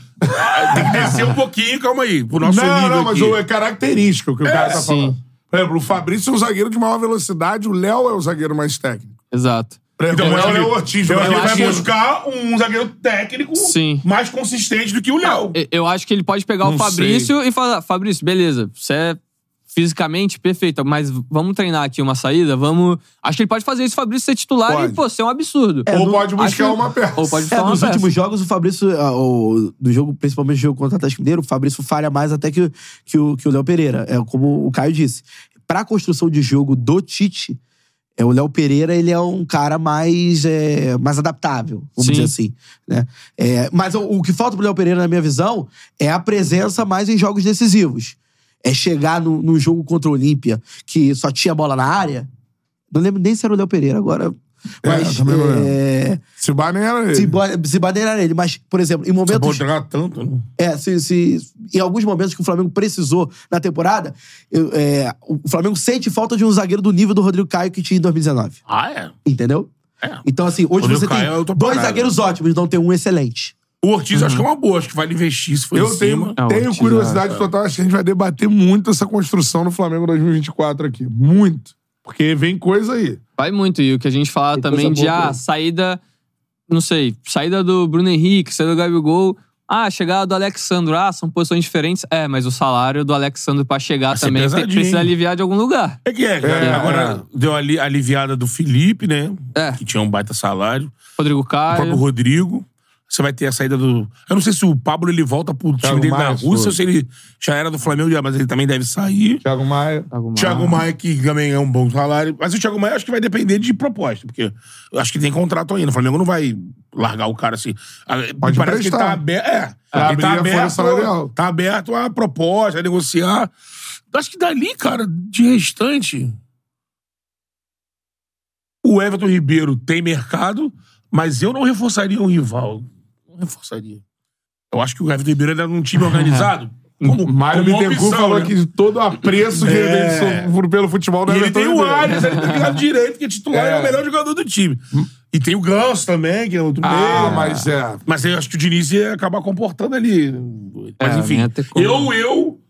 S2: tem que descer um pouquinho, calma aí, pro nosso
S1: não,
S2: nível
S1: não, mas
S2: aqui. É,
S1: o- é característico o que o cara tá
S4: sim.
S1: falando. Por exemplo, o Fabrício é um zagueiro de maior velocidade, o Léo é o zagueiro mais técnico.
S4: Exato.
S1: Por exemplo,
S2: Então, mas
S1: o Léo
S2: ele-
S1: é o Ortiz.
S2: Eu
S1: o
S2: acho que ele
S1: Léo
S2: vai
S1: Ortiz.
S2: buscar um zagueiro técnico
S4: Sim.
S2: mais consistente do que o Léo.
S4: E- Eu acho que ele pode pegar
S1: Não
S4: o Fabrício e falar: Fabrício, beleza, você é fisicamente perfeito, mas vamos treinar aqui uma saída, vamos. Acho que ele pode fazer isso, Fabrício ser titular
S1: Pode. É.
S4: e, pô, ser um absurdo.
S2: É,
S1: Ou pode
S4: Acho
S1: buscar
S4: que-
S1: uma peça.
S4: Ou pode
S3: É,
S4: buscar uma
S3: nos
S4: peça.
S3: últimos jogos, o Fabrício, ah, o- do jogo, principalmente o jogo contra o Atlético Mineiro, o Fabrício falha mais até que, que, o, que o Léo Pereira. É como o Caio disse. Pra construção de jogo do Tite, é, o Léo Pereira ele é um cara mais, é, mais adaptável, vamos
S4: Sim.
S3: dizer assim. Né? É, mas o, o que falta pro Léo Pereira, na minha visão, é a presença mais em jogos decisivos. É chegar no, no jogo contra o Olímpia, que só tinha bola na área. Não lembro nem se era o Léo Pereira agora.
S1: É,
S3: Mas,
S1: também não lembro.
S3: é,
S1: Se bar nem era ele.
S3: se, ba- se bandeirar ele. Mas, por exemplo, em
S2: Você pode
S3: momentos.
S2: jogar tanto, né?
S3: É, se, se- em alguns momentos que o Flamengo precisou na temporada, eu- é, o Flamengo sente falta de um zagueiro do nível do Rodrigo Caio que tinha em 2019.
S2: Ah, é?
S3: Entendeu?
S2: É.
S3: Então, assim, hoje
S2: Rodrigo
S3: você
S2: Caio é
S3: tem
S2: outra
S3: dois
S2: parada.
S3: zagueiros ótimos, não tem um excelente.
S2: O Ortiz acho que é uma boa, acho que vale investir se for em
S1: Eu
S2: cima.
S1: tenho,
S4: Ah, o
S1: tenho
S4: Ortiz,
S1: curiosidade total, acho que a gente vai debater muito essa construção no Flamengo 2024 aqui. Muito. Porque vem coisa aí.
S4: Vai muito. E o que a gente fala
S3: Tem
S4: também
S3: coisa
S4: de
S3: boa pra
S4: ah,
S3: ele.
S4: saída, não sei, saída do Bruno Henrique, saída do Gabigol. Ah, a chegada do Alexandro. Ah, são posições diferentes. É, mas o salário do Alexandro pra chegar
S2: ser
S4: também te-
S2: pesadinho,
S4: precisa
S2: hein?
S4: aliviar de algum lugar.
S2: É que é, cara.
S1: É,
S2: Agora deu ali, a aliviada do Felipe, né?
S4: É.
S2: Que tinha um baita salário.
S4: Rodrigo
S2: O
S4: Caio.
S2: próprio Rodrigo. Você vai ter a saída do. Eu não sei se o Pablo ele volta pro time
S1: Thiago
S2: dele na
S1: Maia,
S2: Rússia
S1: foi.
S2: ou se ele já era do Flamengo, já, mas ele também deve sair.
S1: Thiago Maia.
S4: Thiago Maia.
S2: Thiago Maia, que também é um bom salário. Mas o Thiago Maia acho que vai depender de proposta, porque eu acho que tem contrato ainda. O Flamengo não vai largar o cara assim. Ah,
S1: Pode
S2: Parece que ele tá
S1: emprestar.
S2: aberto. É,
S1: Pra
S2: ele
S1: abrir
S2: tá
S1: a folha
S2: aberto,
S1: salarial.
S2: tá aberto a proposta, a negociar. Acho que dali, cara, de restante. O Everton Ribeiro tem mercado, mas eu não reforçaria um rival. Não reforçaria. Eu acho que o Everton Ribeiro era
S1: [LAUGHS]
S2: num time organizado. Como,
S1: Mário
S2: como uma
S1: Bittencourt
S2: opção,
S1: falou
S2: né?
S1: que todo o apreço que ele
S2: É.
S1: tem so- pelo futebol
S2: E
S1: não é
S2: ele tem o Arias,
S1: Everton
S2: ele tem ligado direito, que é titular,
S1: É.
S2: é. o melhor jogador do time. E tem o Ganso também, que é outro
S1: Ah,
S2: meio.
S1: mas é.
S2: Mas eu acho que o Diniz ia acabar comportando ali. Mas
S4: É,
S2: enfim,
S4: não ia ter como.
S2: eu, eu,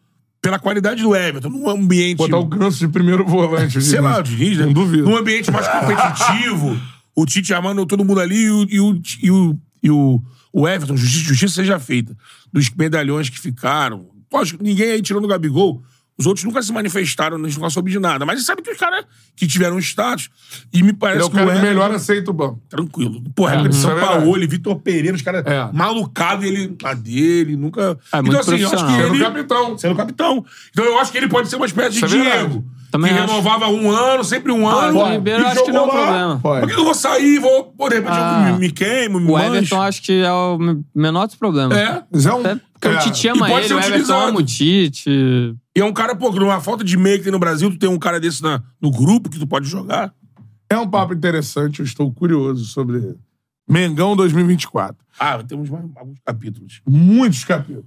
S2: pela qualidade do Everton, num ambiente...
S1: Botar o ganso de primeiro volante.
S2: Sei lá, o Diniz, né?
S1: Não duvido.
S2: Num ambiente mais competitivo, o Tite amando todo mundo ali e o, e o, e o, e o, o Everton, justiça, justiça seja feita, dos medalhões que ficaram. Lógico, ninguém aí tirando o Gabigol, os outros nunca se manifestaram, a gente nunca soube de nada. Mas sabe que os caras que tiveram status, e me parece
S1: Ele é o
S2: que o
S1: cara que
S2: Everton-
S1: melhor aceita o banco.
S2: Tranquilo. Porra, época de
S1: isso é
S2: São
S1: verdade.
S2: Paulo, Vitor Pereira, os caras
S1: É.
S2: malucado e ele na dele, nunca.
S4: É, muito
S2: então, assim, eu acho que
S4: profissional.
S1: Sendo
S2: ele.
S1: capitão.
S2: Sendo capitão. Então eu acho que ele pode ser uma espécie
S1: Isso é
S2: de
S1: verdade.
S2: Diego.
S4: Também
S2: que
S4: acho.
S2: renovava um ano, sempre um
S4: Ah,
S2: ano.
S4: o Ribeiro
S2: e
S4: eu acho que não é um
S2: jogou lá.
S4: problema.
S2: Por que eu vou sair? Vou, por de repente,
S4: Ah.
S2: eu me, me queimo, me
S4: O
S2: mancho.
S4: Everton acho que é o menor dos problemas.
S2: É.
S1: Mas é um.
S4: Até porque o
S1: é,
S4: Tite
S2: e
S4: ama
S2: pode
S4: ele,
S2: ser
S4: o Everton um
S2: utilizado.
S4: ama o Tite.
S2: E é um cara, pô, que numa falta de meio que tem no Brasil, tu tem um cara desse na- no grupo que tu pode jogar.
S1: é um papo interessante, eu estou curioso sobre Mengão 2024.
S2: Ah, temos mais alguns capítulos.
S1: Muitos capítulos.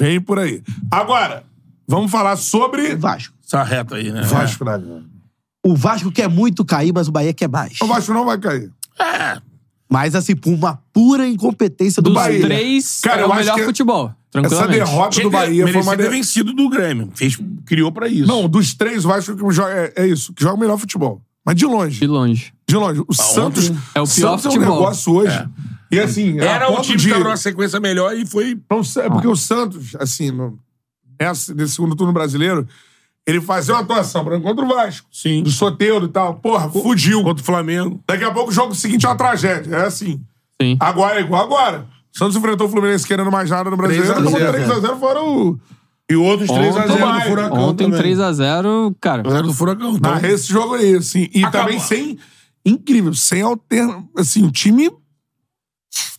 S1: Vem por aí. Agora, vamos falar sobre
S3: Vasco.
S2: Essa reta aí, né?
S1: Vasco da Gama.
S3: O Vasco quer muito cair, mas o Bahia quer mais.
S1: O Vasco não vai cair.
S2: É.
S3: Mas assim, por uma pura incompetência do,
S4: Dos
S3: Bahia.
S4: três,
S1: Cara,
S4: é
S1: eu
S4: o
S1: acho
S4: melhor
S1: que
S4: futebol.
S1: Essa
S4: Tranquilamente.
S1: derrota
S2: Tinha
S1: do
S2: que
S1: Bahia foi
S2: merecia
S1: uma
S2: ter
S1: derrota.
S2: vencido do Grêmio. Fez, criou pra isso.
S1: Não, dos três, o Vasco que joga, é, é isso, que joga o melhor futebol. Mas de
S4: De
S1: longe.
S4: longe.
S1: De longe. O Santos.
S4: É o pior
S1: Santos é um
S4: futebol.
S1: negócio hoje. E assim.
S2: É. Era
S1: a
S2: o
S1: ponto
S2: time
S1: de-
S2: que tava Ah. numa sequência melhor e foi.
S1: Não sei, é porque o Santos, assim, no, nessa, nesse segundo turno brasileiro, ele fazia uma atuação por exemplo, contra o Vasco.
S2: Sim.
S1: Do Soteiro e tal. Porra, fugiu.
S2: Contra o Flamengo.
S1: Daqui a pouco o jogo seguinte é uma tragédia. É assim.
S4: Sim.
S1: Agora é igual agora. O Santos enfrentou o Fluminense querendo mais nada no brasileiro.
S2: 3 a 0.
S1: Tomou 3x0 fora o.
S2: E outros 3x0
S4: Ontem-
S2: do Furacão.
S4: Ontem,
S2: também.
S4: 3x0, cara.
S2: 3x0 do Furacão.
S1: Tá,
S2: Então,
S1: esse jogo aí, assim. E
S2: Acabou.
S1: também sem. Incrível, sem alternar. Assim, o time.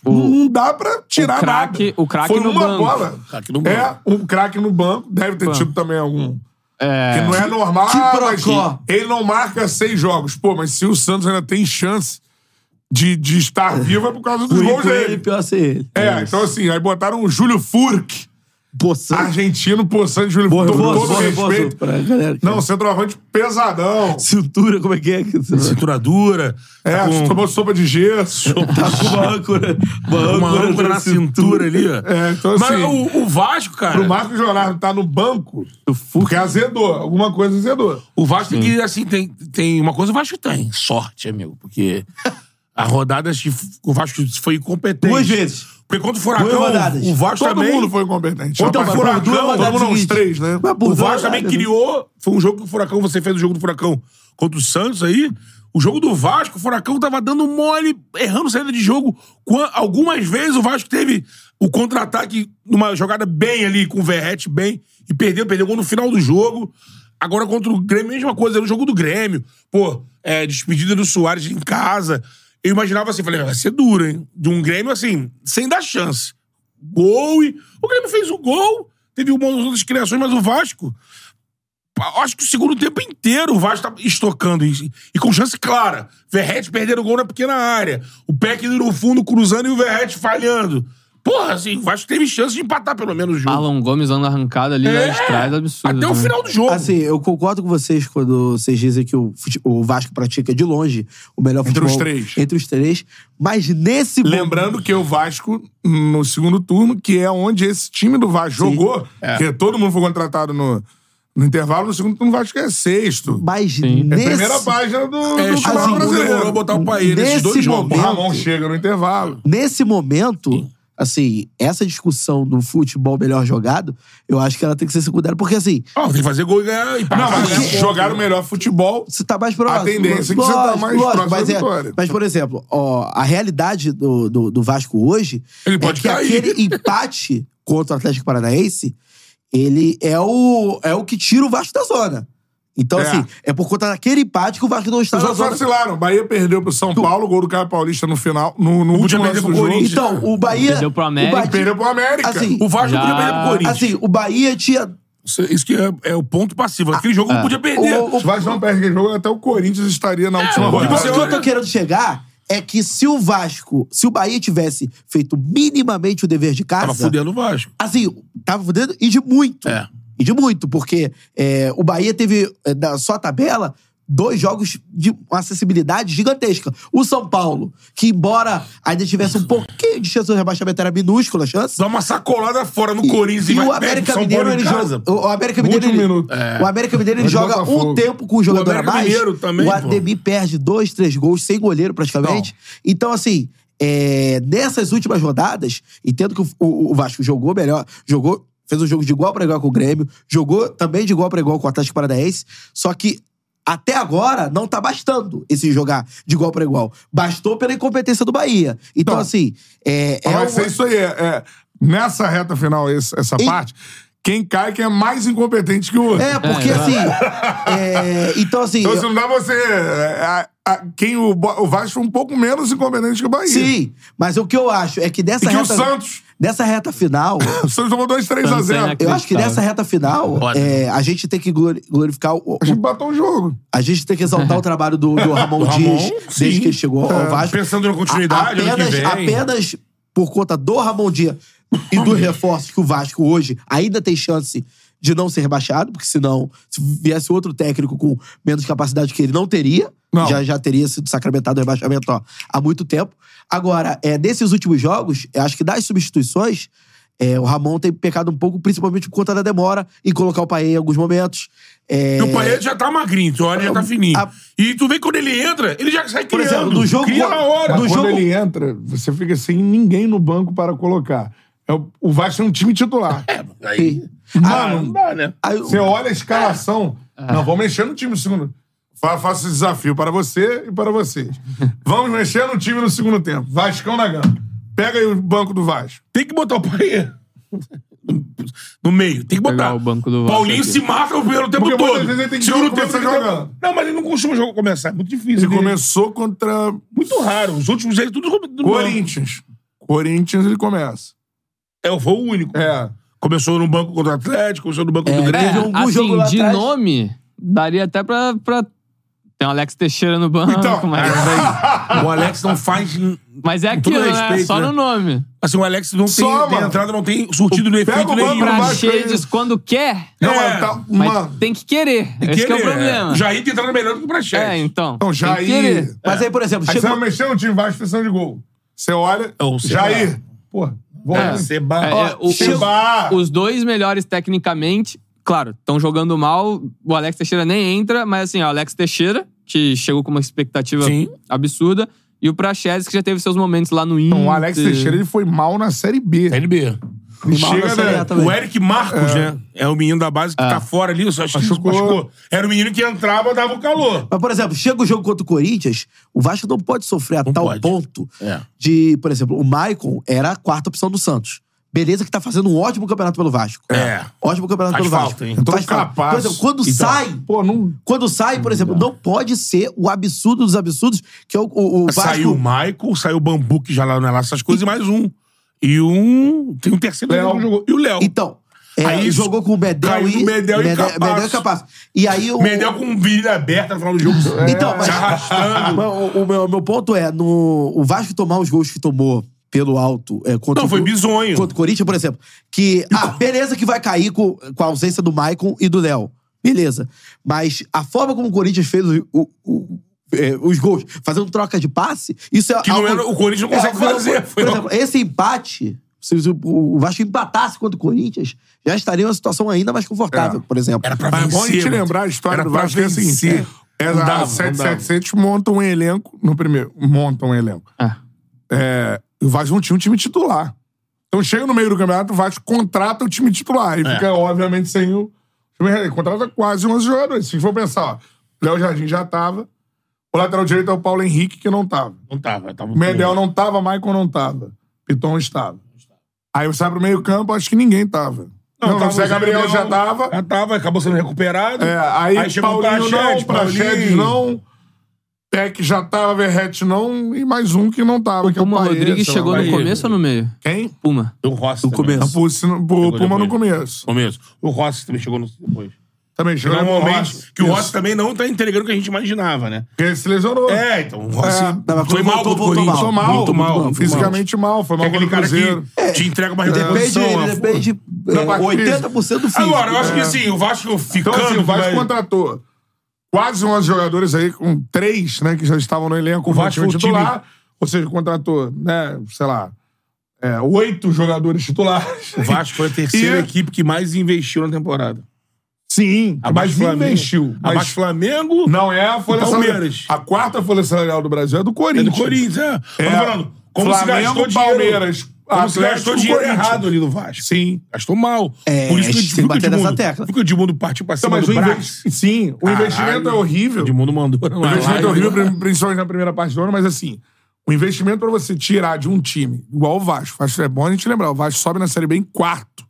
S1: não dá pra tirar
S4: o craque-
S1: nada.
S4: o craque
S1: Foi
S4: no
S1: uma
S4: banco.
S1: bola.
S2: Craque no
S1: É,
S2: banco.
S1: um craque no banco. Deve ter
S4: Banco.
S1: tido também algum.
S4: É.
S1: Que não é normal.
S3: Que
S1: mas
S3: procó.
S1: ele não marca seis jogos. Pô, mas se o Santos ainda tem chance de, de estar vivo é por causa dos
S3: Ruim
S1: gols
S3: com ele,
S1: dele.
S3: pior ser ele.
S1: É, então assim, aí botaram o Júlio Furk,
S3: Poção.
S1: argentino, poçante Júlio Furk,
S3: Borbosa,
S1: com todo
S3: Borbosa,
S1: respeito.
S3: pra galera. que-
S1: Não, centroavante pesadão.
S3: Cintura, como é que é? que-
S2: Cintura dura.
S1: É,
S2: tá com,
S1: tomou sopa de gesso.
S3: Tá com uma âncora. Uma
S2: uma
S3: âncora,
S2: âncora na cintura ali, ó.
S1: É, então
S2: Mas
S1: assim,
S2: o, o Vasco, cara.
S1: pro Marcos Leonardo tá no banco, porque azedou, alguma coisa azedou.
S2: O Vasco tem que, assim, tem, tem uma coisa o Vasco tem. Sorte, amigo. Porque a rodada acho que f- o Vasco foi incompetente.
S3: Duas vezes.
S2: Porque contra o Furacão,
S3: Duas rodadas.
S2: o Vasco
S1: Todo
S2: também...
S1: mundo foi incompetente.
S3: Então,
S1: Rapaz,
S3: mas por
S1: furacão,
S3: duas rodadas
S1: todo mundo não, os
S3: seguintes.
S1: três, né?
S3: Mas por
S2: O
S3: duas
S2: Vasco também
S3: rodadas, né?
S2: criou. Foi um jogo que o Furacão, você fez o jogo do Furacão contra o Santos aí. O jogo do Vasco, o Furacão tava dando mole, errando saída de jogo. Qua- Algumas vezes o Vasco teve o contra-ataque numa jogada bem ali, com o Verrete bem, e perdeu, perdeu gol no final do jogo. Agora contra o Grêmio, mesma coisa, era o jogo do Grêmio. Pô, é, despedida do Soares em casa. Eu imaginava assim, falei, vai ser duro, hein? De um Grêmio assim, sem dar chance gol. E... O Grêmio fez o gol, teve umas outras criações, mas o Vasco. pa- Acho que o segundo tempo inteiro o Vasco tá estocando e, e com chance clara. Verrete perdendo o gol na pequena área. O Peck indo no fundo cruzando e o Verrete falhando. Porra, assim, o Vasco teve chance de empatar pelo menos o jogo.
S4: Marlon Gomes dando arrancada ali lá de trás, absurdo.
S2: Até o
S4: né?
S2: final do jogo.
S3: Assim, eu concordo com vocês quando vocês dizem que o, fute- o Vasco pratica de longe o melhor
S1: Entre
S3: futebol.
S1: os três.
S3: Entre os três. Mas nesse
S1: Lembrando que o Vasco, no segundo turno, que é onde esse time do Vasco jogou, porque todo mundo foi contratado no, no intervalo, no segundo turno o Vasco é sexto.
S3: Mas
S4: Sim.
S3: nesse...
S1: é Primeira página do,
S2: é,
S1: do
S2: assim,
S1: Campeonato
S2: demorou
S1: Brasileiro.
S2: botar o Paê nesses
S3: nesse
S2: dois jogos.
S1: O
S3: momento-
S1: Ramon chega no intervalo.
S3: Nesse momento, assim, essa discussão do futebol melhor jogado, eu acho que ela tem que ser secundária, porque assim,
S2: Ó, tem que fazer gol e ganhar. E
S1: Não,
S2: passar,
S1: mas
S2: né?
S1: jogaram melhor futebol.
S3: você tá mais próximo.
S1: A tendência é que você tá mais próximo da
S3: mas, é,
S1: vitória.
S3: mas, por exemplo, ó, a realidade do, do, do Vasco hoje
S2: Ele
S3: é
S2: pode
S3: que
S2: cair.
S3: aquele empate contra o Atlético Paranaense, ele é o, é o que tira o Vasco da zona. Então,
S1: É.
S3: assim, é por conta daquele empate que o Vasco não está
S1: Os
S3: na
S1: outros
S3: zona.
S1: Ah, vacilaram. Bahia perdeu pro São Paulo, gol do Caio Paulista no final, no, no
S2: Podia
S1: último
S2: perder
S1: lance
S2: pro
S1: do jogo.
S2: Corinthians.
S3: Então, o Bahia.
S4: Perdeu pro América.
S3: o Bahia-
S1: Perdeu pro América.
S3: Assim,
S2: O Vasco não
S4: Já-
S2: podia perder pro Corinthians. Ah,
S3: assim, o Bahia tinha.
S2: Isso- Isso que é, é o ponto passivo. Aquele jogo não podia perder.
S3: O- É,
S1: Se o Vasco não perde aquele jogo, até o Corinthians estaria na última
S2: porque
S1: rodada.
S2: você
S3: O que eu tô querendo chegar é que se o Vasco, se o Bahia tivesse feito minimamente o dever de casa.
S2: Tava fudendo o Vasco.
S3: Assim, tava fudendo e de muito.
S2: É.
S3: E de muito, porque é, o Bahia teve, é, da sua tabela, dois jogos de uma acessibilidade gigantesca. O São Paulo, que embora ainda tivesse um pouquinho de chance do rebaixamento, era minúscula a chance.
S2: Dá uma sacolada fora no Corinthians e,
S3: E
S2: vai
S3: o
S2: perde pro
S3: América
S2: São
S3: Mineiro,
S2: Paulo em
S3: ele
S2: casa. É.
S3: joga. O o América
S1: No
S3: Mineiro.
S1: último
S3: ele-
S1: minuto.
S3: O América Mineiro ele
S1: Mas
S3: joga
S1: Botafogo.
S3: um tempo com o jogador
S2: América
S3: a mais.
S2: Mineiro também,
S3: o
S2: pô.
S3: Ademir perde dois, três gols, sem goleiro praticamente. Então, assim, é, nessas últimas rodadas, entendo que o, o- o Vasco jogou melhor, jogou. Fez um jogo de igual para igual com o Grêmio, jogou também de igual para igual com o Atlético Paranaense, só que até agora não tá bastando esse jogar de igual para igual. Bastou pela incompetência do Bahia. Então,
S1: Não.
S3: assim, é, é
S1: Mas vai
S3: um-
S1: ser isso aí. é- é, nessa reta final, esse- essa
S3: E-
S1: parte, quem cai é quem é mais incompetente que o outro.
S3: [LAUGHS] É, porque
S4: É, é.
S3: assim. é, então, assim.
S1: Então,
S3: eu-
S1: se não dá você. é, a- a- quem o, Bo- o Vasco foi um pouco menos incompetente que o Bahia.
S3: sim, mas o que eu acho é que
S1: E
S3: dessa
S1: que o
S3: reta.
S1: Santos.
S3: Dessa reta [LAUGHS] final.
S1: O Santos tomou 2, 3 a
S4: Santos é
S1: 0.
S4: inacreditável.
S3: Eu acho que nessa reta final,
S2: Foda.
S3: é, a gente tem que glori- glorificar. O, o-
S1: A gente empatou Tipo, o jogo.
S3: a gente tem que exaltar o trabalho do, do
S1: [LAUGHS]
S3: Ramon
S2: Do Ramon,
S3: Dias desde
S2: sim.
S3: que ele chegou
S1: É,
S3: ao Vasco.
S2: Pensando na continuidade,
S3: A-
S2: ano que
S3: apenas,
S2: vem.
S3: apenas por conta do Ramon Dias e dos reforços que o Vasco hoje ainda tem chance de não ser rebaixado, porque senão, se viesse outro técnico com menos capacidade que ele, não teria.
S1: Não.
S3: Já, já teria sido sacramentado o rebaixamento ó, há muito tempo. Agora, é, nesses últimos jogos, eu acho que das substituições, é, o Ramon tem pecado um pouco, principalmente por conta da demora em colocar o Paê em alguns momentos. É,
S2: E o Paedes já tá magrinho, tu olha, já tá fininho.
S3: A-
S2: E tu vê que quando ele entra, ele já sai
S3: Por
S2: criando.
S3: exemplo, no jogo
S2: Cria
S3: contra-
S2: na hora.
S1: Mas
S3: No
S1: quando
S3: jogo-
S1: ele entra, você fica sem ninguém no banco para colocar. É o, o Vasco é um time titular.
S2: É,
S3: Sim.
S2: aí... Ah, não dá, né?
S3: aí o-
S1: Você olha a escalação. Não, vamos mexer no time no segundo. Fa- Faço esse desafio para você e para vocês. Vamos mexer no time no segundo tempo. Vascão na gama. Pega aí o banco do Vasco.
S2: Tem que botar o Paê [LAUGHS] no meio. Tem que botar.
S4: Pegar o banco do Vasco
S2: Paulinho
S4: aqui.
S2: se marca o primeiro tempo
S1: Porque muitas
S2: todo.
S1: vezes ele tem que
S2: Segundo
S1: começar
S2: tempo ele tem-
S1: jogando.
S2: Não, mas ele não costuma jogo começar. É muito difícil.
S1: Ele
S2: dele.
S1: começou contra
S2: Muito raro. Os últimos aí, tudo do
S1: Corinthians. Corinthians ele começa.
S2: É, foi o único.
S1: É.
S2: Começou no banco contra o Atlético, começou no banco do
S4: É,
S2: Grêmio.
S3: algum
S4: assim,
S3: jogo lá
S4: de
S3: atrás?
S4: nome, daria até pra, pra... Tem o Alex Teixeira no banco,
S1: Então,
S4: mas...
S2: O Alex não faz.
S4: Mas é
S2: Com todo
S4: aquilo, né?
S2: respeito,
S4: Só
S2: né?
S4: no nome.
S2: Assim, o Alex não tem,
S1: Só,
S2: tem
S1: mano.
S2: entrada, não tem surtido no
S1: Pega
S2: efeito
S1: o banco
S2: nenhum.
S1: do
S4: Pra
S1: Vasco,
S4: Chedes quando quer,
S1: Não,
S2: É,
S1: é, tá,
S4: mas
S1: mano.
S4: tem que querer. Esse que é o
S2: Querer,
S4: problema.
S2: Jair tem entrado melhor do que o Praxedes.
S4: É, então.
S1: Então,
S4: tem que
S1: Jair.
S4: querer.
S3: Mas aí, por exemplo,
S1: Aí você
S3: chegou-
S1: vai mexer no time Vasco, feição de gol. Você olha.
S3: É um
S2: Ou sei
S1: Jair. Pô,
S2: É,
S1: volta.
S2: Seba.
S4: É, é, o-
S1: Seba.
S4: Os dois melhores tecnicamente, claro, estão jogando mal. O Alex Teixeira nem entra, mas assim, o Alex Teixeira, que chegou com uma expectativa
S2: Sim.
S4: absurda, e o Praxedes, que já teve seus momentos lá no Inter.
S1: Então, o Alex Teixeira ele foi mal na Série B.
S2: NB.
S1: Ele
S3: mal na
S1: chega né?
S3: Série A
S1: da...
S3: também.
S2: O Eric Marcos, né? É o menino da base que tá fora ali, eu só acho que
S1: Machucou.
S2: machucou. Era o menino que entrava, dava o calor.
S3: Mas, por exemplo, chega o jogo contra o Corinthians, o Vasco não pode sofrer a
S2: Não
S3: tal
S2: pode.
S3: ponto
S2: É.
S3: de, por exemplo, o Maicon era a quarta opção do Santos. Beleza que tá fazendo um ótimo campeonato pelo Vasco.
S2: É.
S3: Ótimo campeonato
S2: Faz
S3: pelo
S2: falta,
S3: Vasco.
S2: hein? Então
S1: Entrou
S3: Faz falta.
S1: capaz.
S3: Por exemplo, quando
S1: Então.
S3: sai,
S1: Pô, não.
S3: quando sai, por exemplo, não pode ser o absurdo dos absurdos que é o, o, o Vasco.
S2: Saiu o Michael, saiu o Bambu, que já lá não é lá, essas coisas, e mais um. E um. Tem um terceiro
S1: Léo.
S2: que não jogou. E o Léo.
S3: Então, é,
S2: Aí isso-
S3: jogou com o Medel
S2: caiu
S3: e
S2: no Medel e Capasso.
S3: Medel e Capasso. E aí o
S2: Medel com um vídeo aberto no final do jogo.
S3: Então, mas-
S2: se arrastando.
S3: Mas o, o meu, meu ponto é, no, o Vasco tomar os gols que tomou pelo alto é, contra,
S2: Não,
S3: o-
S2: foi bizonho.
S3: contra o Corinthians, por exemplo, que, ah, beleza que vai cair com, com a ausência do Maicon e do Léo. Beleza. Mas a forma como o Corinthians fez o- o- o- é, os gols, fazendo troca de passe, isso é
S2: Que não era- o Corinthians não
S3: é
S2: consegue
S3: algo que não-
S2: fazer. Foi
S3: por
S2: uma-
S3: exemplo, esse empate, se o- o Vasco empatasse contra o Corinthians, já estaria em uma situação ainda mais confortável, por exemplo.
S2: Era pra
S1: Mas é bom a
S2: vencer,
S1: gente
S2: mano.
S1: lembrar a história
S2: Era
S1: do
S2: pra
S1: Vasco, que é assim,
S2: vencer.
S1: se- é
S2: Não dava,
S1: da
S2: não
S1: 777 monta um elenco no primeiro. Monta um elenco.
S4: Ah.
S1: É, o Vasco não tinha um time titular. Então chega no meio do campeonato, o Vasco contrata o time titular. E
S2: É.
S1: fica, obviamente, sem o. Ele contrata quase 11 jogadores. Se for pensar, ó, Léo Jardim já tava. O lateral direito é o Paulo Henrique, que não tava.
S2: Não tava. tava
S1: O Medel não tava, Maicon não tava. Piton estava. Aí você vai pro meio campo, acho que ninguém tava. Não, não,
S2: tava
S1: Zé
S2: o Zé
S1: Gabriel,
S2: Gabriel.
S1: já tava.
S2: Já tava, acabou sendo recuperado.
S1: É, aí,
S2: chegou o
S1: Paulinho não,
S2: Praxedes,
S1: Praxedes
S2: Paulinho.
S1: não, Peck já tava, Verrete não, e mais um que não tava, que é o
S4: Puma
S1: Paê,
S4: Rodrigues
S1: sei lá,
S4: chegou no
S1: Paê.
S4: começo ou no meio?
S1: Quem?
S4: Puma.
S2: O Rossi. também.
S1: Não,
S2: No
S1: Puma, se não- Puma
S2: depois.
S1: no começo.
S2: começo. O Rossi também chegou no... depois.
S1: Também chegou no
S2: Normalmente,
S1: Rossi.
S2: que o
S1: Isso.
S2: Rossi também não tá entregando o que a gente imaginava, né?
S1: Porque ele se lesionou.
S2: É, então o
S1: É,
S2: Rossi
S3: mas quando
S2: foi mal contra
S3: voltou,
S2: o
S3: voltou
S2: Corinthians.
S1: Foi mal,
S2: muito mal.
S3: muito
S1: fisicamente mal, foi
S2: Que é
S1: mal
S2: aquele
S1: contra o
S2: cara
S1: Cruzeiro.
S2: que te entrega
S1: É,
S2: uma
S3: Depende,
S2: repercussão. uma-
S3: depende é,
S1: Da partida.
S3: 80% do físico.
S2: Agora, eu acho que assim, o Vasco
S1: Então,
S2: ficando...
S1: assim, o Vasco
S2: vai-
S1: contratou quase 11 jogadores aí, com três, né, que já estavam no elenco,
S2: O
S1: o Vasco
S2: Vasco foi o
S1: titular. Ou seja, contratou, né, sei lá, é, oito jogadores titulares.
S2: O Vasco foi a terceira
S1: [LAUGHS] E-
S2: equipe que mais investiu na temporada.
S1: Sim, mas investiu.
S2: Mas
S1: Mas
S2: Flamengo
S1: não é a folha
S2: Palmeiras.
S1: salarial. A quarta folha salarial do Brasil é do
S2: é
S1: Corinthians.
S2: do Corinthians. É.
S1: É.
S2: Eu tô falando, como se
S1: Flamengo,
S2: gastou dinheiro.
S1: Palmeiras,
S2: como se
S1: Atlético,
S2: gastou dinheiro
S1: Corinthians.
S2: errado ali no Vasco.
S1: Sim.
S2: Gastou mal.
S3: É,
S2: Por isso que
S3: a
S2: o
S3: gente tem que bater nessa
S2: Edmundo-
S3: tecla.
S2: por que o Edmundo partiu pra
S1: Então,
S2: cima
S1: mas
S2: do
S1: o
S2: Brax.
S1: investimento, sim, o investimento é
S2: O
S1: horrível.
S2: Edmundo mandou.
S1: O investimento é horrível, prim- principalmente na primeira parte do ano, mas assim, o investimento pra você tirar de um time, igual o Vasco, o Vasco é bom a gente lembrar, o Vasco sobe na Série B em quarto.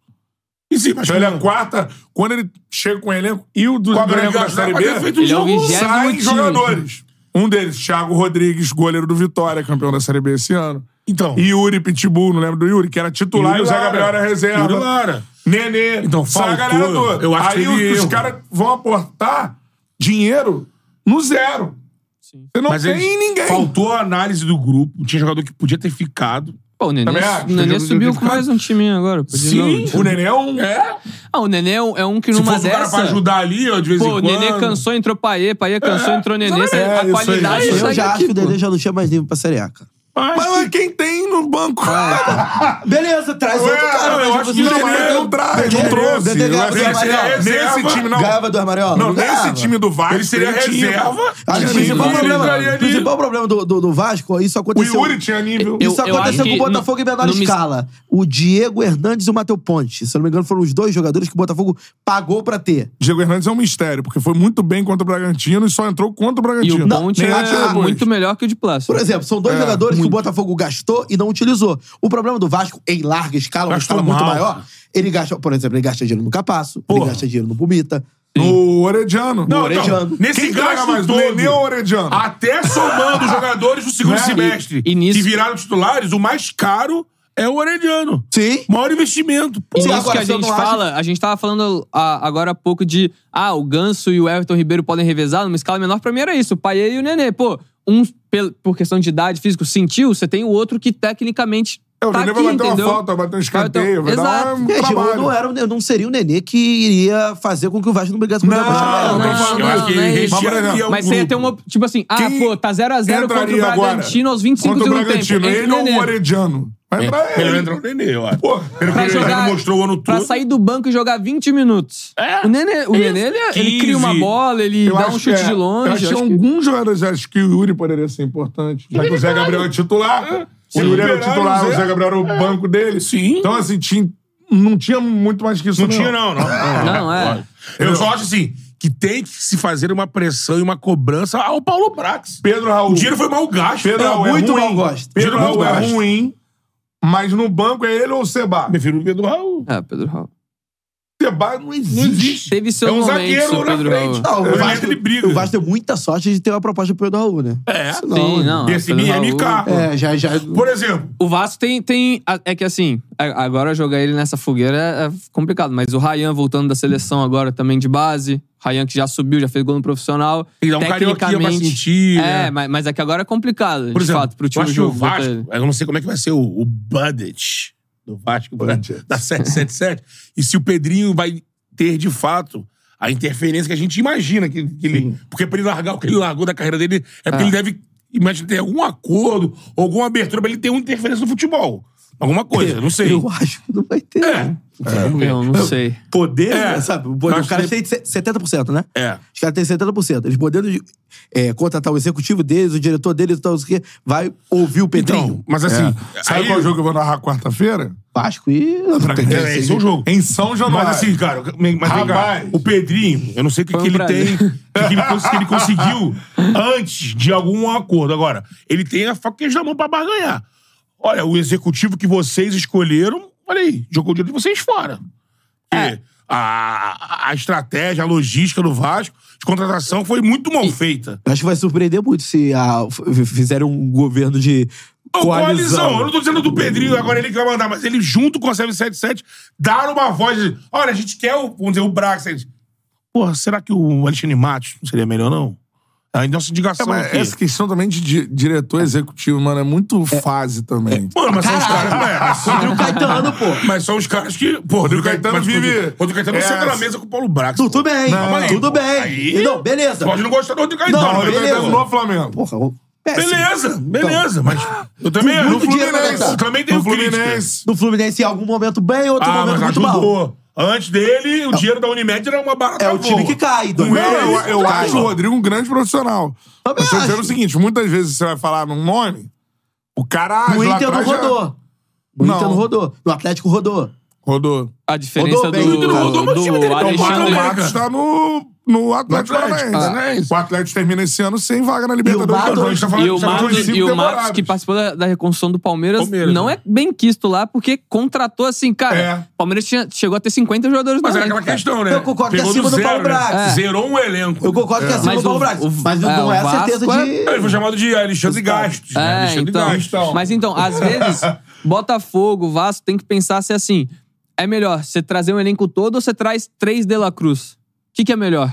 S2: E sim, mas
S1: Então ele é quarta, quando ele chega com o elenco e o do,
S2: Com a
S1: do
S2: grande
S1: elenco da
S2: gasta-
S1: Série
S2: pra ter feito
S1: B,
S2: um Ele é o jogo.
S4: vigésimo
S1: saem
S4: time.
S1: jogadores. Um deles, Thiago Rodrigues, goleiro do Vitória, campeão da Série B esse ano.
S2: Então.
S1: E Yuri Pitbull, não lembro do Yuri, que era titular
S2: Yuri
S1: e o Zé
S2: Lara.
S1: Gabriel era reserva.
S2: Yuri Lara.
S1: Nenê.
S2: Então,
S1: Sai a
S2: faltou.
S1: galera toda.
S2: Eu acho que
S1: Aí
S2: teve
S1: os,
S2: erro.
S1: os caras vão aportar dinheiro no zero. Você não
S2: Mas
S1: tem
S2: eles-
S1: ninguém.
S2: Faltou a análise do grupo. Tinha jogador que podia ter ficado.
S4: Pô, o Nenê,
S1: Também acho,
S4: o Nenê
S1: podia-
S4: subiu
S1: podia
S4: com mais um timinho agora. podia não.
S1: O Nenê é um...
S4: Ah, o Nenê é um, é um que
S2: Se
S4: numa
S2: fosse o cara
S4: dessa...
S2: pra ajudar ali, ó, de vez em
S4: Pô, o
S2: quando.
S4: Nenê cansou, entrou Paê, Paê cansou, entrou Nenê.
S1: É,
S4: a
S1: isso aí. é
S4: qualidade
S1: Eu
S3: Eu
S4: segue
S3: já acho
S4: aqui,
S3: que o
S4: pô.
S3: Nenê já não tinha mais nível pra Série A, cara. Ah,
S1: Mas,
S2: Mas,
S1: quem tem no banco?
S3: [LAUGHS] Beleza, traz
S1: Ah, tá. Ué,
S3: outro cara.
S1: eu
S3: mas
S1: acho
S3: você
S1: que
S3: não
S1: não, é
S3: vai
S1: mas
S3: ter
S1: não
S3: um-
S1: traz,
S3: Dedê-
S1: não trouxe.
S3: Dedê ganhava
S1: Mas
S3: do
S1: ele seria
S3: Amarelo.
S1: reserva.
S2: Nesse time,
S1: não.
S3: Ganhava do Amarelo?
S1: Não,
S3: ganhava.
S1: nesse time do Vasco...
S2: Ele seria
S1: ele tinha-
S2: reserva.
S3: Acho que
S1: Tinha
S3: o principal
S1: nível,
S3: problema,
S1: ele entraria
S3: o
S1: ali.
S3: principal problema do, do, do Vasco, isso
S1: é O
S3: aconteceu.
S1: Yuri tinha nível.
S4: Eu-
S3: Isso
S4: acho
S3: aconteceu com
S4: que
S3: o Botafogo
S4: não-
S3: em menor
S4: não me-
S3: escala. O Diego Hernandes e o Matheus Ponte. Se eu não me engano, foram os dois jogadores que o Botafogo pagou pra ter.
S1: Diego Hernandes é um mistério, porque foi muito bem contra o Bragantino e só entrou contra o
S4: E
S1: Bragantino.
S4: o Ponte
S1: Nem lá
S4: é
S1: depois.
S4: muito melhor que o de Plástico.
S3: Por exemplo, são
S1: É,
S3: dois jogadores que o Botafogo gastou e não utilizou. O problema do Vasco, em larga escala, uma
S2: Gastou
S3: escala muito
S2: mal.
S3: maior, ele gasta, por exemplo, ele gasta dinheiro no Capasso, ele gasta dinheiro no Bumita.
S1: No Orediano.
S2: Não,
S3: O Orediano.
S2: então, nesse
S1: Quem
S2: gasto
S1: entrega mais,
S2: todo,
S1: Nenê ou Orediano?
S4: Ah,
S2: até
S4: [LAUGHS]
S2: somando os jogadores do segundo
S1: Né?
S2: semestre
S4: É, E- e nisso-
S2: que viraram titulares, o mais caro é o Orediano.
S3: Sim.
S2: Maior investimento. Pô,
S4: E
S3: Sim,
S4: nisso
S3: agora,
S4: que a
S3: se eu
S4: gente
S3: não acho-
S4: fala, a gente tava falando ah, agora há pouco de ah, o Ganso e o Everton Ribeiro podem revezar numa escala menor. Pra mim era isso, o Paê e o Nenê. Pô, um pel- por questão de idade, físico, sentiu, você tem o outro que tecnicamente
S1: É, o
S4: tá
S1: Nenê
S4: aqui,
S1: vai bater
S4: entendeu?
S1: uma falta, vai bater um escanteio, vai
S4: Vai ter-
S1: dar
S4: Exato.
S1: um
S3: Gente, eu
S1: trabalho.
S3: não, era, eu não seria o Nenê que iria fazer com que o Vasco não brigasse com o
S1: Não,
S3: Campeonato Amarelo.
S1: não,
S2: eu
S1: não,
S2: acho
S4: não,
S2: que
S4: não é
S2: ele
S4: isso.
S2: rechearia o
S4: Mas você ia ter
S2: grupo.
S4: uma. Tipo assim, ah,
S1: um Quem
S4: pô, tá 0x0 contra o
S1: entraria agora?
S4: Bragantino aos 25
S1: Contra
S4: do
S1: o
S4: segundo tempo. É.
S1: Bragantino,
S4: Entra
S1: ele
S4: o
S1: ou o
S4: Nenê.
S1: Orediano? Vai entrar
S2: Melhor
S1: ele.
S2: entrar o Nenê, eu acho.
S1: Pô,
S2: Pelo que
S4: Pra,
S2: ele já
S4: jogar,
S2: não mostrou o ano
S4: pra
S2: todo.
S4: sair do banco e jogar 20 minutos.
S2: É.
S4: o Nenê, o
S2: Isso.
S4: Nenê ele, ele
S2: 15.
S4: cria uma bola, ele
S1: Eu
S4: dá
S1: acho
S4: um
S1: que
S4: chute
S1: é.
S4: de longe.
S1: Eu acho que
S4: acho que-
S1: alguns jogadores acho que o Yuri poderia ser importante. Já que o Zé Gabriel é titular. O Yuri era o
S2: Liberaram
S1: titular,
S2: o
S1: o
S2: Zé.
S1: Zé É. Gabriel era o banco dele.
S2: Sim.
S1: Então, assim, tinha- não tinha muito mais que isso.
S2: Não tinha, não. Não,
S4: Não, é.
S2: Lógico. Eu só acho assim, que tem que se fazer uma pressão e uma cobrança ao Paulo Brax.
S1: Pedro Raul.
S2: O dinheiro foi mal gasto.
S1: Pedro Raul é
S3: muito
S1: ruim.
S3: mal gosto.
S1: Pedro
S2: Dinheiro mal
S1: Raul é
S2: gasto.
S1: ruim, mas no banco é ele ou o Seba?
S2: Prefiro o Pedro Raul.
S4: É, Pedro Raul.
S1: Seba não existe.
S4: Teve seu
S2: É um
S4: momento,
S2: zagueiro na
S4: Pedro Raul.
S2: frente.
S3: Não,
S2: Ele
S3: o, Vasco,
S2: entra e briga.
S3: o Vasco deu muita sorte de ter uma proposta pro Pedro Raul, né?
S2: É.
S4: Sim, não.
S2: E esse
S4: Pedro
S2: MK.
S4: Ah, Raul-
S3: É, já, já.
S2: Por exemplo,
S4: O Vasco tem, tem. a- É que assim, a- agora jogar ele nessa fogueira é, é complicado. Mas o Rayan voltando da seleção agora também de base. Rayan que já subiu, já fez gol no profissional.
S2: Tem que dar um carioquinha pra sentir, né?
S4: É, mas, mas é que agora é complicado,
S2: por
S4: de
S2: exemplo,
S4: fato, pro
S2: eu
S4: time
S2: acho que o
S4: jogo. botar
S2: Vasco,
S4: ele.
S2: eu não sei como é que vai ser o, o budget do Vasco pra-
S1: Budget.
S2: da 777 e se o Pedrinho vai ter de fato a interferência que a gente imagina que, que ele, porque pra ele largar o que ele largou da carreira dele é porque ele deve imagina ter algum acordo, alguma abertura pra ele ter uma interferência no futebol, alguma coisa,
S1: é,
S2: eu não sei.
S3: Eu acho que não vai ter. né?
S2: É.
S4: Não, não sei.
S3: Poder,
S2: É.
S3: né, [LAUGHS] sabe? O poder,
S2: Acho
S3: os caras
S2: que-
S3: têm se- 70%, né?
S2: É.
S3: Os caras têm 70%. Eles podendo é, contratar o executivo deles, o diretor deles, e tal, não sei o quê, vai ouvir o Pedrinho.
S2: Então, mas assim,
S3: É.
S1: Sabe
S2: aí-
S1: qual jogo eu vou narrar quarta-feira?
S3: Vasco e.
S1: que
S2: É, esse é o jogo.
S1: Em São Januário.
S2: Mas assim, cara, me- mas vem cá,
S1: Rapaz.
S2: o Pedrinho, eu não sei o que,
S4: Foi um
S2: que ele
S4: prazer.
S2: tem, o que, que ele, cons- que ele conseguiu antes de algum acordo. Agora, ele tem a faca na mão pra barganhar. Olha, o executivo que vocês escolheram, olha aí, jogou o dinheiro de vocês fora.
S4: É.
S2: Porque a, a- a estratégia, a logística do Vasco de contratação foi muito mal feita.
S3: Eu acho que vai surpreender muito se a, f- fizerem um governo de.
S2: Não, coalizão. Eu
S3: Coalizão.
S2: não tô dizendo do Pedrinho, agora ele que vai mandar, mas ele junto com a 777 dar uma voz. de, Olha, a gente quer o, vamos dizer, o Brax. Aí diz, Porra, será que o Alexandre Matos não seria melhor, não? Aí nossa
S1: É,
S2: indicação
S1: mas
S2: aqui.
S1: essa questão também de di- diretor executivo, mano, é muito fase também.
S2: Mano, mas são os caras. é, mas são-
S3: Rodrigo Caetano, pô.
S2: Mas são os caras que. Pô,
S1: Rodrigo Caetano
S2: mas
S1: vive-
S2: Rodrigo- Rodrigo Caetano
S1: é,
S2: senta na mesa com o Paulo Brax.
S3: Tudo
S2: pô.
S3: bem,
S2: Calma aí,
S3: tudo
S2: pô.
S3: bem.
S2: Aí-
S3: Não, beleza.
S2: Pode não gostar do Rodrigo Caetano,
S3: Não,
S2: mas-
S1: Não, ele
S3: beleza.
S1: tá no Flamengo.
S3: Porra, o- péssimo.
S2: Beleza, beleza. Mas eu também é,
S3: muito
S2: no
S3: dinheiro pra
S2: Fluminense.
S3: gastar.
S2: Também tem
S1: No
S2: o
S1: Fluminense.
S3: No Fluminense, em algum momento bem, outro
S2: Ah,
S3: momento
S2: mas
S3: muito mal.
S2: ajudou. Antes dele, o dinheiro da Unimed era uma barata
S3: É o time
S2: voa.
S3: que cai. dois
S1: Não,
S3: mil e
S1: eu,
S3: oito,
S1: eu
S2: tá
S3: cai.
S1: acho o Rodrigo um grande profissional.
S3: Também
S1: Mas eu tô dizendo
S3: acho.
S1: o seguinte: muitas vezes você vai falar num nome, o cara.
S3: No
S1: lá
S3: Inter não
S1: atrás já-
S3: rodou. No
S1: Não.
S3: Inter não rodou. No Atlético rodou.
S1: Rodou. Então,
S4: A diferença
S3: Rodou bem,
S4: do,
S3: Inter não rodou,
S2: mas o time
S4: do, é
S2: dele tá
S1: O Marcos
S4: Alexandre...
S2: mal, né?
S1: Matos tá no, no Atlético
S2: No Atlético, tá, é
S1: Paranaense. O Atlético termina esse ano sem vaga na Libertadores.
S3: Matos-
S1: Então, a gente tá falando-
S4: E o,
S1: tá falando de
S4: Marcos,
S1: cinco
S4: e o
S1: temporadas.
S4: Matos, que participou da, da reconstrução do Palmeiras,
S2: Palmeiras,
S4: não
S2: né?
S4: é bem quisto lá, porque contratou assim, cara.
S1: É.
S4: O Palmeiras tinha, chegou a ter 50 jogadores
S2: Mas
S4: no
S2: era
S4: elenco,
S2: aquela
S4: cara.
S2: questão, né?
S3: Eu concordo que é
S2: Pegou do
S3: acima do
S2: zero,
S3: Paulo Brax.
S4: É.
S2: né? Zerou um elenco. Então,
S3: Eu concordo que é acima do
S4: Mas
S3: Paulo
S4: o-
S3: Brax.
S4: o-
S3: Mas
S4: é,
S3: não
S4: o
S3: é a
S4: Vasco
S3: certeza
S4: é-
S3: de.
S2: Ele foi chamado de Alexandre Gastos. né?
S4: É,
S2: Alexandre
S4: então,
S2: Gastos.
S4: Mas então,
S2: [LAUGHS]
S4: às vezes, Botafogo, Vasco, tem que pensar se assim, é melhor você trazer um elenco todo ou você traz três De La Cruz? O que, que é melhor?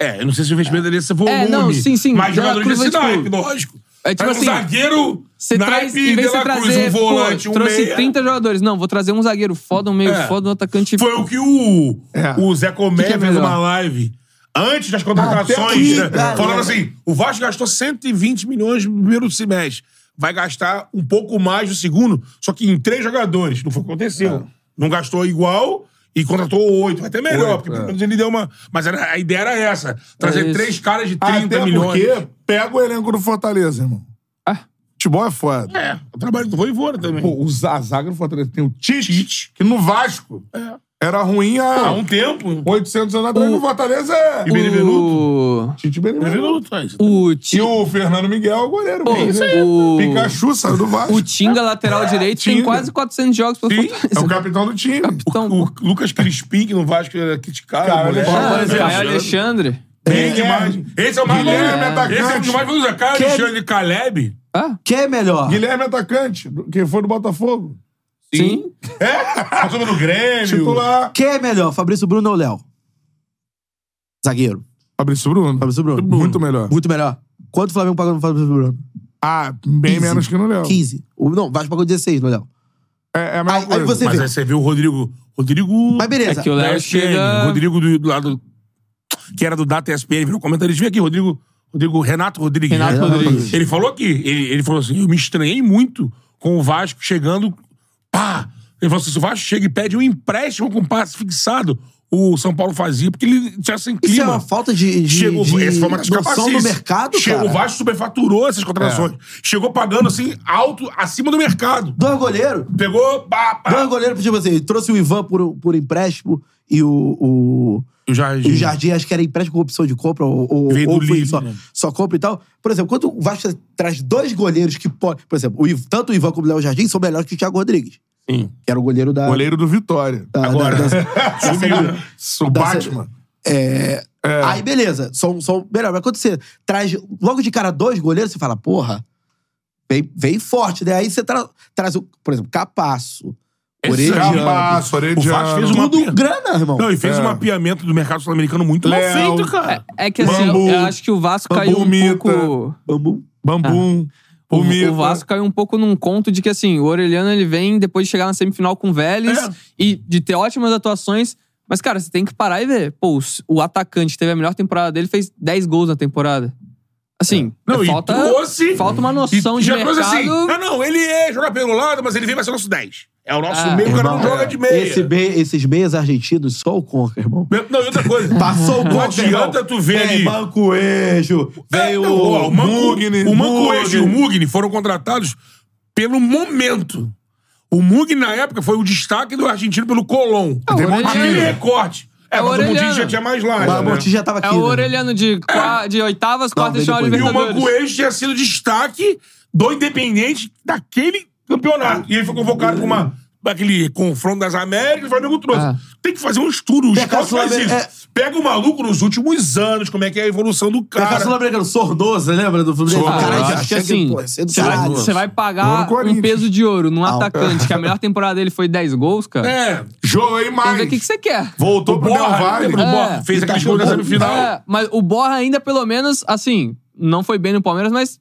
S2: É, eu não sei se o investimento dele é esse volume.
S4: É, não, sim, sim.
S2: Mas
S4: De La
S2: jogadores
S4: Cruz
S2: desse
S4: é tipo-
S2: naipe, lógico.
S4: É tipo
S2: Era um
S4: assim,
S2: zagueiro,
S4: Você
S2: naipe,
S4: traz, em
S2: De
S4: vez de
S2: La
S4: você
S2: Cruz,
S4: trazer,
S2: um volante,
S4: pô,
S2: um
S4: trouxe
S2: meia.
S4: 30 jogadores. Não, vou trazer um zagueiro foda, um meio
S2: É.
S4: foda, um atacante...
S2: Foi o que o,
S1: É.
S2: o Zé Comé
S4: Que que é
S2: fez
S4: melhor?
S2: uma live antes das contratações,
S3: aqui,
S2: né?
S3: cara.
S2: falando assim: o Vasco gastou 120 milhões no primeiro semestre. Vai gastar um pouco mais no segundo, só que em três jogadores. Não foi o que
S4: É.
S2: aconteceu. Não gastou igual e contratou oito. Vai até melhor,
S1: Oito,
S2: porque
S1: é.
S2: pelo menos ele deu uma. Mas era- a ideia era essa: trazer
S4: É isso.
S2: três caras de 30
S1: Ah, Até
S2: milhões.
S1: é porque pega o elenco do Fortaleza, irmão.
S4: Ah.
S1: Futebol é foda.
S2: É, o trabalho do Voivoda também.
S1: Pô, o Z- a zaga do Fortaleza tem o Tite,
S2: Tite.
S1: que no Vasco
S2: É.
S1: era ruim
S2: Há
S1: há
S2: um tempo.
S1: 800 anos atrás.
S4: O-
S1: No Fortaleza é...
S2: E Benevenuto.
S4: O...
S1: Tite Benevenuto.
S2: Benevenuto, é isso.
S4: O...
S1: E
S4: Ti-
S1: o Fernando Miguel é o goleiro.
S4: Pô,
S1: É isso aí.
S4: o...
S1: Pikachu saiu do Vasco.
S4: O Tinga, lateral direito, tem
S1: Tinga.
S4: quase 400 jogos Então, pelo
S2: Ah, Sim,
S4: Fortaleza.
S1: É o capitão do time.
S4: Capitão,
S2: o Lucas Crispim, que no Vasco era criticado.
S1: Cara,
S2: moleque.
S1: Alexandre.
S4: Ah,
S1: Paulo
S4: Caio
S1: Alexandre.
S4: Alexandre.
S2: Bem demais. Esse é o mais
S1: Guilherme,
S2: valor- Esse é um
S1: atacante.
S2: dos mais valores. Caio
S3: Quem?
S2: Alexandre Caleb.
S4: Ah,
S3: Quem é melhor?
S1: Guilherme atacante, que foi do Botafogo.
S4: sim.
S2: Passou no Grêmio.
S1: Titular.
S3: Quem é melhor? Fabrício Bruno ou Léo? Zagueiro.
S1: Fabrício Bruno.
S3: Fabrício Bruno. Uhum.
S1: Muito melhor.
S3: Muito melhor. Quanto o Flamengo pagou no Fabrício Bruno?
S1: Ah, bem
S3: 15.
S1: menos que no Léo.
S3: 15. O- Não, o Vasco pagou 16 no Léo.
S1: É, é a mesma
S3: Aí- aí
S1: coisa.
S3: você-
S2: Mas aí você viu o Rodrigo. Rodrigo.
S3: Mas beleza.
S4: É que o Léo
S2: da SPN,
S4: chega-
S2: Rodrigo do, do lado. Que era do Data SPN, virou comentarista. Vem aqui, Rodrigo. Rodrigo, Renato Rodrigues.
S4: Renato
S2: né?
S4: Rodrigues.
S2: Ele falou aqui, ele, ele falou assim: eu me estranhei muito com o Vasco chegando. Pá! Ele falou assim: se o Vasco chega e pede um empréstimo com passe fixado, o São Paulo fazia, porque ele tinha sem clima.
S3: Isso é uma falta de, de,
S2: Chegou,
S3: de
S2: essa foi uma das
S3: noção do
S2: capacícias.
S3: mercado,
S2: Chegou,
S3: cara. É.
S2: O Vasco superfaturou essas contratações. Chegou pagando, assim, alto, acima do mercado.
S3: Dois goleiros.
S2: Pegou, pá, pá.
S3: Dois goleiros, tipo assim, trouxe o Ivan por, por empréstimo e o- o,
S2: E o Jardim.
S3: E o Jardim, acho que era empréstimo com opção de compra, ou, ou,
S2: Veio do
S3: ou foi
S2: Lille,
S3: só,
S2: né?
S3: só compra e tal. Por exemplo, quando o Vasco traz dois goleiros que podem. Por exemplo, o Iv- tanto o Ivan como o Léo Jardim são melhores que o Thiago Rodrigues,
S2: Sim.
S3: que era o goleiro da.
S1: Goleiro do Vitória.
S3: da- da-
S1: [LAUGHS]
S2: Agora.
S3: da-
S2: Sumiu. né?
S1: O
S3: da-
S1: Batman.
S3: é, Aí, beleza, são, são melhor. Mas quando você traz logo de cara dois goleiros, você fala, porra, vem, vem forte, né? Aí você tra- traz, o, por exemplo, Capasso,
S2: Esse é
S3: Orelha.
S1: Capasso,
S2: O Vasco fez
S1: Orediano.
S2: uma
S3: Tá Tudo
S2: pia-
S3: grana, irmão.
S2: Não, e fez
S1: É.
S2: um mapeamento do mercado sul-americano muito mal
S1: Léo.
S2: feito, cara.
S4: É, é que assim,
S1: Bambu.
S4: eu acho que o Vasco
S1: Bambu
S4: caiu um
S1: Mita.
S4: pouco.
S3: Bambu.
S1: Bambum.
S4: O,
S1: O, Mita.
S4: o Vasco caiu um pouco num conto de que assim, o Aureliano ele vem depois de chegar na semifinal com o Vélez
S2: É.
S4: e de ter ótimas atuações. Mas, cara, você tem que parar e ver. Pô, os- o atacante teve a melhor temporada dele, fez 10 gols na temporada. Assim,
S2: Não,
S4: é
S2: e
S4: falta,
S2: trouxe-
S4: falta uma
S2: E
S4: noção de
S2: já
S4: mercado.
S2: trouxe assim. Ah, não, ele é joga pelo lado, mas ele vem pra ser nosso 10. É o nosso
S4: Ah,
S2: meio, o cara
S3: irmão, é.
S2: não joga de meia.
S3: Esse meia- esses meias argentinos, só o Conca, irmão.
S2: Não, e outra coisa.
S3: Passou o
S2: Não
S3: Conca,
S2: adianta
S3: irmão.
S2: tu ver
S3: Vem
S2: ali.
S3: Banco Ejo,
S2: É,
S3: é, veio
S2: não, ó,
S3: o
S2: o Manco,
S3: Mugni.
S2: o Manco Ejo e o
S3: Mugni.
S2: Mugni foram contratados pelo momento. O Mug, na época, foi o destaque do argentino pelo Colón.
S4: É
S3: Ah.
S4: o
S2: Aquele
S4: Orellana.
S2: recorte. É,
S4: É o
S2: mas o Mutinho
S4: Orellana.
S2: já tinha mais lá.
S3: Mas o Monti já tava aqui.
S4: É
S3: né?
S4: o orelhano de, qua- de oitavas, quartas de
S3: veio
S4: final de
S2: E
S3: depois.
S2: o
S4: Libertadores.
S2: Mancoejo tinha sido destaque do Independente daquele campeonato. E ele foi convocado com uma. Aquele confronto das Américas, o Flamengo trouxe.
S4: Ah.
S2: Tem que fazer um estudo, os
S3: Pega
S2: caras
S3: a
S2: fazem isso.
S4: é-
S3: Sul-Amer-
S2: Pega o maluco nos últimos anos, como é que é a evolução do
S3: Cara,
S2: cara.
S3: Sul-Americano, Sornosa, lembra do Fluminense?
S4: Ah,
S3: Caralho,
S4: eu
S3: já
S4: acho que
S3: chega,
S4: assim,
S3: pô, cedo
S4: você vai,
S3: caralho.
S4: você vai
S1: Jogou no
S4: pagar um
S1: Corinthians.
S4: peso de ouro num
S3: Ah, o-
S4: atacante, que a melhor temporada dele foi 10 gols, cara.
S2: É.
S1: Joei
S4: Tem que
S1: mais.
S4: ver o que que você quer.
S1: Voltou
S2: O
S1: pro Del
S2: Borra,
S1: Valle.
S2: lembra do
S4: É.
S2: Borra? Fez
S3: Ele tá
S2: aquele jogo da
S3: jogando.
S2: semifinal.
S4: É, mas o Borra ainda, pelo menos, assim, não foi bem no Palmeiras, mas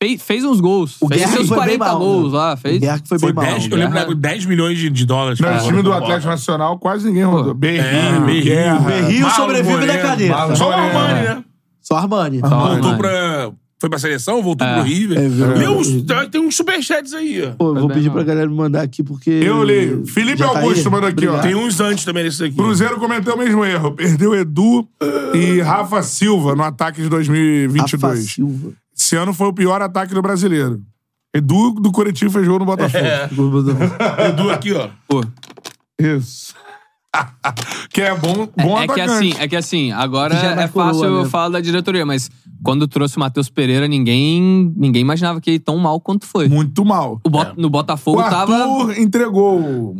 S4: fez, fez uns gols.
S3: O
S4: fez
S3: Guerra
S4: seus
S3: foi bem
S4: 40
S3: mal,
S4: gols
S3: né?
S4: lá, fez.
S3: O Guerra que foi,
S2: Foi
S3: bem mal.
S2: 10, eu
S4: né?
S2: lembro, na época, 10 milhões de, de dólares.
S1: Não,
S2: cara,
S1: o time do
S2: Borra.
S1: Atlético Nacional quase ninguém rodou. Berrinho,
S2: É,
S1: Guerra.
S3: Berrinho
S2: Marlon
S3: sobrevive
S2: Moreno.
S3: da caneta.
S1: Marlon
S2: Só o
S1: Moreno.
S2: Armani, né?
S3: Só Armani.
S2: Voltou
S1: É.
S4: Armani.
S2: pra... Foi pra seleção, voltou
S4: É.
S2: pro River.
S3: É verdade.
S2: Leu uns- tem uns superchats aí, ó.
S3: Pô, eu vou
S4: bem
S3: pedir
S4: mal.
S3: pra galera me mandar aqui, porque...
S1: Eu leio. Felipe
S3: Já tá aí?
S1: Augusto manda aqui, ó.
S2: Tem uns antes também nesse daqui.
S1: Cruzeiro cometeu o mesmo erro. Perdeu Edu e Rafa Silva no ataque de
S3: Rafa
S1: 2022.
S3: Silva.
S1: Esse ano foi o pior ataque do brasileiro. Edu do Curitiba fez gol no Botafogo.
S4: É.
S2: Edu aqui, ó.
S4: Pô,
S1: Isso. [LAUGHS] que é bom, bom
S4: é que
S1: atacante.
S4: assim, é que assim, agora
S3: Já vai
S4: é fácil
S3: coroa,
S4: eu
S3: né?
S4: falar da diretoria, mas quando trouxe o Matheus Pereira, ninguém, ninguém imaginava que ele tão mal quanto foi.
S1: Muito mal.
S4: é- O Bo- No Botafogo
S1: Hum, é. O
S4: tava
S1: Arthur entregou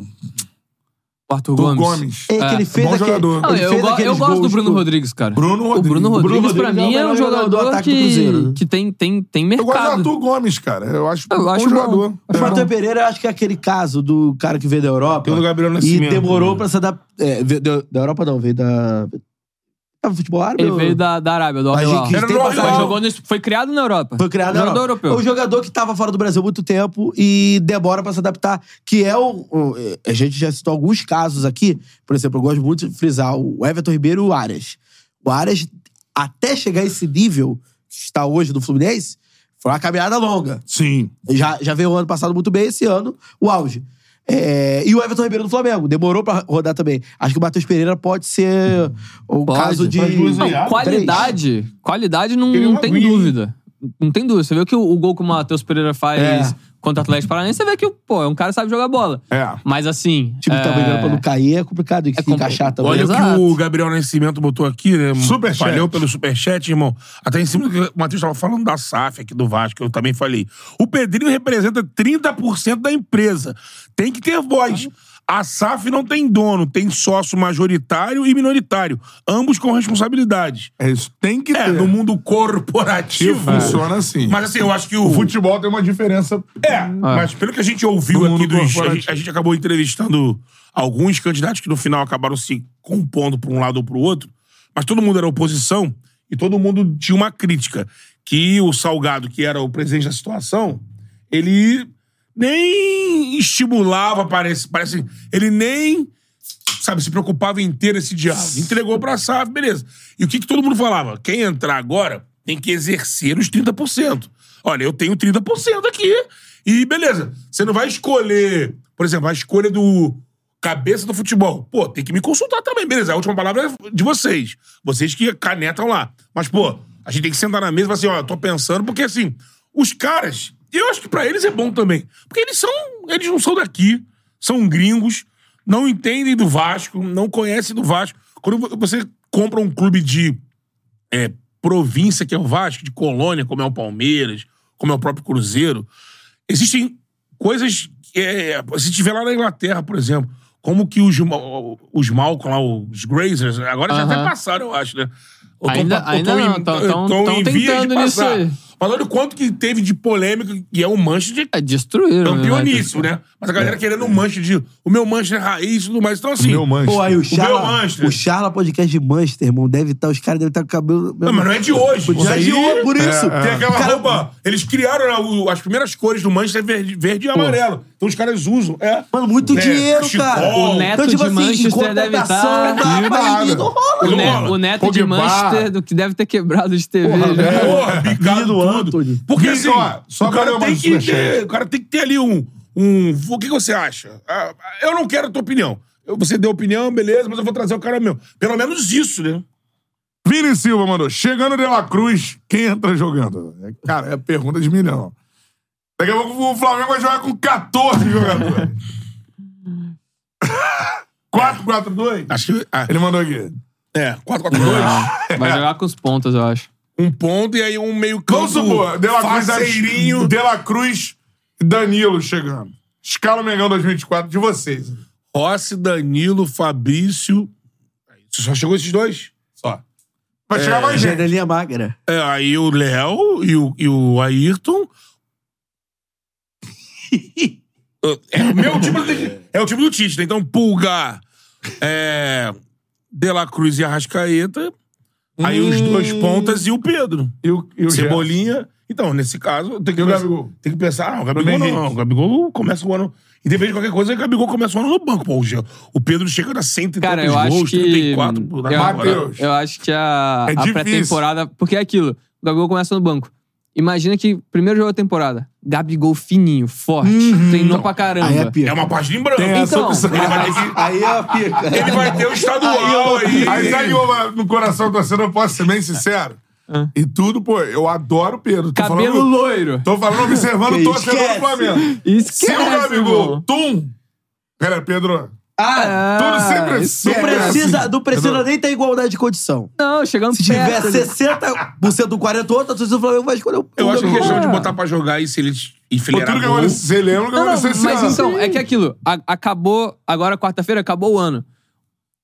S1: o
S4: Arthur
S1: o
S4: Gomes.
S1: Gomes.
S3: É que ele fez
S1: bom
S3: aquele...
S1: jogador.
S4: Não,
S3: ele
S4: eu
S3: fez
S4: go- eu
S3: aqueles
S4: gosto do
S3: gols tipo,
S4: Bruno
S3: do-
S4: Rodrigues, cara.
S1: Bruno
S4: o Bruno
S1: Rodrigues.
S4: Rodrigues, pra
S3: Rodrigues
S4: mim,
S3: é o
S4: é um
S3: melhor jogador
S4: jogador,
S3: do ataque do
S4: que,
S3: Cruzeiro, né?
S4: que tem, tem, tem
S1: Eu gosto do
S4: mercado.
S1: Arthur Gomes, cara. Eu acho
S4: Eu
S1: bom
S4: acho bom.
S1: jogador.
S3: O Matheus Pereira, eu acho que é aquele caso do cara que veio da Europa
S2: Tem
S1: um
S2: o do Gabriel
S3: e
S1: assim,
S2: Nascimento.
S3: demorou pra se adaptar. É, veio da da Europa não, veio da. Tava no futebol árabe?
S4: Ele
S3: ou-
S4: veio da, da Arábia, do Al
S3: Mas
S4: Hilal.
S3: que
S2: Era
S3: tem
S2: do Al
S4: Mas
S3: passagem-
S4: ele
S2: Hilal.
S4: jogou no- foi criado na Europa.
S3: é Foi criado na
S4: Jogador
S3: Europa.
S4: europeu.
S3: É um jogador que tava fora do Brasil há muito tempo e demora pra se adaptar, que é o, o- A gente já citou alguns casos aqui. Por exemplo, eu gosto muito de frisar o Everton Ribeiro e o Arias. O Arias, até chegar a esse nível que está hoje no Fluminense, foi uma caminhada longa.
S1: Sim.
S3: Já, já veio o ano passado muito bem, esse ano, o auge. É, e o Everton Ribeiro do Flamengo. Demorou pra rodar também. Acho que o Matheus Pereira pode ser o
S4: Pode.
S3: caso de.
S1: Faz duas aí,
S3: Não,
S1: abre.
S4: Qualidade, qualidade não,
S3: é
S1: Queria
S3: um
S4: não
S1: uma
S4: tem
S1: aguinha, hein?
S4: dúvida. Não tem dúvida. Você vê que o, o gol que o Matheus Pereira faz
S3: É.
S4: contra o Atlético Paranaense, você vê que, pô, é um cara que sabe jogar bola.
S1: É.
S4: Mas assim.
S3: O time que tá
S4: é,
S3: brigando pra não cair é complicado de
S4: É compli-
S3: encaixar também.
S2: Olha o
S4: Exato.
S2: que o Gabriel Nascimento botou aqui, né?
S1: Superchat.
S2: Valeu pelo superchat, irmão. Até em cima do que o Matheus estava falando da SAF aqui do Vasco, eu também falei. O Pedrinho representa 30% da empresa. Tem que ter voz. A SAF não tem dono, tem sócio majoritário e minoritário, ambos com responsabilidade.
S1: É isso. Tem que
S2: É,
S1: ter.
S2: no mundo
S1: Que
S2: corporativo.
S1: funciona assim.
S2: Mas assim, eu acho que
S1: O futebol tem uma diferença. Hum. Ah.
S2: É, mas pelo que a gente ouviu
S1: Do mundo
S2: aqui, dos, a,
S1: corporativo.
S2: gente, a gente acabou entrevistando alguns candidatos que no final acabaram se compondo para um lado ou para o outro, mas todo mundo era oposição e todo mundo tinha uma crítica. Que o Salgado, que era o presidente da situação, ele nem estimulava, parece. parece ele nem sabe, se preocupava em ter esse diálogo. Entregou pra SAF, beleza. E o que, que todo mundo falava? Quem entrar agora tem que exercer os 30%. Olha, eu tenho 30% aqui. E beleza, você não vai escolher, por exemplo, a escolha do cabeça do futebol. Pô, tem que me consultar também, beleza. A última palavra é de vocês. Vocês que canetam lá. Mas, pô, a gente tem que sentar na mesa e falar assim, ó, eu tô pensando, porque assim, os caras, eu acho que pra eles é bom também. Porque eles são, eles não são daqui, são gringos, não entendem do Vasco, não conhecem do Vasco. Quando vo- você compra um clube de é, província, que é o Vasco, de colônia, como é o Palmeiras, como é o próprio Cruzeiro, existem coisas. que, é, se tiver lá na Inglaterra, por exemplo, como que os, Ma- os Malcolm lá, os Grazers, agora já até
S4: Aham.
S2: passaram, eu acho, né? Ou tão
S4: Ainda-
S2: pa- ou
S4: ainda
S2: tão em- eh,
S4: não, tão- tão-
S2: tão em
S4: tão
S2: vias de
S4: tentando nisso
S2: passar.
S4: aí.
S2: Mas olha o quanto que teve de polêmica, e é um manche de
S4: É, destruíram. né,
S2: campeoníssimo, um né? Mas a galera querendo um manche de. O meu manche é raiz e tudo mais. Então, assim.
S1: Meu manche.
S3: Pô, aí o
S2: meu
S3: Charla,
S2: Manchester.
S3: o Charla Podcast de Manchester, irmão, deve estar, os caras devem estar com o cabelo...
S2: Não, mas não é de hoje.
S3: Não é de hoje, por isso.
S2: Tem aquela
S3: Cara,
S2: roupa. Eles criaram né, o- as primeiras cores do Manchester verde, verde e amarelo. Então os caras usam. É.
S3: Mano, muito
S2: É,
S3: dinheiro,
S2: futebol.
S3: cara. Então, tipo assim,
S2: O
S4: Neto de Manchester deve
S3: Tá,
S4: estar
S1: milionário.
S3: não rola.
S4: O,
S2: Não
S4: ne-
S2: rola.
S4: o neto de
S1: Pogba.
S4: Manchester, do que deve ter quebrado de né? TV. já.
S2: Porra, picado tudo.
S3: Menino Anthony.
S2: Porque assim,
S1: Menino, ó, só
S2: o, cara
S1: pra
S2: tem
S1: ler
S2: que
S1: mais
S2: ter,
S1: superchat.
S2: o cara tem que ter ali um... um o que que você acha? Ah, eu não quero a tua opinião. Eu- Você deu opinião, beleza, mas eu vou trazer o cara meu. Pelo menos isso, né?
S1: Vini Silva mandou. Chegando de La Cruz, quem entra jogando? É, Cara, é pergunta de milhão. Daqui a pouco o Flamengo vai jogar com 14
S2: [LAUGHS]
S1: jogadores. 4-4-2?
S2: Acho que. ah,
S1: Ele mandou aqui. Então,
S2: é, 4-4-2.
S4: Vai jogar com os pontas, eu acho.
S2: um ponto e aí um meio campo.
S1: Vamos supor, De La Cruz, tá
S2: faceirinho.
S1: De La Cruz e Danilo chegando. Escala o Mengão 2024 de vocês.
S2: Rossi, Danilo, Fabrício. É Só chegou esses dois?
S1: Só. Vai
S3: é.
S1: chegar mais gente.
S3: Janelinha magra.
S2: É, aí o Léo e o, e o Ayrton. [LAUGHS] É o meu time do, é o time do Tite, né? Então, Pulgar, é, De La Cruz e Arrascaeta. Aí os dois pontas e Hum. o Pedro.
S1: E o, e o
S2: Cebolinha. Então, nesse caso, tem que,
S1: E o
S2: pensar-
S1: Gabigol?
S2: tem que pensar, ah, o Gabigol
S1: Bruno
S2: não,
S1: Henrique.
S2: o Gabigol começa o ano, independente de qualquer coisa, o Gabigol começa o ano no banco, pô, o Gê- o Pedro chega a 100 e
S4: Cara,
S2: tantos
S4: eu acho
S2: gols,
S4: que.
S2: 34, pô, na
S4: eu,
S2: temporada.
S1: Mateus.
S4: eu acho que a,
S1: É
S4: a
S1: difícil.
S4: pré-temporada. Porque é aquilo. O Gabigol começa no banco. Imagina que primeiro jogo da temporada. Gabigol fininho, forte.
S1: Uhum.
S4: treinou pra caramba.
S3: Aí é pica.
S2: É uma página em branco.
S1: Tem essa
S4: Então,
S1: opção.
S4: mas-
S2: Vai ter-
S3: Aí é a
S2: [LAUGHS]
S3: pica.
S2: Ele vai ter o estadual aí.
S1: Gé. [LAUGHS] Aí sabe uma, no coração do torcedor, eu posso ser bem sincero? E tudo, pô, eu adoro o Pedro. Tô
S4: Cabelo
S1: falando,
S4: loiro.
S1: Tô falando, observando o
S3: Que
S1: torcedor do
S3: esquece.
S1: Flamengo. Se
S4: Esquece,
S1: o Gabigol,
S4: irmão.
S1: tum! Pera, Pedro,
S3: Ah,
S1: tudo
S4: Ah,
S1: sempre
S3: não
S1: sempre é
S3: precisa,
S1: assim.
S3: não precisa nem ter igualdade de condição.
S4: Não, chegando
S3: Se tiver
S4: perto. ali.
S3: 60% do 40 outro, a torcida do Flamengo vai escolher o
S2: Eu acho que é questão de
S4: Ah.
S2: botar pra jogar e se ele
S1: Pô,
S2: enfileirar
S1: tudo que
S2: gol.
S1: agora você lembra, que
S4: Não, não,
S1: agora
S4: mas
S1: você se lembra.
S4: então, é que é aquilo. a- acabou, agora quarta-feira, acabou o ano.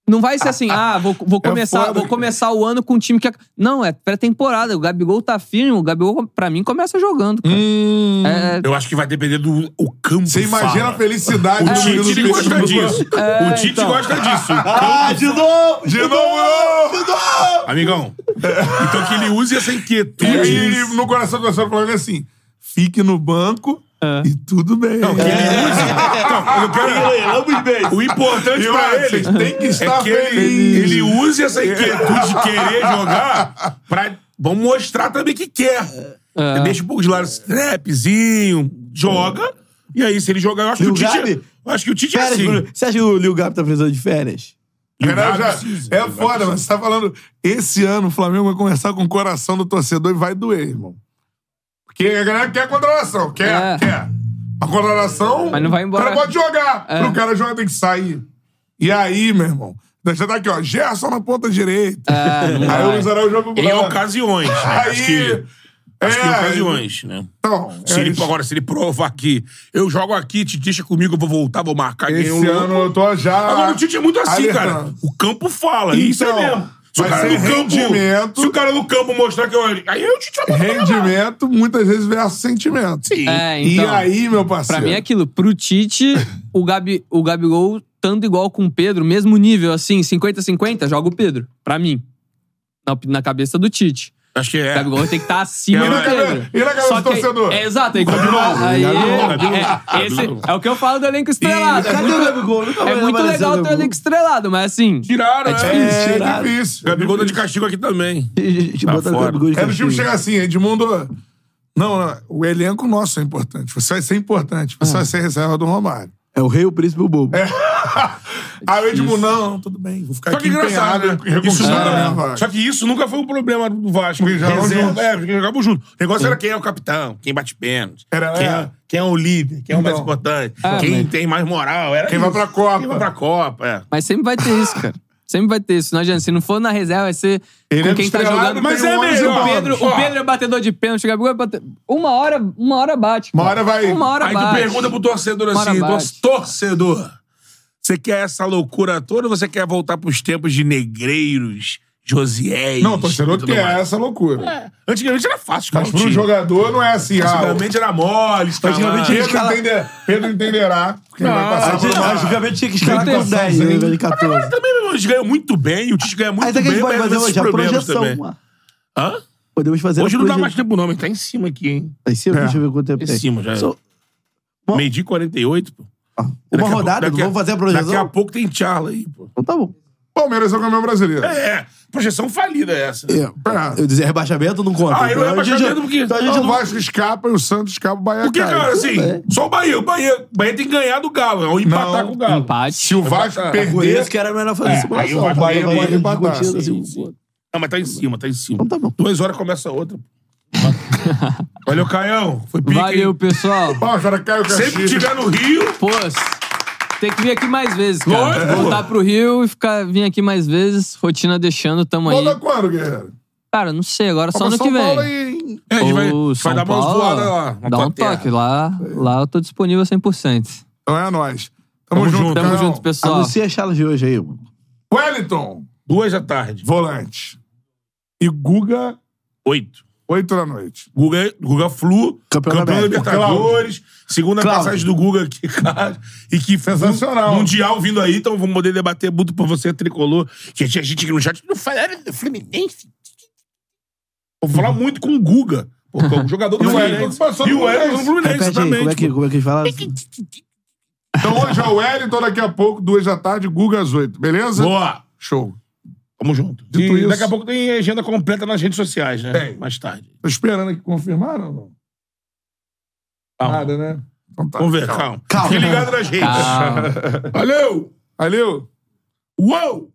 S4: Não vai ser assim, ah, vou, vou começar,
S1: é foda,
S4: vou
S1: cara.
S4: começar o ano com um time que. ac- Não, é pré-temporada. O Gabigol tá firme, o Gabigol, pra mim, começa jogando. cara. É,
S2: Eu acho que vai depender do o campo.
S1: Hum, Você imagina
S2: fala.
S1: a felicidade
S2: O
S1: do menino
S2: Tite
S1: do
S2: gosta
S1: Pedro.
S2: disso.
S4: É,
S2: o Tite
S4: então.
S2: gosta disso. O
S3: Ah,
S2: campo-
S3: de novo!
S1: De novo!
S2: Amigão. Então que ele use essa
S1: E,
S2: inquietude.
S1: e no coração do torcedor do Flamengo é assim: fique no banco
S4: É.
S1: e tudo bem. É.
S2: Não, que ele é
S3: É,
S2: use. Então, eu quero.
S3: Vamos bem.
S2: O importante
S1: Eu
S2: pra
S1: acho
S2: ele
S1: que tem que estar
S2: é que ele,
S1: Tá feliz.
S2: ele use essa inquietude de querer jogar pra. Vamos mostrar também que quer.
S4: É.
S2: Deixa um pouco de lado esse trapzinho, joga. E aí, se ele jogar, eu acho que
S3: Lil
S2: o Tite.
S3: Gabi?
S2: eu acho que o Tite é
S3: Férias,
S2: assim.
S3: Bruno. Você acha que o Lil Gabi tá precisando de férias?
S1: Cara, já-
S2: precisa,
S1: é
S2: Gabigol
S1: foda,
S2: precisa.
S1: mas você tá falando. Esse ano o Flamengo vai começar com o coração do torcedor e vai doer, irmão. Porque a galera quer contratação, quer,
S4: É.
S1: quer. A contratação.
S4: Mas não vai embora.
S1: O cara pode jogar.
S4: É.
S1: Pro cara jogar tem que sair. E aí, meu irmão? Já tá aqui, ó. Gerson na ponta direita.
S4: É, não
S1: aí
S4: vai.
S1: o Israel joga o
S2: Em é ocasiões, né? Acho que,
S1: Aí.
S2: acho que em
S1: é,
S2: ocasiões, né?
S1: Então,
S2: Se
S1: é
S2: ele,
S1: isso.
S2: agora, se ele provar que eu jogo aqui, te deixa comigo, eu vou voltar, vou marcar. ganhei um
S1: Esse
S2: louco.
S1: ano eu tô já.
S2: Agora o Tite é muito assim, cara.
S1: alertando.
S2: O campo fala, isso é
S1: Então,
S2: mesmo. Se o
S1: vai
S2: cara
S1: ser
S2: no campo.
S1: rendimento.
S2: Se o cara no campo mostrar que eu. Aí o Tite vai botar pra jogar.
S1: Rendimento, muitas vezes, versus sentimento.
S2: Sim.
S4: É,
S1: E
S4: então.
S1: aí, meu parceiro?
S4: Pra mim é aquilo. Pro Tite, o, Gabi, o Gabigol, tanto igual com o Pedro, mesmo nível, assim, 50-50, joga o Pedro. Pra mim. Na, op- na cabeça do Tite.
S2: Acho que é.
S4: O Gabigol tem que estar acima
S2: E na
S4: do
S1: cabeça-
S4: Pedro.
S1: e na cabeça
S4: Só
S1: do
S4: que-
S1: torcedor?
S4: É, exato. Aí, continua- aí,
S2: Gabigol,
S4: é, esse é o que eu falo do elenco estrelado. é
S3: Cadê
S4: muito,
S3: o Gabigol? Nunca
S4: é
S3: mais
S4: muito
S3: apareceu o
S4: legal ter o
S3: Gabigol.
S4: elenco estrelado, mas assim...
S2: Tiraram,
S4: É
S2: é.
S4: difícil.
S1: É
S3: Tirado.
S1: difícil.
S2: O Gabigol tá de castigo aqui também. Tá
S3: Botar o
S2: fora.
S3: Gabigol de
S1: Era o time
S3: castigo.
S2: né?
S1: chegar assim, Edmundo. Não, não, o elenco nosso é importante. Você vai ser importante.
S4: Ah.
S1: Você vai ser reserva do Romário.
S3: É o rei, o príncipe e o bobo.
S2: É,
S1: Aí o Edmundo, não, tudo bem, vou ficar
S2: Só que
S1: aqui
S2: engraçado, né?
S1: empenhado em
S2: Isso,
S1: reconquistar a
S2: nunca-
S1: minha vaga.
S2: Só que isso nunca foi um problema do Vasco.
S1: Porque jogavam juntos.
S2: é, porque jogavam junto. O negócio era quem é o capitão, quem bate pênalti,
S1: Era-
S2: quem,
S1: é.
S2: é, quem é o líder, quem é o mais
S1: Então.
S2: importante,
S4: Ah,
S2: quem
S4: mas-
S2: tem mais moral. Era
S1: Quem vai
S2: isso.
S1: pra Copa.
S2: Quem vai pra Copa, é.
S4: Mas sempre vai ter isso, cara. Sempre vai ter isso. Não adianta. Se não for na reserva, vai ser
S1: Elenco
S4: com quem tá
S1: estrelado,
S4: jogando.
S1: mas
S2: Tem
S1: é
S2: um
S1: melhor.
S4: O
S2: onze
S4: Pedro,
S2: bônus.
S4: o Pedro é batedor de pênalti, o Gabigol é batedor. Uma hora, uma hora bate.
S1: Uma
S4: cara.
S1: hora vai-
S4: Uma hora
S2: Aí tu
S4: bate.
S2: pergunta pro torcedor
S4: Bora
S2: assim,
S4: bate.
S2: "Tor- torcedor, você quer essa loucura toda ou você quer voltar pros tempos de negreiros, Josiés?
S1: Não, o
S2: e
S1: torcedor
S2: tudo
S1: quer
S2: mais?"
S1: essa loucura.
S2: É, Antigamente era fácil, cara.
S1: Mas pro jogador não é assim, ah,
S2: Antigamente era mole,
S3: Antigamente
S2: escalante.
S3: tinha
S1: Pedro,
S3: escala-
S1: entender, Pedro entenderá, porque ele vai passar por uma...
S3: Antigamente tinha que escalar
S4: Tem
S3: com né? 10, ao invés de 14.
S2: Mas também, meu irmão, eles ganham muito bem, o Tite ganha muito
S3: Mas é que a
S2: bem,
S3: gente pode
S2: mas
S3: fazer
S2: esses
S3: hoje a
S2: problemas
S3: projeção.
S2: também.
S3: ó.
S2: Hã?
S3: Podemos fazer a
S2: Hoje não dá mais
S3: projeção.
S2: tempo não, mas tá em cima aqui, hein?
S3: Tá em cima?
S1: É.
S3: Deixa eu ver quanto tempo
S2: Em
S3: tem.
S2: cima já.
S3: Só- Bom.
S2: Meio dia e 48, pô.
S3: ó,
S2: Daqui
S3: Uma
S2: a pouco-
S3: rodada, não
S2: daqui a-
S3: vamos fazer a
S2: Daqui a
S3: projeção?
S2: pouco tem Charla aí, pô.
S3: Então tá bom.
S1: Palmeiras é o campeão brasileiro.
S2: É, projeção falida essa. né?
S3: É, Eu dizer rebaixamento não conta.
S2: Ah, eu
S3: Então a gente-
S2: rebaixamento porque- tá
S3: Então a gente
S1: O
S3: não
S1: Vasco escapa e o Santos escapa, o Bahia
S2: Porque,
S1: cai.
S2: cara, assim,
S3: bem.
S2: só o Bahia. O Bahia, o Bahia tem que ganhar do Galo, né? ou empatar
S1: Não.
S2: com o Galo.
S1: Se
S4: Empate.
S1: o Vasco
S2: Cara,
S3: Ah, Por
S1: perder,
S3: isso que era melhor
S1: É,
S3: fazer essa
S2: aí o
S3: projeção.
S2: Bahia pode
S1: empatar,
S3: discutindo
S1: sim,
S3: assim,
S2: Não, mas tá em cima, tá em cima.
S3: Então tá bom.
S4: [LAUGHS]
S2: Duas horas começa outra. Valeu, Caião. Foi pica,
S4: Valeu,
S2: hein?
S4: pessoal.
S1: Ó, agora caiu o
S2: Sempre que
S1: Caxias.
S2: tiver no Rio,
S4: Pô, tem que vir aqui mais vezes, cara.
S2: Lógico.
S4: Voltar pro Rio e ficar, vir aqui mais vezes. Rotina deixando, tamo aí.
S1: Volta quando, guerreiro?
S4: Cara, não sei, agora só
S1: Copa
S4: ano
S1: São
S4: que vem.
S1: Paulo aí, hein?
S2: é, a gente vai,
S4: Ou São
S2: vai dar umas
S4: Paulo,
S2: voadas lá. na
S4: Dá
S2: tua
S4: um
S2: terra.
S4: toque. Lá, lá eu tô disponível 100%.
S1: Então é nóis. Tamo,
S2: Tamo
S1: junto, então.
S2: junto,
S4: Tamo
S1: Caião.
S4: junto, pessoal.
S3: Anuncia a charla de hoje aí, mano.
S1: Wellington,
S2: Duas da tarde.
S1: volante. E Guga,
S2: Oito.
S1: 8 da noite.
S2: Guga, Guga Flu,
S3: Campeão
S2: campeão,
S3: da
S2: da
S3: América.
S2: Libertadores, segunda
S3: Cláudio.
S2: passagem do Guga aqui, [LAUGHS] cara. E que
S1: Sensacional.
S2: mu- Mundial vindo aí, então vamos poder debater muito pra você, tricolor. Que tinha gente aqui no chat não falaram do Fluminense. Eu Vou falar muito com o Guga. Porque o um jogador do
S1: E o
S2: Fluminense.
S1: Wellington passou
S2: E
S1: no
S2: o Wellington do Fluminense
S3: Repete aí,
S2: também.
S3: como é que,
S2: tipo.
S3: como é que fala?
S1: Então hoje é o Wellington, daqui a pouco, duas da tarde, Guga às 8, beleza?
S2: Boa!
S1: Show.
S2: Tamo junto.
S1: Dito
S2: E
S1: isso-
S2: daqui a pouco tem agenda completa nas redes sociais, né?
S1: Tem.
S2: Mais tarde.
S1: Tô esperando aqui confirmaram ou não?
S2: Calma.
S1: Nada, né? Então tá.
S2: Vamos ver, calma.
S3: Calma.
S4: Ah,
S2: Fique ligado nas redes.
S4: Calma.
S2: Valeu!
S1: Valeu!
S2: Uou!